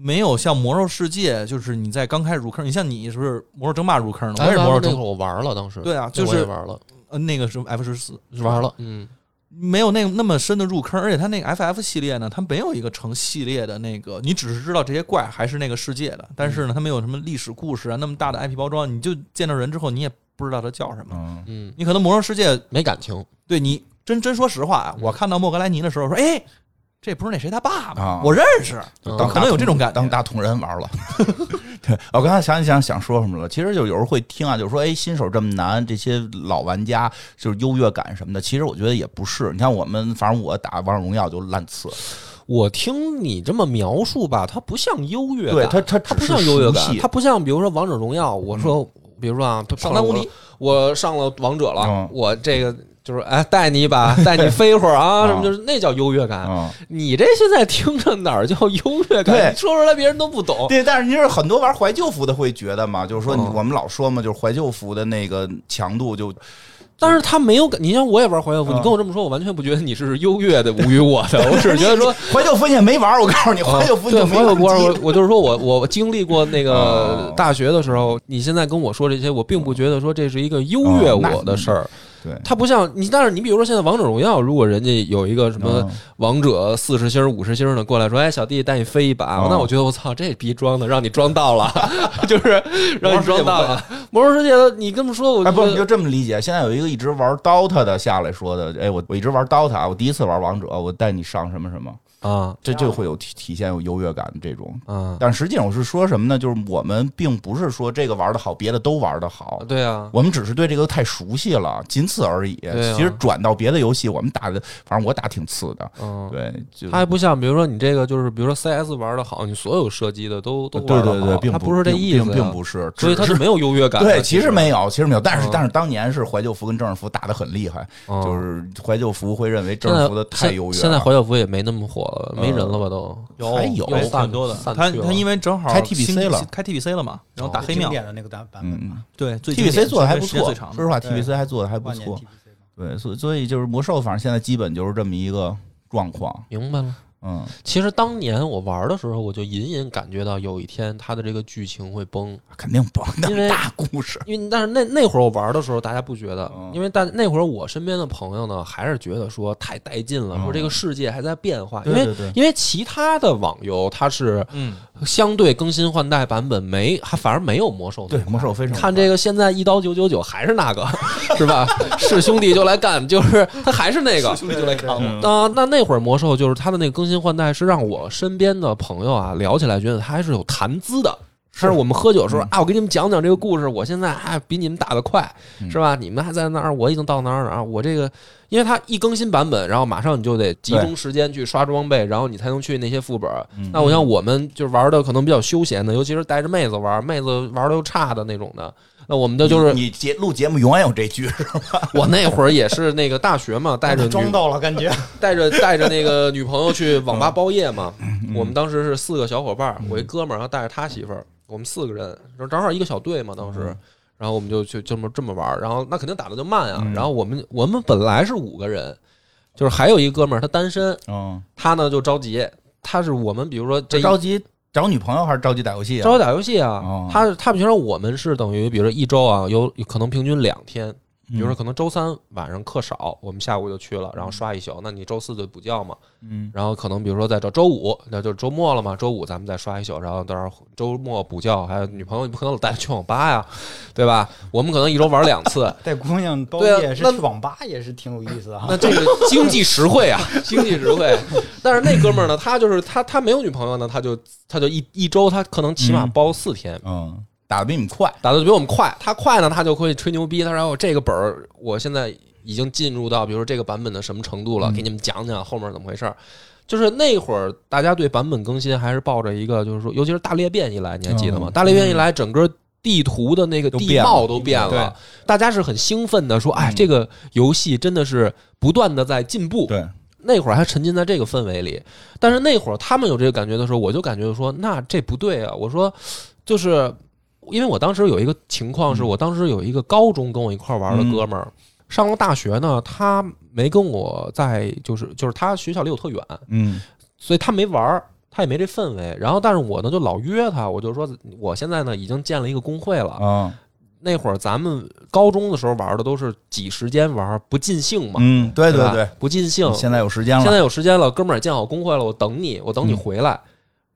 [SPEAKER 3] 没有像魔兽世界，就是你在刚开始入坑，你像你是不是魔兽争霸入坑的？我也是魔兽
[SPEAKER 2] 那
[SPEAKER 3] 争
[SPEAKER 2] 会儿我玩了，当时
[SPEAKER 3] 对啊
[SPEAKER 2] 那我
[SPEAKER 3] 就
[SPEAKER 2] 也
[SPEAKER 3] 是
[SPEAKER 2] 玩了，
[SPEAKER 3] 呃那个什么 F 十四
[SPEAKER 2] 玩了，嗯，
[SPEAKER 3] 没有那那么深的入坑，而且它那个 FF 系列呢，它没有一个成系列的那个，你只是知道这些怪还是那个世界的，但是
[SPEAKER 1] 嗯
[SPEAKER 3] 呢，它没有什么历史故事啊，那么大的 IP 包装，你就见到人之后，你也不知道他叫什么。
[SPEAKER 1] 嗯，
[SPEAKER 2] 嗯，
[SPEAKER 3] 你可能魔兽世界
[SPEAKER 2] 没感情，
[SPEAKER 3] 对你真真说实话啊，我看到莫格莱尼的时候说，哎，
[SPEAKER 5] 这不是那谁他爸
[SPEAKER 1] 啊
[SPEAKER 5] 吗？我认识，
[SPEAKER 1] 就
[SPEAKER 2] 嗯
[SPEAKER 1] 当
[SPEAKER 5] 可能有这种感觉
[SPEAKER 1] 当大同人玩了。 对，我刚才想一想想说什么了，其实就有时候会听啊，就是说，哎，新手这么难，这些老玩家就是优越感什么的。其实我觉得也不是，你看我们，反正我打王者荣耀就烂次，
[SPEAKER 2] 我听你这么描述吧，它不像优越感，
[SPEAKER 1] 对它它只
[SPEAKER 2] 它不
[SPEAKER 1] 是
[SPEAKER 2] 像优越
[SPEAKER 1] 熟
[SPEAKER 2] 感，
[SPEAKER 1] 悉
[SPEAKER 2] 它不像比如说王者荣耀，我说、比如说啊，上了
[SPEAKER 5] 单无
[SPEAKER 2] 我
[SPEAKER 5] 敌
[SPEAKER 2] 我上了王者了，
[SPEAKER 1] 嗯
[SPEAKER 2] 我这个就是哎带你一把，带你飞一会儿啊，
[SPEAKER 1] 嗯
[SPEAKER 2] 什么就是那叫优越感。
[SPEAKER 1] 嗯。
[SPEAKER 2] 你这现在听着哪儿叫优越
[SPEAKER 1] 对
[SPEAKER 2] 感？你说出来别人都不懂。
[SPEAKER 1] 对，但是你是很多玩怀旧服的会觉得嘛，就是说你
[SPEAKER 2] 嗯
[SPEAKER 1] 我们老说嘛，就是怀旧服的那个强度就
[SPEAKER 2] 但是他没有感，你像我也玩怀旧服，
[SPEAKER 1] 嗯
[SPEAKER 2] 你跟我这么说，我完全不觉得你是优越的无于我 的，我只是觉得说
[SPEAKER 1] 怀旧服你也没玩儿，我告 诉你，怀旧服你
[SPEAKER 2] 嗯
[SPEAKER 1] 就
[SPEAKER 2] 哦对，我
[SPEAKER 1] 没
[SPEAKER 2] 有
[SPEAKER 1] 玩
[SPEAKER 2] 我我
[SPEAKER 1] 儿。
[SPEAKER 2] 我就是说我我经历过那
[SPEAKER 1] 哦
[SPEAKER 2] 个大学的时候，你现在跟我说这些，我并不觉得说这是一个优越
[SPEAKER 1] 哦那
[SPEAKER 2] 我的事儿。
[SPEAKER 1] 对
[SPEAKER 2] 它不像你，但是你比如说现在王者荣耀，如果人家有一个什么
[SPEAKER 1] 嗯
[SPEAKER 2] 王者四十星、五十星的过来说，哎，小弟带你飞一把
[SPEAKER 1] 哦，
[SPEAKER 2] 那我觉得我操，这逼装的让你装 到了，就是让你装到了。魔兽世界，你这么说，我
[SPEAKER 1] 哎，不，
[SPEAKER 2] 觉
[SPEAKER 1] 你就
[SPEAKER 2] 得
[SPEAKER 1] 这么理解。现在有一个一直玩 DOTA 的下来说的，哎，我我一直玩 DOTA，我第一次玩王者，我带你上什么什么，
[SPEAKER 2] 啊
[SPEAKER 1] 这就会有体体现有优越感这种。
[SPEAKER 2] 啊，
[SPEAKER 1] 但实际上我是说什么呢？就是我们并不是说这个玩的好，别的都玩的好。
[SPEAKER 2] 对啊，
[SPEAKER 1] 我们只是对这个太熟悉了，仅此而已。
[SPEAKER 2] 对啊
[SPEAKER 1] 其实转到别的游戏，我们打的，反正我打挺次的。
[SPEAKER 2] 嗯。
[SPEAKER 1] 对，就
[SPEAKER 2] 它还不像，比如说你这个就是，比如说 CS 玩的好，你所有射击的都都
[SPEAKER 1] 呃对
[SPEAKER 2] 玩
[SPEAKER 1] 对
[SPEAKER 2] 得好
[SPEAKER 1] 对，并
[SPEAKER 2] 它
[SPEAKER 1] 不
[SPEAKER 2] 是这意思
[SPEAKER 1] 并
[SPEAKER 2] 啊，
[SPEAKER 1] 并不是，
[SPEAKER 2] 所以他
[SPEAKER 1] 只
[SPEAKER 2] 就是没有优越感。
[SPEAKER 1] 对，其实没有，其实没有，但是
[SPEAKER 2] 嗯
[SPEAKER 1] 但是当年是怀旧服跟正式服打得很厉害，
[SPEAKER 2] 嗯，
[SPEAKER 1] 就是怀旧服会认为
[SPEAKER 2] 现
[SPEAKER 1] 正
[SPEAKER 2] 在
[SPEAKER 1] 式服的太优越了。嗯
[SPEAKER 2] 现在怀旧服也没那么火了，没人了吧都？
[SPEAKER 1] 有还有
[SPEAKER 2] 有
[SPEAKER 5] 很多的。
[SPEAKER 2] 散
[SPEAKER 5] 他
[SPEAKER 2] 去了
[SPEAKER 5] 他因为正好
[SPEAKER 1] 开 TBC
[SPEAKER 5] 兴
[SPEAKER 1] 了
[SPEAKER 5] 开 TBC 了嘛，然后打黑
[SPEAKER 4] 哦经
[SPEAKER 5] 庙，
[SPEAKER 4] 典的那个版
[SPEAKER 1] 嗯
[SPEAKER 4] 版本嘛，
[SPEAKER 5] 对最经典
[SPEAKER 1] TBC 做的还不
[SPEAKER 5] 时间
[SPEAKER 1] 错，
[SPEAKER 5] 最长
[SPEAKER 1] 说
[SPEAKER 5] 的
[SPEAKER 1] 实话
[SPEAKER 4] 对
[SPEAKER 1] ，TBC 还做的还不
[SPEAKER 4] 万年
[SPEAKER 1] 错
[SPEAKER 4] TBC。嘛。
[SPEAKER 1] 对，所以所以就是魔兽，反正现在基本就是这么一个状况。
[SPEAKER 2] 明白了。
[SPEAKER 1] 嗯，
[SPEAKER 2] 其实当年我玩的时候，我就隐隐感觉到有一天它的这个剧情会崩，
[SPEAKER 1] 肯定不那
[SPEAKER 2] 因
[SPEAKER 1] 么
[SPEAKER 2] 为
[SPEAKER 1] 大故事。
[SPEAKER 2] 因为但是那那会儿我玩的时候，大家不觉得
[SPEAKER 1] 嗯，
[SPEAKER 2] 因为大那会儿我身边的朋友呢，还是觉得说太带劲了，
[SPEAKER 1] 嗯
[SPEAKER 2] 说这个世界还在变化，因
[SPEAKER 1] 对
[SPEAKER 2] 为
[SPEAKER 1] 对对，
[SPEAKER 2] 因为其他的网游它是
[SPEAKER 5] 嗯，
[SPEAKER 2] 相对更新换代版本没，还反而没有魔兽那么
[SPEAKER 1] 对魔兽非常
[SPEAKER 2] 看这个现在一刀九九九还是那个，是吧？是兄弟就来干，就是他还是那个。
[SPEAKER 5] 兄弟就来看我。
[SPEAKER 1] 嗯
[SPEAKER 2] 啊、那那会儿魔兽就是它的那个更新换代，是让我身边的朋友啊聊起来，觉得它还是有谈资的。
[SPEAKER 1] 是
[SPEAKER 2] 但是我们喝酒的时候啊，我给你们讲讲这个故事，我现在啊比你们打得快，
[SPEAKER 1] 嗯
[SPEAKER 2] 是吧？你们还在那儿，我已经到那儿了啊！我这个，因为它一更新版本，然后马上你就得集中时间去刷装备，然后你才能去那些副本。
[SPEAKER 1] 嗯
[SPEAKER 2] 那我像我们就玩的可能比较休闲的，尤其是带着妹子玩，妹子玩的又差的那种的，那我们的就是
[SPEAKER 1] 你你节录节目永远有这 句，
[SPEAKER 2] 我那会儿也是那个大 学嘛，带着
[SPEAKER 4] 装
[SPEAKER 2] 女
[SPEAKER 4] 到了感觉，
[SPEAKER 2] 带着带着那个女朋友去网吧包夜 嘛。
[SPEAKER 1] 嗯
[SPEAKER 2] 我们当时是四个小伙伴儿，我一哥们儿，然后带着他媳妇儿，我们四个人，然后正好一个小队嘛，当
[SPEAKER 1] 嗯
[SPEAKER 2] 时。然后我们就就这么这么玩儿，然后那肯定打的就慢啊
[SPEAKER 1] 嗯。
[SPEAKER 2] 然后我们我们本来是五个人，就是还有一哥们儿他单身，
[SPEAKER 1] 嗯，
[SPEAKER 2] 他呢就着急，他是我们比如说这一
[SPEAKER 1] 着急找女朋友还是着急打游戏啊？
[SPEAKER 2] 着急打游戏啊
[SPEAKER 1] 哦，
[SPEAKER 2] 他他们平常我们是等于比如说一周啊，有有可能平均两天，
[SPEAKER 1] 嗯
[SPEAKER 2] 比如说，可能周三晚上课少，我们下午就去了，然后刷一宿。那你周四就补觉嘛，
[SPEAKER 1] 嗯
[SPEAKER 2] 然后可能比如说在这周五，那就是周末了嘛，周五咱们再刷一宿，然后到时候周末补觉，还有女朋友你不可能老带她去网吧呀， 对吧？我们可能一周玩两 次，
[SPEAKER 4] 带姑娘包
[SPEAKER 2] 对啊
[SPEAKER 4] 夜是
[SPEAKER 2] 那
[SPEAKER 4] 去网吧也是挺有意思的哈
[SPEAKER 2] 那。这个经济实惠啊， 经济实惠。但是那哥们儿呢，他就是他他没有女朋友呢，他就他就一一周他可能起码包四天，
[SPEAKER 1] 嗯，打的比你们快。
[SPEAKER 2] 打的比我们快，他快呢，他就会吹牛逼。他说：“我这个本儿，我现在已经进入到，比如说这个版本的什么程
[SPEAKER 1] 嗯
[SPEAKER 2] 度了，给你们讲讲后面怎么回事儿。”就是那会儿，大家对版本更新还是抱着一个，就是说，尤其是大裂变一来，你还记得吗？
[SPEAKER 1] 嗯
[SPEAKER 2] 大裂变一来，整个地图的那个
[SPEAKER 1] 都
[SPEAKER 2] 地
[SPEAKER 1] 变了
[SPEAKER 2] 貌都变了，
[SPEAKER 1] 对
[SPEAKER 2] 大家是很兴奋的，说：“哎，
[SPEAKER 1] 嗯
[SPEAKER 2] 这个游戏真的是不断的在进步。”
[SPEAKER 1] 对，
[SPEAKER 2] 那会儿还沉浸在这个氛围里，但是那会儿他们有这个感觉的时候，我就感觉说，那这不对啊！我说，就是因为我当时有一个情况是，
[SPEAKER 1] 嗯
[SPEAKER 2] 我当时有一个高中跟我一块儿玩的哥们儿，上了大学呢，他没跟我在，就是就是他学校离我特远，
[SPEAKER 1] 嗯
[SPEAKER 2] 所以他没玩儿，他也没这氛围。然后，但是我呢就老约他，我就说我现在呢已经建了一个工会了。
[SPEAKER 1] 啊，
[SPEAKER 2] 那会儿咱们高中的时候玩的都是挤时间玩儿，不尽兴嘛，
[SPEAKER 1] 嗯，对对
[SPEAKER 2] 吧
[SPEAKER 1] 对，
[SPEAKER 2] 不尽兴
[SPEAKER 1] 你。现在有时间
[SPEAKER 2] 现
[SPEAKER 1] 了，
[SPEAKER 2] 嗯在有时间了，哥们儿也建好工会了，我等你，我等你回来。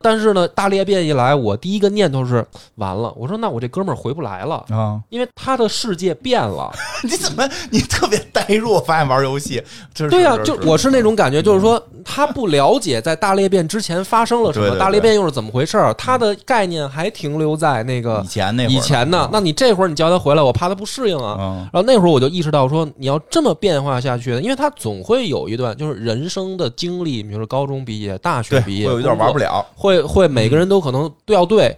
[SPEAKER 2] 但是呢，大裂变一来，我第一个念头是完了。我说那我这哥们儿回不来了，
[SPEAKER 1] 啊！
[SPEAKER 2] 因为他的世界变 了。
[SPEAKER 1] 你怎么你特别代入？我发现玩游戏，这是
[SPEAKER 2] 对呀、
[SPEAKER 1] 是
[SPEAKER 2] 就我是那种感觉，就是说他不了解在大裂变之前发生了什
[SPEAKER 1] 对
[SPEAKER 2] 么，
[SPEAKER 1] 对对
[SPEAKER 2] 大裂变又是怎么回事儿，他的概念还停留在嗯那个
[SPEAKER 1] 以前那会儿
[SPEAKER 2] 以前呢。那你这会儿你叫他回来，我怕他不适应啊。
[SPEAKER 1] 嗯
[SPEAKER 2] 然后那会儿我就意识到说，你要这么变化下去的，因为他总会有一段就是人生的经历，比如说高中毕业、大学
[SPEAKER 1] 对，
[SPEAKER 2] 毕业，
[SPEAKER 1] 我有一段
[SPEAKER 2] 工
[SPEAKER 1] 玩
[SPEAKER 2] 作
[SPEAKER 1] 不了，
[SPEAKER 2] 会会每个人都可能都要对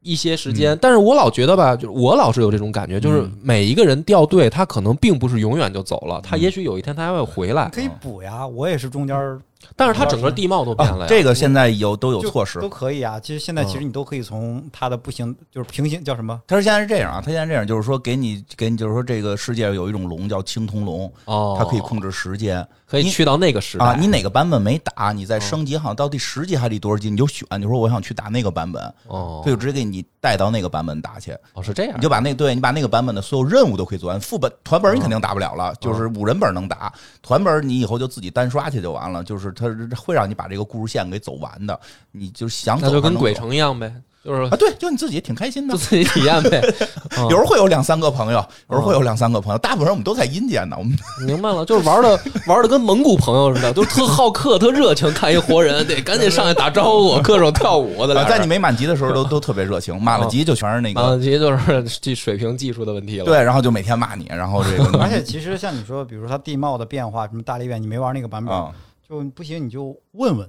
[SPEAKER 2] 一些时间，
[SPEAKER 1] 嗯
[SPEAKER 2] 但是我老觉得吧，就是我老是有这种感觉，就是每一个人掉队，他可能并不是永远就走了，
[SPEAKER 1] 嗯
[SPEAKER 2] 他也许有一天他还会回来，
[SPEAKER 4] 可以补呀，我也是中间儿
[SPEAKER 2] 但是他整个地貌都变了呀。
[SPEAKER 1] 嗯啊这个现在有都有
[SPEAKER 4] 就
[SPEAKER 1] 措施
[SPEAKER 4] 都。可以啊。其实现在其实你都可以从他的不行，就是平行叫什么？
[SPEAKER 1] 他是现在是这样啊，他现在这样就是说给你给你就是说这个世界有一种龙叫青铜龙，
[SPEAKER 2] 哦，
[SPEAKER 1] 它可以控制时间
[SPEAKER 2] 可以去到那个时代
[SPEAKER 1] 啊。你哪个版本没打，你
[SPEAKER 2] 哦
[SPEAKER 1] 再升级，好像到第十级还是第多少级，你就选，你说我想去打那个版本，
[SPEAKER 2] 哦
[SPEAKER 1] 他就直接给你带到那个版本打去。
[SPEAKER 2] 哦是这样
[SPEAKER 1] 你就把那对你把那个版本的所有任务都可以做完，副本团本你
[SPEAKER 2] 嗯
[SPEAKER 1] 肯定打不了了，就是五人本能打，团本你以后就自己单刷去就完了，就是它会让你把这个故事线给走完的，你就想
[SPEAKER 2] 那
[SPEAKER 1] 走
[SPEAKER 2] 就跟
[SPEAKER 1] 哪能
[SPEAKER 2] 鬼
[SPEAKER 1] 走
[SPEAKER 2] 城一样呗，就是
[SPEAKER 1] 啊，对，就你自己也挺开心的
[SPEAKER 2] 就，自己体验呗。
[SPEAKER 1] 有时候会有两三个朋友，有时候会
[SPEAKER 2] 嗯
[SPEAKER 1] 有两三个朋友，大部分人我们都在阴间呢，我们
[SPEAKER 2] 明白了，就是玩的玩的跟蒙古朋友似的，都特好客、特热情，看一活人得赶紧上去打 招呼，各种跳舞的。
[SPEAKER 1] 啊在
[SPEAKER 2] 俩
[SPEAKER 1] 你
[SPEAKER 2] 人
[SPEAKER 1] 没满级的时 候都都特别热情，满了级就全是那
[SPEAKER 2] 啊，
[SPEAKER 1] 个
[SPEAKER 2] 这些就是技水平技术的问题了。
[SPEAKER 1] 对，然后就每天骂你，然后这 个
[SPEAKER 2] 哎
[SPEAKER 4] 而且其实像你说，比如说它地貌的变化，什么大力院，你没玩那个版本，
[SPEAKER 1] 啊，
[SPEAKER 4] 就不行你就问问。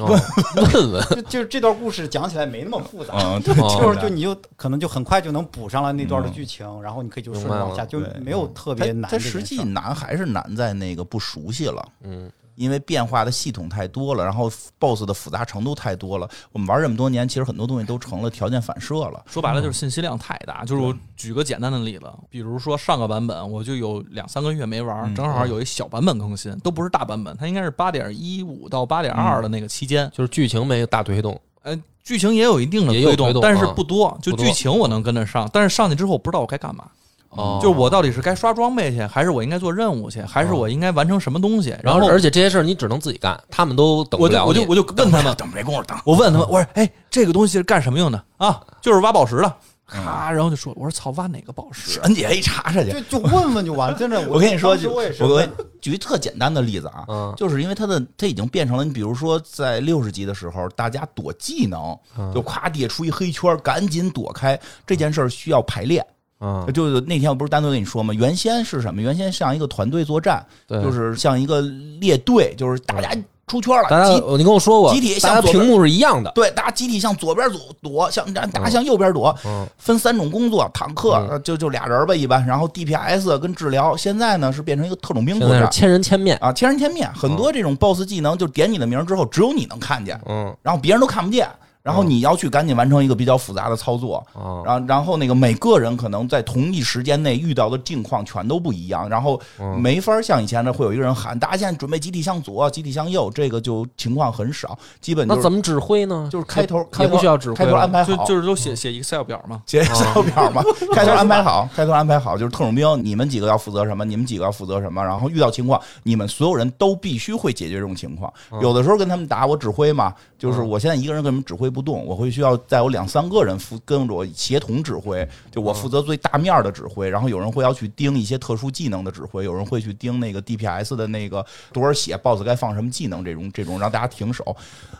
[SPEAKER 2] 哦， 问问，
[SPEAKER 4] 就就是这段故事讲起来没那么复杂，
[SPEAKER 1] 嗯，对，
[SPEAKER 2] 哦
[SPEAKER 4] 就是就你就可能就很快就能补上了那段的剧情，然后你可以就顺着往下，就
[SPEAKER 1] 明白了对
[SPEAKER 4] 没有特别难
[SPEAKER 1] 它
[SPEAKER 4] 这
[SPEAKER 1] 它
[SPEAKER 4] 件事儿。
[SPEAKER 1] 实际难还是难在那个不熟悉了。
[SPEAKER 2] 嗯，
[SPEAKER 1] 因为变化的系统太多了，然后 BOSS 的复杂程度太多了。我们玩这么多年，其实很多东西都成了条件反射了。
[SPEAKER 5] 说白了就是信息量太大。就是我举个简单的例子，比如说上个版本我就有两三个月没玩
[SPEAKER 1] 嗯，
[SPEAKER 5] 正好有一小版本更新，都不是大版本，它应该是八点一五到八点二的那个期间。
[SPEAKER 2] 就是剧情没有大推动，
[SPEAKER 5] 嗯呃，剧情也有一定的
[SPEAKER 2] 也有
[SPEAKER 5] 推
[SPEAKER 2] 推动
[SPEAKER 5] 但是
[SPEAKER 2] 啊
[SPEAKER 5] 不多。就
[SPEAKER 2] 不多
[SPEAKER 5] 剧情我能跟得上，但是上去之后我不知道我该干嘛。
[SPEAKER 2] 哦，
[SPEAKER 5] 就是我到底是该刷装备去，还是我应该做任务去，还是我应该完成什么东西？
[SPEAKER 2] 然
[SPEAKER 5] 哦后
[SPEAKER 2] 后而且这些事儿你只能自己干，他们都等不
[SPEAKER 5] 我就
[SPEAKER 2] 了
[SPEAKER 5] 我就
[SPEAKER 2] 你
[SPEAKER 5] 我就问 他们，
[SPEAKER 1] 等没工夫等，
[SPEAKER 5] 我问他们，我说：“哎，这个东西是干什么用的啊？就是挖宝石的。”咔，然后就说：“我说操，挖哪个宝石啊
[SPEAKER 1] 沈姐一查查去。
[SPEAKER 4] 就就问问就完了，真的。
[SPEAKER 1] 我跟你说，
[SPEAKER 4] 当时
[SPEAKER 1] 就
[SPEAKER 4] 我也是
[SPEAKER 1] 我
[SPEAKER 4] 问
[SPEAKER 1] 举一特简单的例子啊，
[SPEAKER 2] 嗯
[SPEAKER 1] 就是因为它的它已经变成了，你比如说在六十级的时候，大家躲技能，
[SPEAKER 4] 嗯
[SPEAKER 1] 就咵地下出一黑圈，赶紧躲开这件事儿需要排练。
[SPEAKER 2] 啊，
[SPEAKER 4] 嗯
[SPEAKER 1] 就是那天我不是单独跟你说吗？原先是什么？原先像一个团队作战，
[SPEAKER 2] 对
[SPEAKER 1] 就是像一个列队，就是大家出圈了，
[SPEAKER 2] 大家
[SPEAKER 1] 集
[SPEAKER 2] 你跟我说过
[SPEAKER 1] 集体，向
[SPEAKER 2] 大家
[SPEAKER 1] 左边
[SPEAKER 2] 屏幕是一样的，
[SPEAKER 1] 对，大家集体向左边躲躲，向大家向右边躲，
[SPEAKER 2] 嗯
[SPEAKER 1] 分三种工作：坦克、
[SPEAKER 2] 哦嗯
[SPEAKER 1] 呃就就俩人吧，一般，然后 DPS 跟治疗。现在呢是变成一个特种兵
[SPEAKER 2] 现
[SPEAKER 1] 作
[SPEAKER 2] 在
[SPEAKER 1] 战
[SPEAKER 2] 是哦千人千面，
[SPEAKER 1] 啊，千人千面，很多这种 BOSS 技能就点你的名儿之后，只有你能看见，
[SPEAKER 2] 嗯
[SPEAKER 1] 然后别人都看不见，然
[SPEAKER 2] 哦
[SPEAKER 1] 后你要去赶紧完成一个比较复杂的操作。
[SPEAKER 2] 啊，
[SPEAKER 1] 然后，然后那个每个人可能在同一时间内遇到的境况全都不一样，然后
[SPEAKER 2] 哦
[SPEAKER 1] 没法像以前的会有一个人喊大家现在准备集体向左，集体向右，这个就情况很少，基本就
[SPEAKER 2] 那
[SPEAKER 1] 是
[SPEAKER 2] 怎么指挥呢？
[SPEAKER 1] 就是开头
[SPEAKER 2] 嗯也
[SPEAKER 1] 开头
[SPEAKER 2] 不需要指挥，
[SPEAKER 1] 开头安排？”好，
[SPEAKER 5] 就就是都
[SPEAKER 2] 嗯
[SPEAKER 5] 写写 Excel 表嘛。
[SPEAKER 1] 写 Excel 表 嘛，开头安排好，开头安排好，就是特种兵，你们几个要负责什么，你们几个要负责什么，然后遇到情况，你们所有人都必须会解决这种情况。
[SPEAKER 2] 嗯
[SPEAKER 1] 有的时候跟他们打，我指挥嘛，就是我现在一个人根本指挥不动，我会需要再有两三个人负跟着我协同指挥，就
[SPEAKER 2] 嗯
[SPEAKER 1] 我负责最大面儿的指挥，然后有人会要去盯一些特殊技能的指挥，有人会去盯那个 DPS 的那个多少血，BOSS 该放什么技能这种这种让大家停手。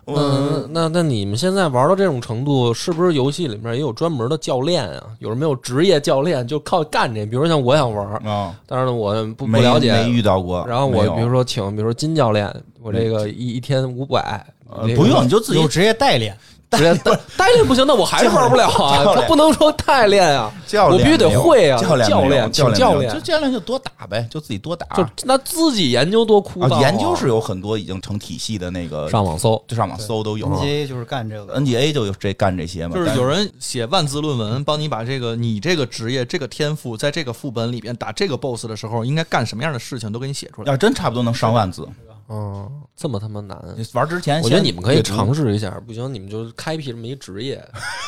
[SPEAKER 2] 嗯，那那你们现在玩到这种程度，是不是游戏里面也有专门的教练啊？有没有职业教练就靠干这？比如像我想玩，
[SPEAKER 1] 啊，
[SPEAKER 2] 但是呢，我不不
[SPEAKER 1] 没
[SPEAKER 2] 了解，
[SPEAKER 1] 没遇到过。
[SPEAKER 2] 然后我
[SPEAKER 1] 没有嗯
[SPEAKER 2] 比如说请，比如说金教练，我这个一一天五百，
[SPEAKER 1] 呃
[SPEAKER 2] 你这个
[SPEAKER 1] 不用你就自己
[SPEAKER 4] 有职业代练，
[SPEAKER 2] 直接代代练不行，那我还是玩不 了
[SPEAKER 1] 教，
[SPEAKER 2] 啊
[SPEAKER 1] 练
[SPEAKER 2] 他不能说代练啊，
[SPEAKER 1] 教练
[SPEAKER 2] 我必须得会啊
[SPEAKER 1] 没有教练
[SPEAKER 2] 教
[SPEAKER 1] 没有
[SPEAKER 2] 练
[SPEAKER 1] 教
[SPEAKER 2] 请教
[SPEAKER 1] 没有
[SPEAKER 2] 练
[SPEAKER 1] 就教练就多打呗，就自己多打。
[SPEAKER 2] 就那自己研究多枯燥
[SPEAKER 1] 啊
[SPEAKER 2] 啊，
[SPEAKER 1] 研究是有很多已经成体系的那个，
[SPEAKER 2] 上网搜，
[SPEAKER 1] 就上网搜都有。啊
[SPEAKER 4] ，NGA 就是干这个。
[SPEAKER 1] NGA 就有这干这
[SPEAKER 2] 嗯
[SPEAKER 1] 些嘛，
[SPEAKER 5] 就是
[SPEAKER 1] 但
[SPEAKER 5] 有人写万字论文，帮你把这个你这个职业、这个天赋，在这个副本里边打这个 BOSS 的时候，应该干什么样的事情都给你写出来。
[SPEAKER 1] 要真差不多能上万字，
[SPEAKER 2] 嗯，这么他妈难。
[SPEAKER 1] 你玩之前，
[SPEAKER 2] 我觉得你们可以
[SPEAKER 1] 试。
[SPEAKER 2] 尝试一下，不行你们就开辟这么一职业，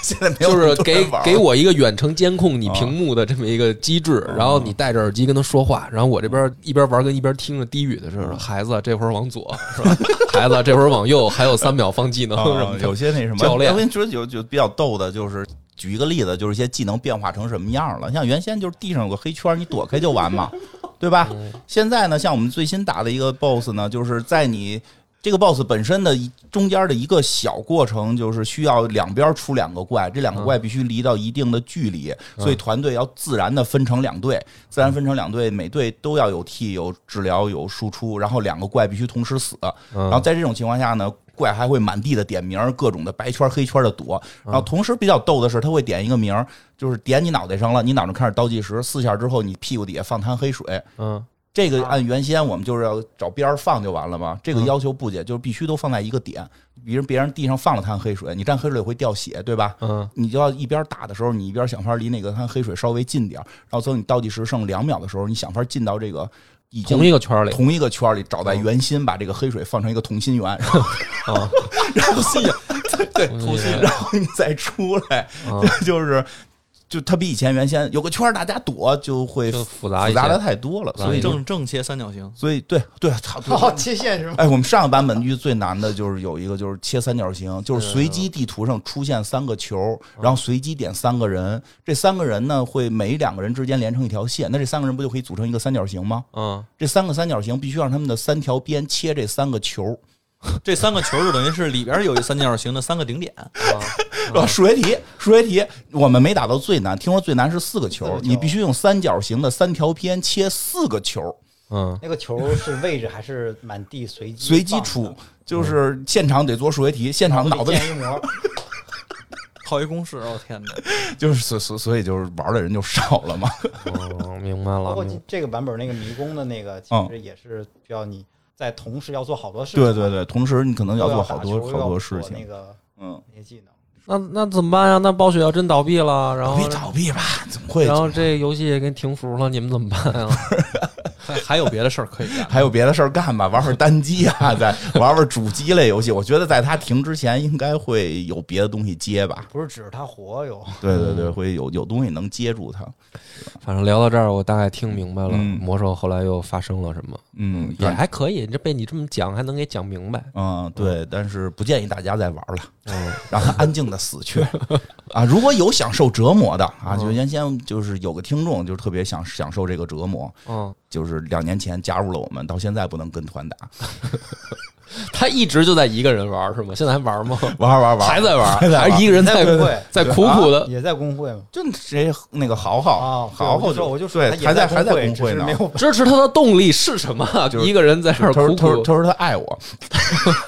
[SPEAKER 1] 现在没有
[SPEAKER 2] 就是
[SPEAKER 1] 很多人
[SPEAKER 2] 给
[SPEAKER 1] 玩
[SPEAKER 2] 给哎我一个远程监控你
[SPEAKER 1] 啊
[SPEAKER 2] 屏幕的这么一个机制，然后你戴着耳机跟他说话，然后我这边一边玩跟一边听着低语的时候，孩子这会儿往左是吧？ 孩子这会儿往右，还有三秒放技能什
[SPEAKER 1] 啊
[SPEAKER 2] 么，的
[SPEAKER 1] 有。些那什么
[SPEAKER 2] 教练
[SPEAKER 1] 我跟你说，有有比较逗的，就是举一个例子，就是一些技能变化成什么样了。像原先就是地上有个黑圈，你躲开就完嘛，对吧？现在呢，像我们最新打的一个 BOSS 呢，就是在你。这个 boss 本身的一中间的一个小过程，就是需要两边出两个怪，这两个怪
[SPEAKER 2] 嗯
[SPEAKER 1] 必须离到一定的距离，所以团队要自然的分成两队，自然分成两队，每队都要有 T 有治疗有输出，然后两个怪必须同时死，然后在这种情况下呢，怪还会满地的点名儿，各种的白圈儿黑圈儿的躲。然后同时比较逗的是，他会点一个名儿，就是点你脑袋上了，你脑上开始倒计时，四下之后你屁股底下放滩黑水。
[SPEAKER 2] 嗯，
[SPEAKER 1] 这个按原先我们就是要找边儿放就完了嘛，这个要求不解，就是必须都放在一个点。比如别人地上放了滩黑水，你沾黑水会掉血，对吧？
[SPEAKER 2] 嗯，
[SPEAKER 1] 你就要一边打的时候，你一边想法离哪个滩黑水稍微近点儿，然后等你倒计时剩两秒的时候，你想法进到这个已经
[SPEAKER 2] 同一个圈儿里
[SPEAKER 1] 同一个圈儿里找
[SPEAKER 2] 哦
[SPEAKER 1] 在圆心，把这个黑水放成一个同心圆，然后
[SPEAKER 2] 啊，
[SPEAKER 1] 然后吸引对，
[SPEAKER 2] 同心圆
[SPEAKER 1] 然后你再出来，
[SPEAKER 2] 啊
[SPEAKER 1] 就就是就它比以前原先有个圈儿大家躲就会
[SPEAKER 2] 就
[SPEAKER 1] 复
[SPEAKER 2] 复杂一
[SPEAKER 1] 杂的
[SPEAKER 2] 些。嗯
[SPEAKER 1] 太多了，所以
[SPEAKER 3] 正正切三角形，
[SPEAKER 1] 所以对对，差不
[SPEAKER 4] 哦，
[SPEAKER 1] 多。
[SPEAKER 4] 切线是吗？
[SPEAKER 1] 哎，我们上个版本遇最难的就是有一个就是切三角形，就是随机地图上出现三个球，然后随机点三个人，这三个人呢会每两个人之间连成一条线，那这三个人不就可以组成一个三角形吗？
[SPEAKER 2] 嗯，
[SPEAKER 1] 这三个三角形必须让他们的三条边切这三个球，
[SPEAKER 4] 啊
[SPEAKER 3] 这三个球就等于是里边有一三角形的三个顶点，
[SPEAKER 1] 啊，数学题，数学题，我们没打到最难，听说最难是四个球，
[SPEAKER 4] 四个球
[SPEAKER 1] 你必须用三角形的三条边切四个球，
[SPEAKER 2] 嗯，
[SPEAKER 4] 那个球是位置还是满地随机
[SPEAKER 1] 随机
[SPEAKER 4] 放的
[SPEAKER 1] 出，，就是现场得做数学题，现场脑子里
[SPEAKER 4] 建 一模，
[SPEAKER 3] 套一公式，我、天哪！
[SPEAKER 1] 就是所所所以就是玩的人就少了嘛，
[SPEAKER 2] 哦，明白
[SPEAKER 4] 包
[SPEAKER 2] 了
[SPEAKER 4] 括。
[SPEAKER 1] 嗯
[SPEAKER 4] 这这个版本那个迷宫的那个，其实也是需要你在同时要做好多事情。
[SPEAKER 1] 对对对，同时你可能
[SPEAKER 4] 又
[SPEAKER 1] 要
[SPEAKER 4] 要
[SPEAKER 1] 做好多
[SPEAKER 4] 打球
[SPEAKER 1] 好
[SPEAKER 4] 又要
[SPEAKER 1] 多事
[SPEAKER 4] 躲那
[SPEAKER 1] 情，
[SPEAKER 4] 个
[SPEAKER 1] 嗯，
[SPEAKER 4] 那些技能，
[SPEAKER 2] 那那怎么办呀？那暴雪要真倒闭了，然后
[SPEAKER 1] 别倒闭吧，怎么会？
[SPEAKER 2] 然后这游戏也给停服了，你们怎么办呀？
[SPEAKER 3] 还还有别的事儿可以干，
[SPEAKER 1] 还有别的事儿干吧，玩玩单机啊，再玩玩主机类游戏。我觉得在它停之前，应该会有别的东西接吧。
[SPEAKER 4] 不是指着它活哟。
[SPEAKER 1] 对对
[SPEAKER 4] 嗯
[SPEAKER 1] 对，会有有东西能接住它。
[SPEAKER 2] 反正聊到这儿，我大概听明白了，
[SPEAKER 1] 嗯
[SPEAKER 2] 魔兽后来又发生了什么。
[SPEAKER 1] 嗯，
[SPEAKER 2] 也还可以，这被你这么讲还能给讲明白。
[SPEAKER 1] 嗯，对，但是不建议大家再玩了，
[SPEAKER 2] 嗯，
[SPEAKER 1] 让它安静的死去 啊！如果有享受折磨的啊，
[SPEAKER 4] 嗯
[SPEAKER 1] 就原先就是有个听众就特别想享受这个折磨，
[SPEAKER 2] 嗯，
[SPEAKER 1] 就是两年前加入了我们，到现在不能跟团打，
[SPEAKER 2] 他一直就在一个人玩是吗？现在还玩 吗？
[SPEAKER 1] 玩玩玩，
[SPEAKER 2] 还在玩，
[SPEAKER 1] 还在玩
[SPEAKER 2] 还是一个人在
[SPEAKER 4] 对对对
[SPEAKER 2] 在苦苦的。
[SPEAKER 4] 也在工会嘛。
[SPEAKER 1] 就谁那个豪豪，
[SPEAKER 4] 啊，对
[SPEAKER 1] 豪
[SPEAKER 4] 我
[SPEAKER 1] 豪
[SPEAKER 4] 就说我就说
[SPEAKER 1] 对，
[SPEAKER 4] 他也
[SPEAKER 1] 还
[SPEAKER 4] 在
[SPEAKER 1] 还在工会
[SPEAKER 4] 工只是
[SPEAKER 1] 呢
[SPEAKER 4] 没。有
[SPEAKER 2] 支持他的动力是什么？
[SPEAKER 1] 就是
[SPEAKER 2] 一个人在这
[SPEAKER 1] 他
[SPEAKER 2] 儿
[SPEAKER 1] 说
[SPEAKER 2] 苦
[SPEAKER 1] 他说
[SPEAKER 2] 苦
[SPEAKER 1] 他，说他爱我，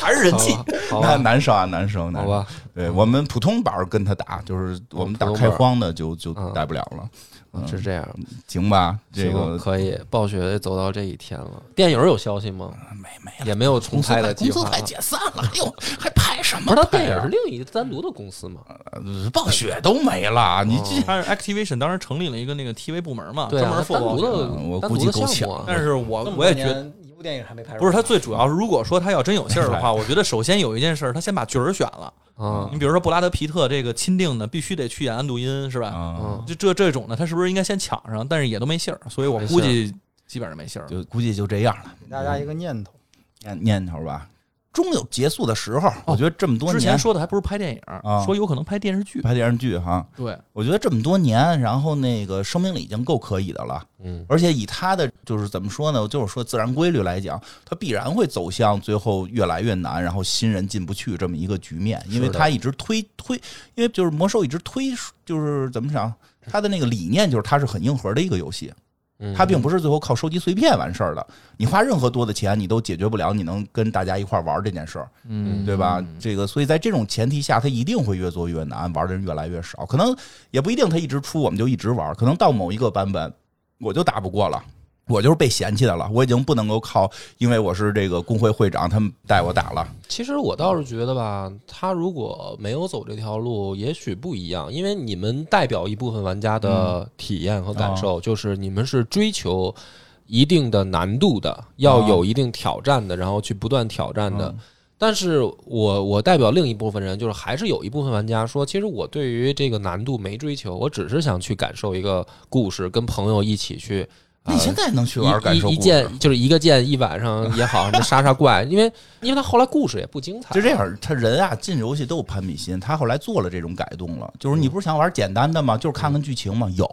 [SPEAKER 1] 还是人气，
[SPEAKER 2] 好
[SPEAKER 1] 那
[SPEAKER 2] 吧，
[SPEAKER 1] 男生啊男生，男
[SPEAKER 2] 好
[SPEAKER 1] 生，
[SPEAKER 2] 吧，
[SPEAKER 1] 对我们普通版跟他打，就是我们打
[SPEAKER 2] 嗯普通
[SPEAKER 1] 开
[SPEAKER 2] 版
[SPEAKER 1] 荒的就就
[SPEAKER 2] 嗯
[SPEAKER 1] 带不了了，嗯
[SPEAKER 2] 是这样。
[SPEAKER 1] 行吧？这
[SPEAKER 2] 行
[SPEAKER 1] 个
[SPEAKER 2] 可以，暴雪也走到这一天了。电影有消息吗？
[SPEAKER 1] 呃没没
[SPEAKER 2] 也没有重拍的计划。
[SPEAKER 1] 散了，还有还拍什
[SPEAKER 2] 不是，他电影
[SPEAKER 1] 拍
[SPEAKER 2] 是
[SPEAKER 1] 啊
[SPEAKER 2] 另一个单独的公司嘛？
[SPEAKER 1] 呃暴雪都没了，
[SPEAKER 2] 嗯
[SPEAKER 1] 你这
[SPEAKER 3] 它是 Activation 当时成立了一个那个 TV 部门嘛，
[SPEAKER 2] 对
[SPEAKER 3] 专
[SPEAKER 2] 啊
[SPEAKER 3] 门，
[SPEAKER 2] 单独
[SPEAKER 3] for
[SPEAKER 2] 的
[SPEAKER 1] 嗯我
[SPEAKER 2] 单
[SPEAKER 1] 估
[SPEAKER 2] 独
[SPEAKER 1] 计
[SPEAKER 2] 的
[SPEAKER 1] 够
[SPEAKER 2] 项目啊。
[SPEAKER 3] 但是我
[SPEAKER 4] 这么多
[SPEAKER 3] 我也觉得。
[SPEAKER 4] 年一部电影还没拍出来，
[SPEAKER 3] 不是他最主要是，如果说他要真有信儿的 话，我觉得首先有一件事儿，他先把角儿选了。
[SPEAKER 1] 嗯
[SPEAKER 2] 啊，
[SPEAKER 3] 你比如说布拉德皮特这个钦定的，必须得去演安度因，是吧？
[SPEAKER 2] 嗯
[SPEAKER 1] 啊，
[SPEAKER 3] 就这这种的，他是不是应该先抢上？但是也都没信儿，所以我
[SPEAKER 2] 没信儿
[SPEAKER 3] 估计基本上没信儿。
[SPEAKER 1] 就估计就这样了，
[SPEAKER 4] 给大家一个念头，
[SPEAKER 1] 念念头吧，终有结束的时
[SPEAKER 2] 哦
[SPEAKER 1] 候。我觉得这么多
[SPEAKER 3] 之
[SPEAKER 1] 年
[SPEAKER 3] 前说的还不是拍电影
[SPEAKER 1] 啊，
[SPEAKER 3] 说有可能拍电视剧。嗯
[SPEAKER 1] 拍电视剧哈，
[SPEAKER 3] 对，
[SPEAKER 1] 我觉得这么多年，然后那个生命力已经够可以的了。
[SPEAKER 2] 嗯，
[SPEAKER 1] 而且以他的就是怎么说呢，就是说自然规律来讲，他必然会走向最后越来越难，然后新人进不去这么一个局面，因为
[SPEAKER 2] 是的
[SPEAKER 1] 他一直推推，因为就是魔兽一直推，就是怎么讲，他的那个理念就是它是很硬核的一个游戏，
[SPEAKER 2] 嗯
[SPEAKER 1] 它并不是最后靠收集碎片完事儿的，你花任何多的钱，你都解决不了你能跟大家一块儿玩这件事儿。
[SPEAKER 3] 嗯，
[SPEAKER 1] 对吧？这个，所以在这种前提下，它一定会越做越难，玩的人越来越少。可能也不一定，它一直出我们就一直玩，可能到某一个版本我就打不过了。我就是被嫌弃的了，我已经不能够靠，因为我是这个工会会长，他们带我打了。
[SPEAKER 2] 其实我倒是觉得吧，他如果没有走这条路，也许不一样，因为
[SPEAKER 1] 嗯
[SPEAKER 2] 你
[SPEAKER 1] 哦
[SPEAKER 2] 们代表一部分玩家的体验和感受，就是你们是追求一定的难度
[SPEAKER 1] 哦
[SPEAKER 2] 的，要有一定挑战的，然后去不断挑战的。但是我我代表另一部分人，就是还是有一部分玩家说，其实我对于这个难度没追求，我只是想去感受一个故事，跟朋友一起去。呃
[SPEAKER 1] 那你现在能去玩感
[SPEAKER 2] 一
[SPEAKER 1] 受
[SPEAKER 2] 一一
[SPEAKER 1] 故事吗？
[SPEAKER 2] 键就是一个键一晚上也好，什么杀杀怪，因为因为他后来故事也不精彩，
[SPEAKER 1] 就这样，他人啊进游戏都有攀比心，他后来做了这种改动了，就是你不是想玩简单的吗？就是看看剧情嘛，有，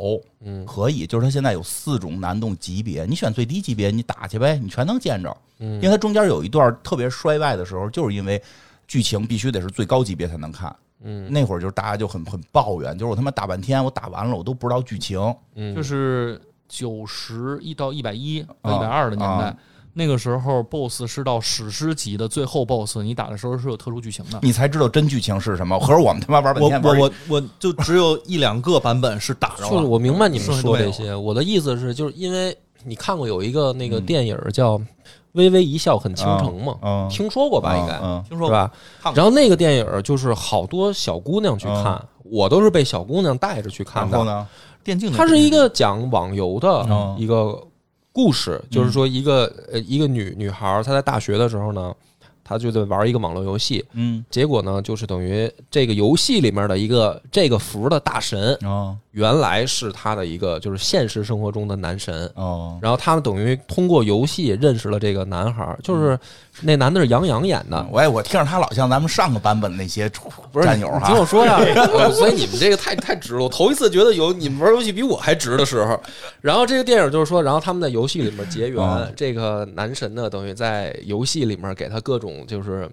[SPEAKER 2] 嗯
[SPEAKER 1] 可以，就是他现在有四种难度级别，你选最低级别，你打去呗，你全能见着，
[SPEAKER 2] 嗯
[SPEAKER 1] 因为它中间有一段特别衰败的时候，就是因为剧情必须得是最高级别才能看。
[SPEAKER 2] 嗯，
[SPEAKER 1] 那会儿就是大家就很很抱怨，就是我他妈打半天，我打完了我都不知道剧情，
[SPEAKER 2] 嗯，
[SPEAKER 3] 就是九十一到一百一、一
[SPEAKER 1] 啊
[SPEAKER 3] 百二的年代
[SPEAKER 1] 啊，
[SPEAKER 3] 那个时候 BOSS 是到史诗级的最后 BOSS，你打的时候是有特殊剧情的。
[SPEAKER 1] 你才知道真剧情是什么。合着我们他妈玩半
[SPEAKER 5] 我
[SPEAKER 1] 天，
[SPEAKER 5] 我
[SPEAKER 1] 玩
[SPEAKER 5] 我我就只有一两个版本是打着
[SPEAKER 2] 就
[SPEAKER 5] 了
[SPEAKER 2] 是，我明白你们
[SPEAKER 5] 剩下
[SPEAKER 2] 说
[SPEAKER 5] 都
[SPEAKER 2] 这
[SPEAKER 5] 没有
[SPEAKER 2] 些，我的意思是，就是因为你看过有一个那个电影叫《微微一笑很倾城》嘛，
[SPEAKER 1] 嗯，
[SPEAKER 2] 听说过
[SPEAKER 1] 我
[SPEAKER 2] 吧？应该
[SPEAKER 1] 嗯，
[SPEAKER 5] 听
[SPEAKER 2] 是
[SPEAKER 5] 说
[SPEAKER 2] 吧
[SPEAKER 5] 看？过
[SPEAKER 2] 然后那个电影就是好多小姑娘去看，我都是被小姑娘带着去看
[SPEAKER 1] 啊然后
[SPEAKER 2] 的。
[SPEAKER 1] 呢？
[SPEAKER 5] 电竞的
[SPEAKER 2] 它是一
[SPEAKER 5] 电竞
[SPEAKER 2] 个讲网游的
[SPEAKER 1] 嗯
[SPEAKER 2] 一个故事，就是说一个呃一个女女孩儿，她在大学的时候呢，她就在玩一个网络游戏，
[SPEAKER 1] 嗯，
[SPEAKER 2] 结果呢就是等于这个游戏里面的一个这个服的大神，
[SPEAKER 1] 哦
[SPEAKER 2] 原来是她的一个就是现实生活中的男神。
[SPEAKER 1] 哦，
[SPEAKER 2] 然后他们等于通过游戏认识了这个男孩儿，就是那男的是杨洋演的，
[SPEAKER 1] 我啊也我听着他老像咱们上个版本那些
[SPEAKER 2] 不是
[SPEAKER 1] 战友啊
[SPEAKER 2] 你听我
[SPEAKER 1] 哈，
[SPEAKER 2] 说呀、呃所以你们这个太太值了，我头一次觉得有你们玩游戏比我还值的时候。然后这个电影就是说，然后他们在游戏里面结
[SPEAKER 1] 啊
[SPEAKER 2] 缘，这个男神呢，等于在游戏里面给他各种就是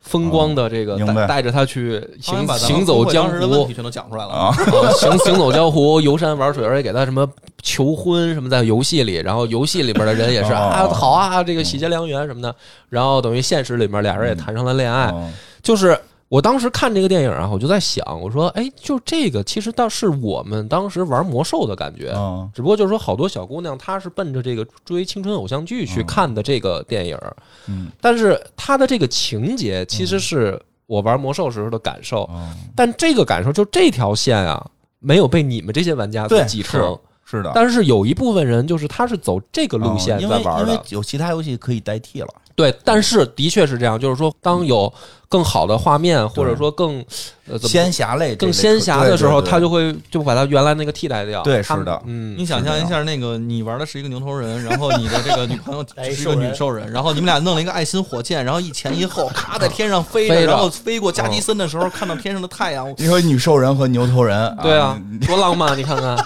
[SPEAKER 2] 风光的这个
[SPEAKER 1] 啊明
[SPEAKER 2] 带
[SPEAKER 1] 白
[SPEAKER 2] 带着他去
[SPEAKER 5] 好像
[SPEAKER 2] 行
[SPEAKER 5] 把咱们
[SPEAKER 2] 行走
[SPEAKER 5] 工会
[SPEAKER 2] 江
[SPEAKER 5] 当时的问
[SPEAKER 2] 湖
[SPEAKER 5] 题，全都讲出来了
[SPEAKER 1] 啊
[SPEAKER 2] 啊行行走江湖，游山玩水，而且给他什么求婚什么，在游戏里，然后游戏里边的人也是
[SPEAKER 1] 哦
[SPEAKER 2] 啊好啊，这个喜结良缘什么的，然后等于现实里面俩人也谈上了恋爱，
[SPEAKER 1] 嗯
[SPEAKER 2] 就是。我当时看这个电影啊，我就在想，我说，哎，就这个其实倒是我们当时玩魔兽的感觉，
[SPEAKER 1] 嗯
[SPEAKER 2] 只不过就是说，好多小姑娘她是奔着这个追青春偶像剧去看的这个电影，
[SPEAKER 1] 嗯
[SPEAKER 2] 但是她的这个情节其实是我玩魔兽时候的感受，
[SPEAKER 1] 嗯，
[SPEAKER 2] 但这个感受就这条线啊，没有被你们这些玩家所
[SPEAKER 1] 对
[SPEAKER 2] 继承。
[SPEAKER 1] 是的，
[SPEAKER 2] 但是有一部分人就是他是走这个路线
[SPEAKER 1] 嗯因
[SPEAKER 2] 在
[SPEAKER 1] 为
[SPEAKER 2] 玩
[SPEAKER 1] 因
[SPEAKER 2] 的，
[SPEAKER 1] 为有其他游戏可以代替了，
[SPEAKER 2] 对。但是的确是这样，就是说，当有更好的画面，或者说更呃怎么
[SPEAKER 1] 仙侠类这类
[SPEAKER 2] 更仙侠的时候，
[SPEAKER 1] 对对对
[SPEAKER 2] 他就会就把他原来那个替代掉。
[SPEAKER 1] 对
[SPEAKER 2] 他们
[SPEAKER 1] 是的
[SPEAKER 2] 嗯
[SPEAKER 5] 你想象一下，那个你玩的是一个牛头人，然后你的这个女 朋友
[SPEAKER 4] 哎
[SPEAKER 5] 是一个女兽人，然后你们俩弄了一个爱心火箭，然后一前一后，咔在天 上飞着，哦
[SPEAKER 2] 飞着
[SPEAKER 5] 然后飞过加迪森的时候，看到天上的太阳，
[SPEAKER 1] 你说女兽人和牛头人，
[SPEAKER 2] 对啊，
[SPEAKER 1] 嗯
[SPEAKER 2] 多浪漫！你看看，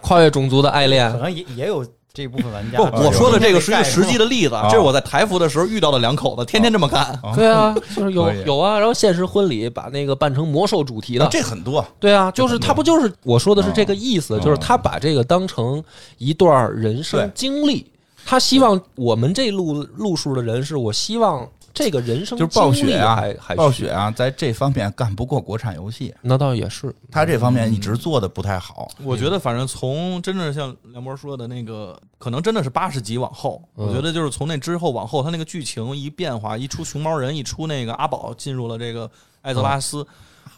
[SPEAKER 2] 跨越种族的爱恋
[SPEAKER 4] 可，能也也有这部分玩家。
[SPEAKER 5] 不，我说的这个是一哦
[SPEAKER 4] 盖
[SPEAKER 5] 个
[SPEAKER 4] 住
[SPEAKER 5] 实际的例子，啊这是我在台服的时候遇到的两口子，天天这么干。
[SPEAKER 1] 啊
[SPEAKER 2] 对啊，就是有
[SPEAKER 1] 可以
[SPEAKER 2] 有啊。然后现实婚礼把那个办成魔兽主题的
[SPEAKER 1] 啊，这很多，
[SPEAKER 2] 对啊，就是他不就是我说的是这个意思，
[SPEAKER 1] 嗯
[SPEAKER 2] 就是他把这个当成一段人生
[SPEAKER 1] 对
[SPEAKER 2] 经历，他希望我们这路路数的人是我希望这个人生
[SPEAKER 1] 就是暴
[SPEAKER 2] 经历
[SPEAKER 1] 雪啊
[SPEAKER 2] 还还，
[SPEAKER 1] 暴雪啊，在这方面干不过国产游戏，
[SPEAKER 2] 那倒也是，
[SPEAKER 1] 他这方面一直做的不太好。
[SPEAKER 5] 我觉得，反正从真正像梁博说的那个，可能真的是八十集往后，
[SPEAKER 2] 嗯
[SPEAKER 5] 我觉得就是从那之后往后，他那个剧情一变化，一出熊猫人，一出那个阿宝进入了这个艾泽拉斯，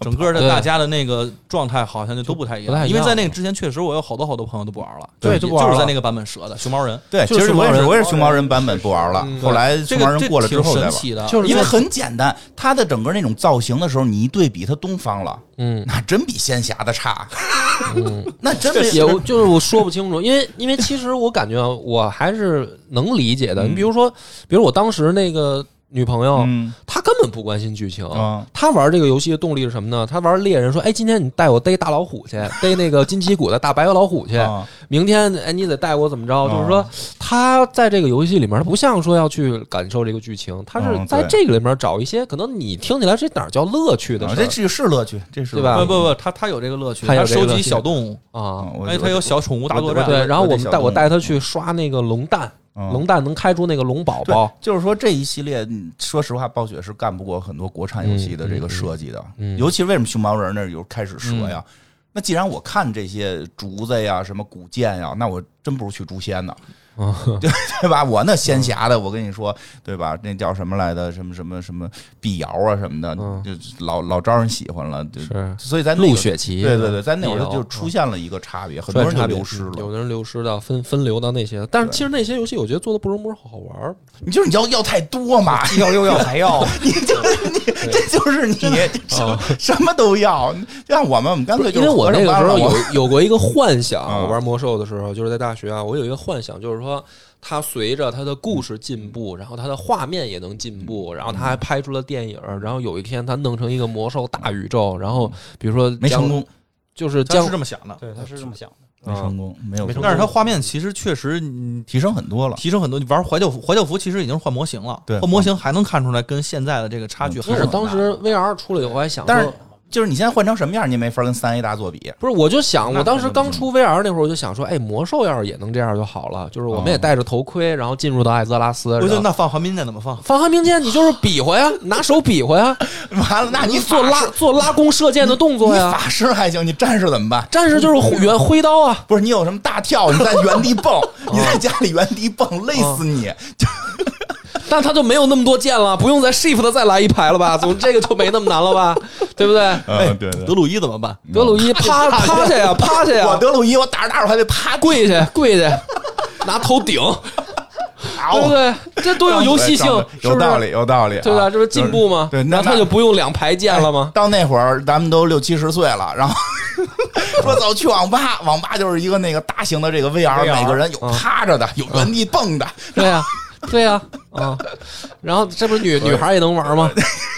[SPEAKER 5] 整个的
[SPEAKER 2] 嗯对
[SPEAKER 5] 大家的那个状态好像就都不太一
[SPEAKER 2] 不太一
[SPEAKER 5] 样。
[SPEAKER 2] 样
[SPEAKER 5] 因为在那个之前，确实我有好多好多朋友都不玩了，
[SPEAKER 2] 对
[SPEAKER 5] 就
[SPEAKER 2] 都不玩了
[SPEAKER 5] 就是在那个版本折的熊猫人，
[SPEAKER 1] 对，
[SPEAKER 2] 就
[SPEAKER 1] 其
[SPEAKER 2] 是
[SPEAKER 1] 实
[SPEAKER 2] 熊
[SPEAKER 1] 我
[SPEAKER 2] 猫
[SPEAKER 1] 也是，
[SPEAKER 2] 人
[SPEAKER 1] 我也是熊猫人版本不玩了
[SPEAKER 2] 嗯，
[SPEAKER 1] 后来
[SPEAKER 5] 这
[SPEAKER 1] 熊
[SPEAKER 5] 个
[SPEAKER 1] 猫人过了之后
[SPEAKER 5] 这挺神
[SPEAKER 1] 再玩。
[SPEAKER 5] 奇的，
[SPEAKER 2] 就是
[SPEAKER 1] 啊因为很简单，它的整个那种造型的时候，你一对比它东方了，
[SPEAKER 2] 嗯，
[SPEAKER 1] 那真比仙侠的差， 那真没
[SPEAKER 2] 也我就是我说不清楚，因为因为其实我感觉啊我还是能理解的。你比如说，比如我当时那个女朋友，
[SPEAKER 1] 嗯
[SPEAKER 2] 她根本不关心剧情，
[SPEAKER 1] 啊
[SPEAKER 2] 他玩这个游戏的动力是什么呢？他玩猎人说：“哎，今天你带我逮大老虎去，逮那个金旗谷的大白老虎去。
[SPEAKER 1] 啊
[SPEAKER 2] 明天，哎，你得带我怎么着？”就是
[SPEAKER 1] 哦
[SPEAKER 2] 说，他在这个游戏里面，他不像说要去感受这个剧情，他是
[SPEAKER 1] 嗯
[SPEAKER 2] 在
[SPEAKER 1] 对
[SPEAKER 2] 这个里面找一些可能你听起来这哪儿叫乐趣的
[SPEAKER 1] 啊
[SPEAKER 2] 事
[SPEAKER 1] 这
[SPEAKER 2] 儿
[SPEAKER 1] 这是乐趣，这是
[SPEAKER 2] 对吧
[SPEAKER 5] 不不不，他他有这个乐趣，
[SPEAKER 2] 他有
[SPEAKER 5] 他
[SPEAKER 2] 这个乐
[SPEAKER 5] 收
[SPEAKER 2] 趣
[SPEAKER 5] 集小动物，
[SPEAKER 2] 啊？
[SPEAKER 1] 我
[SPEAKER 5] 哎，他有小宠物大作 战，
[SPEAKER 2] 对，然后我
[SPEAKER 1] 我
[SPEAKER 2] 们
[SPEAKER 1] 得
[SPEAKER 2] 带
[SPEAKER 1] 小
[SPEAKER 2] 我
[SPEAKER 1] 动物
[SPEAKER 2] 带他去刷那个龙蛋，
[SPEAKER 1] 嗯
[SPEAKER 2] 龙蛋能开出那个龙宝
[SPEAKER 1] 对
[SPEAKER 2] 宝，，
[SPEAKER 1] 就是说这一系列，嗯说实话，暴雪是干不过很多国产游戏的这个设计的，
[SPEAKER 2] 嗯嗯嗯
[SPEAKER 1] 尤其是为什么熊猫人那儿有开始蛇呀？那既然我看这些竹子呀、什么古剑呀，那我真不如去诛仙呢。
[SPEAKER 2] 哦
[SPEAKER 1] 对对吧？我那仙侠的，我跟你说，对吧？那叫什么来的？什么什么什么碧瑶啊什么的，
[SPEAKER 2] 嗯
[SPEAKER 1] 就老老招人喜欢了。就是所以在那
[SPEAKER 2] 陆
[SPEAKER 1] 个
[SPEAKER 2] 雪琪，
[SPEAKER 1] 对对对，在那会
[SPEAKER 2] 碧
[SPEAKER 1] 儿
[SPEAKER 2] 瑶嗯
[SPEAKER 1] 就出现了一个差别，很
[SPEAKER 2] 出
[SPEAKER 1] 多
[SPEAKER 2] 现
[SPEAKER 1] 人就
[SPEAKER 2] 差别
[SPEAKER 1] 流失了。
[SPEAKER 2] 有的人流失到分分流到那些，但是其实那些游戏我觉得做的不容不是好好玩儿，
[SPEAKER 1] 你就是你要 要太多嘛，
[SPEAKER 4] 要又要还要，
[SPEAKER 1] 你就是你，这就是你，什么什么都要。像我们，我们干
[SPEAKER 2] 不是
[SPEAKER 1] 脆就
[SPEAKER 2] 因为我
[SPEAKER 1] 合
[SPEAKER 2] 那
[SPEAKER 1] 着
[SPEAKER 2] 个
[SPEAKER 1] 班
[SPEAKER 2] 时
[SPEAKER 1] 了
[SPEAKER 2] 候有
[SPEAKER 1] 我
[SPEAKER 2] 有过一个 幻想，
[SPEAKER 1] 啊
[SPEAKER 2] 我玩魔兽的时候，就是在大学啊，我有一个幻想，就是说它随着它的故事进步，然后它的画面也能进步，然后它还
[SPEAKER 1] 嗯
[SPEAKER 2] 拍出了电影，然后有一天它弄成一个魔兽大宇宙，然后比如说
[SPEAKER 1] 嗯没
[SPEAKER 2] 将
[SPEAKER 1] 成，功，
[SPEAKER 2] 就是
[SPEAKER 5] 他
[SPEAKER 2] 将
[SPEAKER 5] 是这么想的，
[SPEAKER 4] 对，他是这么想的。
[SPEAKER 1] 没成功，嗯没有
[SPEAKER 2] 没
[SPEAKER 1] 成功，
[SPEAKER 2] 成功
[SPEAKER 5] 但是它画面其实确实嗯
[SPEAKER 1] 提升很多了。
[SPEAKER 5] 提升很多。你玩怀旧服，怀旧服其实已经是换模型了，
[SPEAKER 1] 对
[SPEAKER 5] 换模型还能看出来跟现在的这个差
[SPEAKER 1] 嗯
[SPEAKER 5] 距
[SPEAKER 2] 因
[SPEAKER 5] 还
[SPEAKER 2] 为
[SPEAKER 5] 是
[SPEAKER 2] 我
[SPEAKER 5] 很大
[SPEAKER 2] 当时 VR 出了以后，我还想说，
[SPEAKER 1] 但是就是你现在换成什么样，你也没法跟三 A 大作 比。
[SPEAKER 2] 不是，我就想，
[SPEAKER 1] 那
[SPEAKER 2] 我当时
[SPEAKER 1] 肯定
[SPEAKER 2] 刚出 VR 那会儿，我就想说，哎，魔兽要是也能这样就好了，就是我们
[SPEAKER 1] 哦
[SPEAKER 2] 也戴着头盔，然后进入到艾泽拉斯，
[SPEAKER 5] 不
[SPEAKER 2] 然
[SPEAKER 5] 就
[SPEAKER 2] 后
[SPEAKER 5] 那放寒冰剑怎么放？
[SPEAKER 2] 放寒冰剑，你就是比 划呀，拿手比划呀，
[SPEAKER 1] 完了，那你
[SPEAKER 2] 做
[SPEAKER 1] 法
[SPEAKER 2] 拉
[SPEAKER 1] 师
[SPEAKER 2] 做拉弓射箭的动作
[SPEAKER 1] 你
[SPEAKER 2] 呀。
[SPEAKER 1] 法师还行，你战士怎么办？
[SPEAKER 2] 战士就是挥原挥刀啊，
[SPEAKER 1] 不是你有什么大跳，你在原地 蹦，你在家里原地蹦，累死你！
[SPEAKER 2] 但他就没有那么多剑了，不用再 shift 再来一 排了吧？总这个就没那么难了吧？对不对？
[SPEAKER 1] 哎，对
[SPEAKER 5] 德鲁伊怎么办？
[SPEAKER 2] 德鲁伊趴趴下呀，趴下
[SPEAKER 1] 我
[SPEAKER 2] 呀，
[SPEAKER 1] 德鲁伊，我打着打着我还得趴地，
[SPEAKER 2] 跪下 跪下，拿头顶，对不对？这多有游戏性，是
[SPEAKER 1] 有
[SPEAKER 2] 不
[SPEAKER 1] 道
[SPEAKER 2] 是？
[SPEAKER 1] 理，有道理，
[SPEAKER 2] 对吧？
[SPEAKER 1] 啊
[SPEAKER 2] 这不是进步吗？
[SPEAKER 1] 对，那
[SPEAKER 2] 然后他就不用两排剑了
[SPEAKER 1] 哎
[SPEAKER 2] 吗？
[SPEAKER 1] 到那会儿咱们都六七十岁了， 然后说走去网吧，网吧就是一个那个大型的这个 VR，,
[SPEAKER 4] VR
[SPEAKER 1] 每个人有趴着的，有原地蹦的，
[SPEAKER 2] 对呀、对呀、 啊，然后这不是女女孩也能玩吗？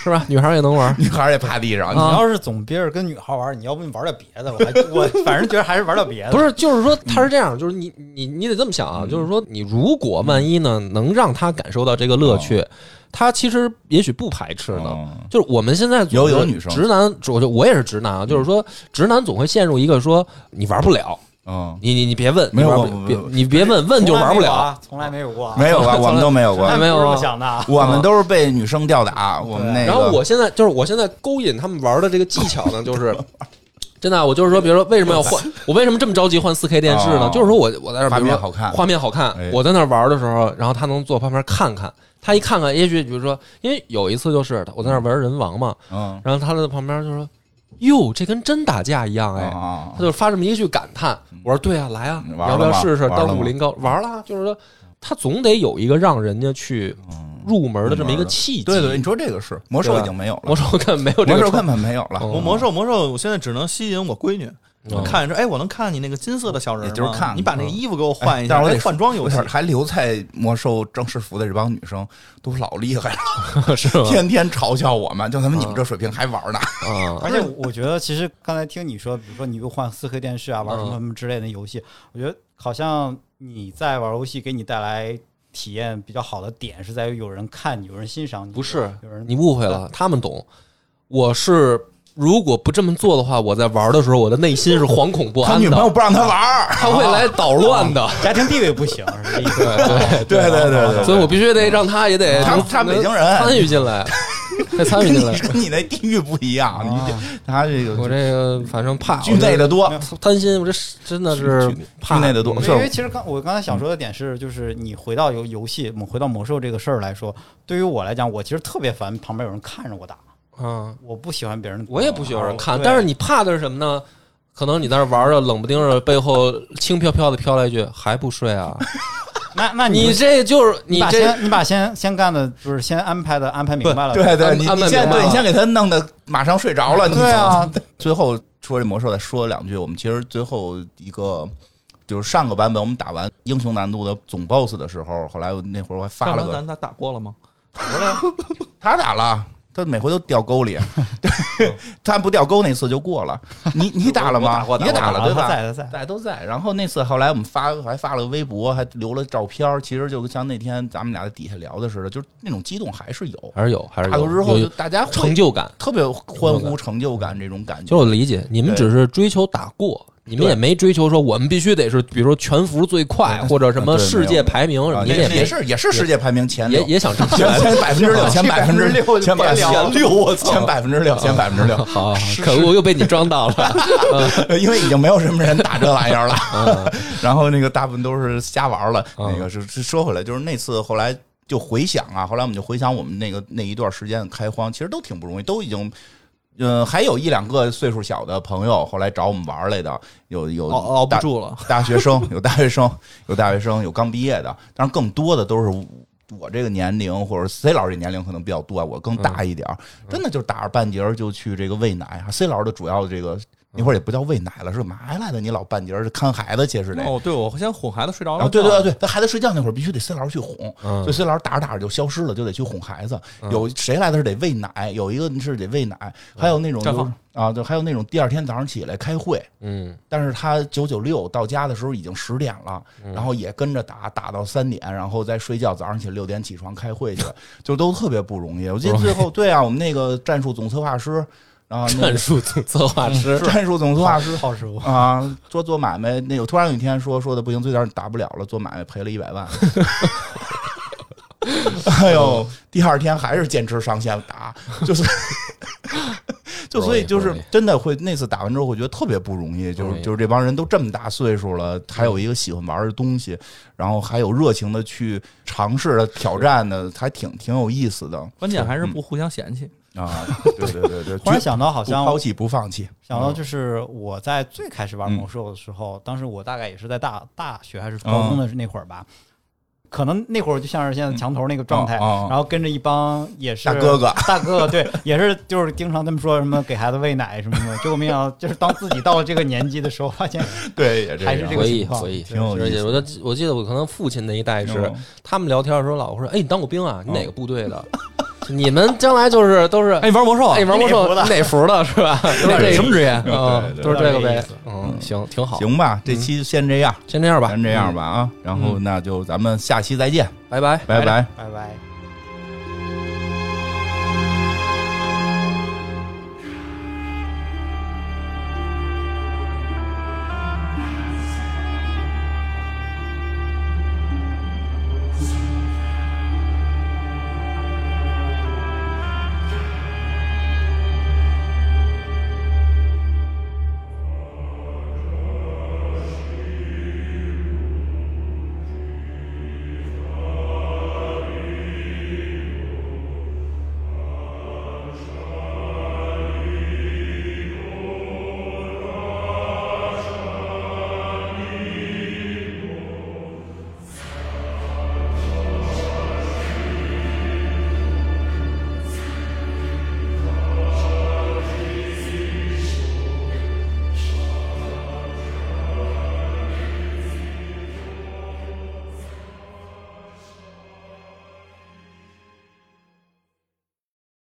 [SPEAKER 2] 是吧？女孩也能 玩，
[SPEAKER 1] 女孩儿也趴地上。
[SPEAKER 2] 啊
[SPEAKER 4] 你要是总憋着跟女孩玩，你要不你玩点别的？我还我反正觉得还是玩点别的。
[SPEAKER 2] 不，是，就是说他是这样，就是你你你得这么想啊，就是说你如果万一呢，能让他感受到这个乐
[SPEAKER 1] 哦
[SPEAKER 2] 趣，他其实也许不排斥呢。
[SPEAKER 1] 嗯
[SPEAKER 2] 就是我们现在
[SPEAKER 1] 有有
[SPEAKER 2] 总是
[SPEAKER 1] 女生
[SPEAKER 2] 直男，我就我也是直男啊，就是说直男总会陷入一个说你玩不了，
[SPEAKER 1] 嗯，
[SPEAKER 2] 你你你别问，
[SPEAKER 1] 没有
[SPEAKER 2] 你玩
[SPEAKER 1] 我
[SPEAKER 2] 不
[SPEAKER 1] 我
[SPEAKER 2] 别你别问，问就玩不了。
[SPEAKER 4] 从来没有过啊，
[SPEAKER 1] 没 有吧？我们都没有过
[SPEAKER 4] 从，来
[SPEAKER 5] 嗯
[SPEAKER 2] 没有
[SPEAKER 4] 不
[SPEAKER 2] 啊
[SPEAKER 4] 是这么想的啊。
[SPEAKER 1] 我们都是被女生吊打。我们那个，
[SPEAKER 2] 然后我现在就是我现在勾引他们玩的这个技巧 呢，就是。真的啊、我就是说，比如说，为什么要 换？我为什么这么着急换四 K 电视呢？
[SPEAKER 1] 哦
[SPEAKER 2] 就是说我我在这儿
[SPEAKER 1] 画面
[SPEAKER 2] 比如说
[SPEAKER 1] 好看
[SPEAKER 2] 啊画面好看
[SPEAKER 1] 哎。
[SPEAKER 2] 我在那儿玩的时候，然后他能坐旁边看看，他一看看，哎也许比如说，因为有一次就是我在那儿玩人王嘛，
[SPEAKER 1] 嗯
[SPEAKER 2] 然后他在旁边就说：“哟，这跟真打架一样哎。”
[SPEAKER 1] 啊
[SPEAKER 2] 他就发这么一句感叹。我说：“对啊，来啊，
[SPEAKER 1] 嗯
[SPEAKER 2] 你
[SPEAKER 1] 玩
[SPEAKER 2] 要不
[SPEAKER 1] 了
[SPEAKER 2] 要
[SPEAKER 1] 吗
[SPEAKER 2] 试试
[SPEAKER 1] 玩了
[SPEAKER 2] 当武
[SPEAKER 1] 吗
[SPEAKER 2] 林高？玩了，啊就是说他总得有一个让人家去嗯入门的这么一
[SPEAKER 1] 入门的
[SPEAKER 2] 个契机。
[SPEAKER 1] 对对，你说这个是魔兽已经没有了，
[SPEAKER 2] 魔兽根本没有这
[SPEAKER 1] 魔
[SPEAKER 2] 个
[SPEAKER 1] 兽根
[SPEAKER 2] 传
[SPEAKER 1] 本没有了，
[SPEAKER 2] 哦
[SPEAKER 5] 魔魔兽魔兽，我现在只能吸引我闺女。
[SPEAKER 2] 哦
[SPEAKER 5] 看着，哎，我能看看你那个金色的小人吗？
[SPEAKER 1] 也就是看看嗯
[SPEAKER 5] 你把那个衣服给我换一下，
[SPEAKER 1] 但是我得
[SPEAKER 5] 哎换装游戏
[SPEAKER 1] 我。还留在魔兽正式服的这帮女生都老厉害了，
[SPEAKER 2] 是吗？
[SPEAKER 1] 天天嘲笑我们，就他们你们这水平还玩呢。
[SPEAKER 2] 啊，
[SPEAKER 4] 而且我觉得，其实刚才听你说，比如说你又换四 K 电视啊，玩
[SPEAKER 2] 嗯
[SPEAKER 4] 什么什么之类的游戏，我觉得好像你在玩游戏给你带来体验比较好的点是在于有人看你，有人欣赏你，
[SPEAKER 2] 不是
[SPEAKER 4] 有人
[SPEAKER 2] 你误会了，他们懂。我是如果不这么做的话，我在玩的时候，我的内心是惶恐不
[SPEAKER 1] 他
[SPEAKER 2] 安
[SPEAKER 1] 女朋友
[SPEAKER 2] 的，
[SPEAKER 1] 不让他玩儿，
[SPEAKER 2] 他会来捣乱的。
[SPEAKER 4] 家庭地位不行，是这意思。
[SPEAKER 1] 对对对对，
[SPEAKER 2] 所以我必须得让他也得
[SPEAKER 1] 他
[SPEAKER 2] 能
[SPEAKER 1] 他北京人
[SPEAKER 2] 能参与进 来，得参与
[SPEAKER 1] 跟
[SPEAKER 2] 进来
[SPEAKER 1] 你。跟你那地域不一样，你这他这
[SPEAKER 2] 我
[SPEAKER 1] 个
[SPEAKER 2] 这个反正怕
[SPEAKER 1] 剧内的多，
[SPEAKER 2] 贪心，啊我这是真的是
[SPEAKER 1] 剧剧
[SPEAKER 2] 怕
[SPEAKER 1] 内的多，
[SPEAKER 4] 因为
[SPEAKER 1] 是
[SPEAKER 4] 其实刚我刚才想说的点是，就是你回到游游戏，我们回到魔兽这个事儿来说，对于我来讲，我其实特别烦旁边有人看着我打，
[SPEAKER 2] 啊！
[SPEAKER 4] 我不喜欢别人，哦
[SPEAKER 2] 我也不喜欢有人看，
[SPEAKER 1] 哦
[SPEAKER 4] 对
[SPEAKER 2] 但是你怕的是什么呢？可能你在那玩着，冷不丁着背后轻飘飘的飘来一句：“还不睡啊？”
[SPEAKER 4] 那 那
[SPEAKER 2] 你这就是
[SPEAKER 4] 你
[SPEAKER 2] 你
[SPEAKER 4] 把
[SPEAKER 2] 这
[SPEAKER 4] 先你把先先干的，就是先安排的安排明白了，
[SPEAKER 1] 对对，
[SPEAKER 2] 安
[SPEAKER 1] 你
[SPEAKER 2] 安啊
[SPEAKER 1] 你
[SPEAKER 2] 排
[SPEAKER 1] 先
[SPEAKER 2] 明白
[SPEAKER 1] 对
[SPEAKER 2] 了
[SPEAKER 1] 你先给他弄得马上睡着了，你
[SPEAKER 4] 对啊，
[SPEAKER 1] 最后说这魔兽再说两句，我们其实最后一个就是上个版本我们打完英雄难度的总 boss 的时候，后来我那会儿我还发了
[SPEAKER 5] 上
[SPEAKER 1] 个
[SPEAKER 5] 咱咱打过了吗？
[SPEAKER 1] 他打了。他每回都掉沟里，他不掉沟那次就过了。你你打了
[SPEAKER 5] 我
[SPEAKER 1] 吗
[SPEAKER 5] 打过？
[SPEAKER 1] 你也打了对吧？
[SPEAKER 4] 在在在。
[SPEAKER 1] 大家都在。然后那次后来我们发还发了微博，还留了照片儿，其实就像那天咱们俩在底下聊的似的，就是那种激动还是有。
[SPEAKER 2] 还是有，还是
[SPEAKER 1] 打
[SPEAKER 2] 有
[SPEAKER 1] 过之后
[SPEAKER 2] 有
[SPEAKER 1] 就大家会
[SPEAKER 2] 成就感。
[SPEAKER 1] 特别欢呼成就感这种感觉。
[SPEAKER 2] 就我理解，你们
[SPEAKER 1] 对
[SPEAKER 2] 只是追求打过，你们也没追求说我们必须得是，比如说全服最快
[SPEAKER 1] 对
[SPEAKER 2] 或者什么
[SPEAKER 1] 对
[SPEAKER 2] 世界排名什么，
[SPEAKER 1] 啊
[SPEAKER 2] 你
[SPEAKER 1] 也
[SPEAKER 2] 们也
[SPEAKER 1] 也
[SPEAKER 2] 别
[SPEAKER 1] 是也是世界排名前
[SPEAKER 2] 也
[SPEAKER 1] 六，
[SPEAKER 2] 也 想争取
[SPEAKER 1] 前前百分之六，前百分之
[SPEAKER 4] 6%
[SPEAKER 1] 前百分之
[SPEAKER 4] 前
[SPEAKER 1] 六，我操，前百分之六，前百分之六，
[SPEAKER 2] 好，好啊可恶，又被你装到了。
[SPEAKER 1] 因为已经没有什么人打这玩意儿了。 然后那个大部分都是瞎玩了。那个是是说回来，就是那次后来就回想啊，后来我们就回想我们那个那一段时间的开荒，其实都挺不容易，都已经。嗯，还有一两个岁数小的朋友后来找我们玩来的，有有
[SPEAKER 5] 熬
[SPEAKER 3] 哦
[SPEAKER 5] 熬哦不
[SPEAKER 1] 大
[SPEAKER 5] 住了，
[SPEAKER 1] 大学生， 有大学生，有大学生，有刚毕业的，但是更多的都是我这个年龄，或者 C 老师这年龄可能比较多，我更大一点儿，真的就是打着半截儿就去这个喂奶啊。C 老师的主要这个那会儿也不叫喂奶了，是干嘛来的？你老半截儿看孩子去是那。
[SPEAKER 5] 哦，对，我先哄孩子睡着
[SPEAKER 1] 啊，
[SPEAKER 5] 了。
[SPEAKER 3] 哦
[SPEAKER 1] 对对对对，他孩子睡觉那会儿必须得 C 老师去哄，
[SPEAKER 2] 嗯
[SPEAKER 1] 所以 C 老师打着打着就消失了，就得去哄孩子。有谁来的是得喂奶，有一个是得喂奶，还有那种
[SPEAKER 5] 绽
[SPEAKER 1] 就
[SPEAKER 5] 放
[SPEAKER 1] 是啊，就还有那种第二天早上起来开会，
[SPEAKER 2] 嗯，
[SPEAKER 1] 但是他九九六到家的时候已经十点了，然后也跟着打，打到三点，然后再睡觉，早上起来六点起床开会去，就都特别不容易。我记得最后，对啊，我们那个战术总策划师，然后那
[SPEAKER 2] 战
[SPEAKER 1] 个
[SPEAKER 2] 术总策 划 师，
[SPEAKER 1] 战术总策划师
[SPEAKER 4] 好师傅，
[SPEAKER 1] 啊，说做买卖，那有突然有一天说说的不行，最点打不了了，做买卖赔了一 百万。哎呦，第二天还是坚持上线打，就是 就所以就
[SPEAKER 2] 不
[SPEAKER 1] 是
[SPEAKER 2] 容易
[SPEAKER 1] 真的会那次打完之后，我觉得特别不容易，就
[SPEAKER 2] 容
[SPEAKER 1] 是
[SPEAKER 2] 易
[SPEAKER 1] 就是这帮人都这么大岁数了，还有一个喜欢玩的东西，然后还有热情的去尝试的挑战的，还挺挺有意思的
[SPEAKER 5] 关键还是不互相嫌弃。
[SPEAKER 1] 啊！ 对对对对，
[SPEAKER 4] 忽然想啊到，好
[SPEAKER 1] 不
[SPEAKER 4] 像
[SPEAKER 1] 抛弃嗯不放弃，
[SPEAKER 4] 想到就是我在最开始玩魔兽的时候，当时我大概也是在大大学还是
[SPEAKER 1] 嗯
[SPEAKER 4] 高中的那会儿吧，可能那会儿就像是现在墙头那个状态，
[SPEAKER 1] 嗯哦哦
[SPEAKER 4] 然后跟着一帮也是
[SPEAKER 1] 大哥哥，
[SPEAKER 4] 大哥哥对，也是就是经常他们说什么给孩子喂奶什么的，就没想到就是当自己到了这个年纪的时候，发现
[SPEAKER 1] 对，也
[SPEAKER 4] 还是
[SPEAKER 1] 样
[SPEAKER 4] 这个
[SPEAKER 2] 回忆
[SPEAKER 4] 情况
[SPEAKER 2] 回忆，
[SPEAKER 1] 挺有意思
[SPEAKER 2] 而且我的我记得我可能父亲那一代是
[SPEAKER 1] 嗯，
[SPEAKER 2] 他们聊天的时候老会说：“哎，你当过兵啊？你哪个部队的？ 你们将来就是都是
[SPEAKER 5] 哎，你玩魔兽啊
[SPEAKER 2] 嗯哎？玩魔兽哪服的是吧？都是这
[SPEAKER 5] 什么职业？
[SPEAKER 2] 啊
[SPEAKER 1] 对，对
[SPEAKER 2] 都是这个呗
[SPEAKER 4] 对。
[SPEAKER 2] 嗯，行，挺好，
[SPEAKER 1] 行吧，
[SPEAKER 4] 嗯
[SPEAKER 1] 这期先这样，
[SPEAKER 2] 先这样吧，
[SPEAKER 1] 先这样吧啊，然后那就咱们下期再见，
[SPEAKER 2] 拜拜。
[SPEAKER 1] 拜拜。
[SPEAKER 4] 拜拜。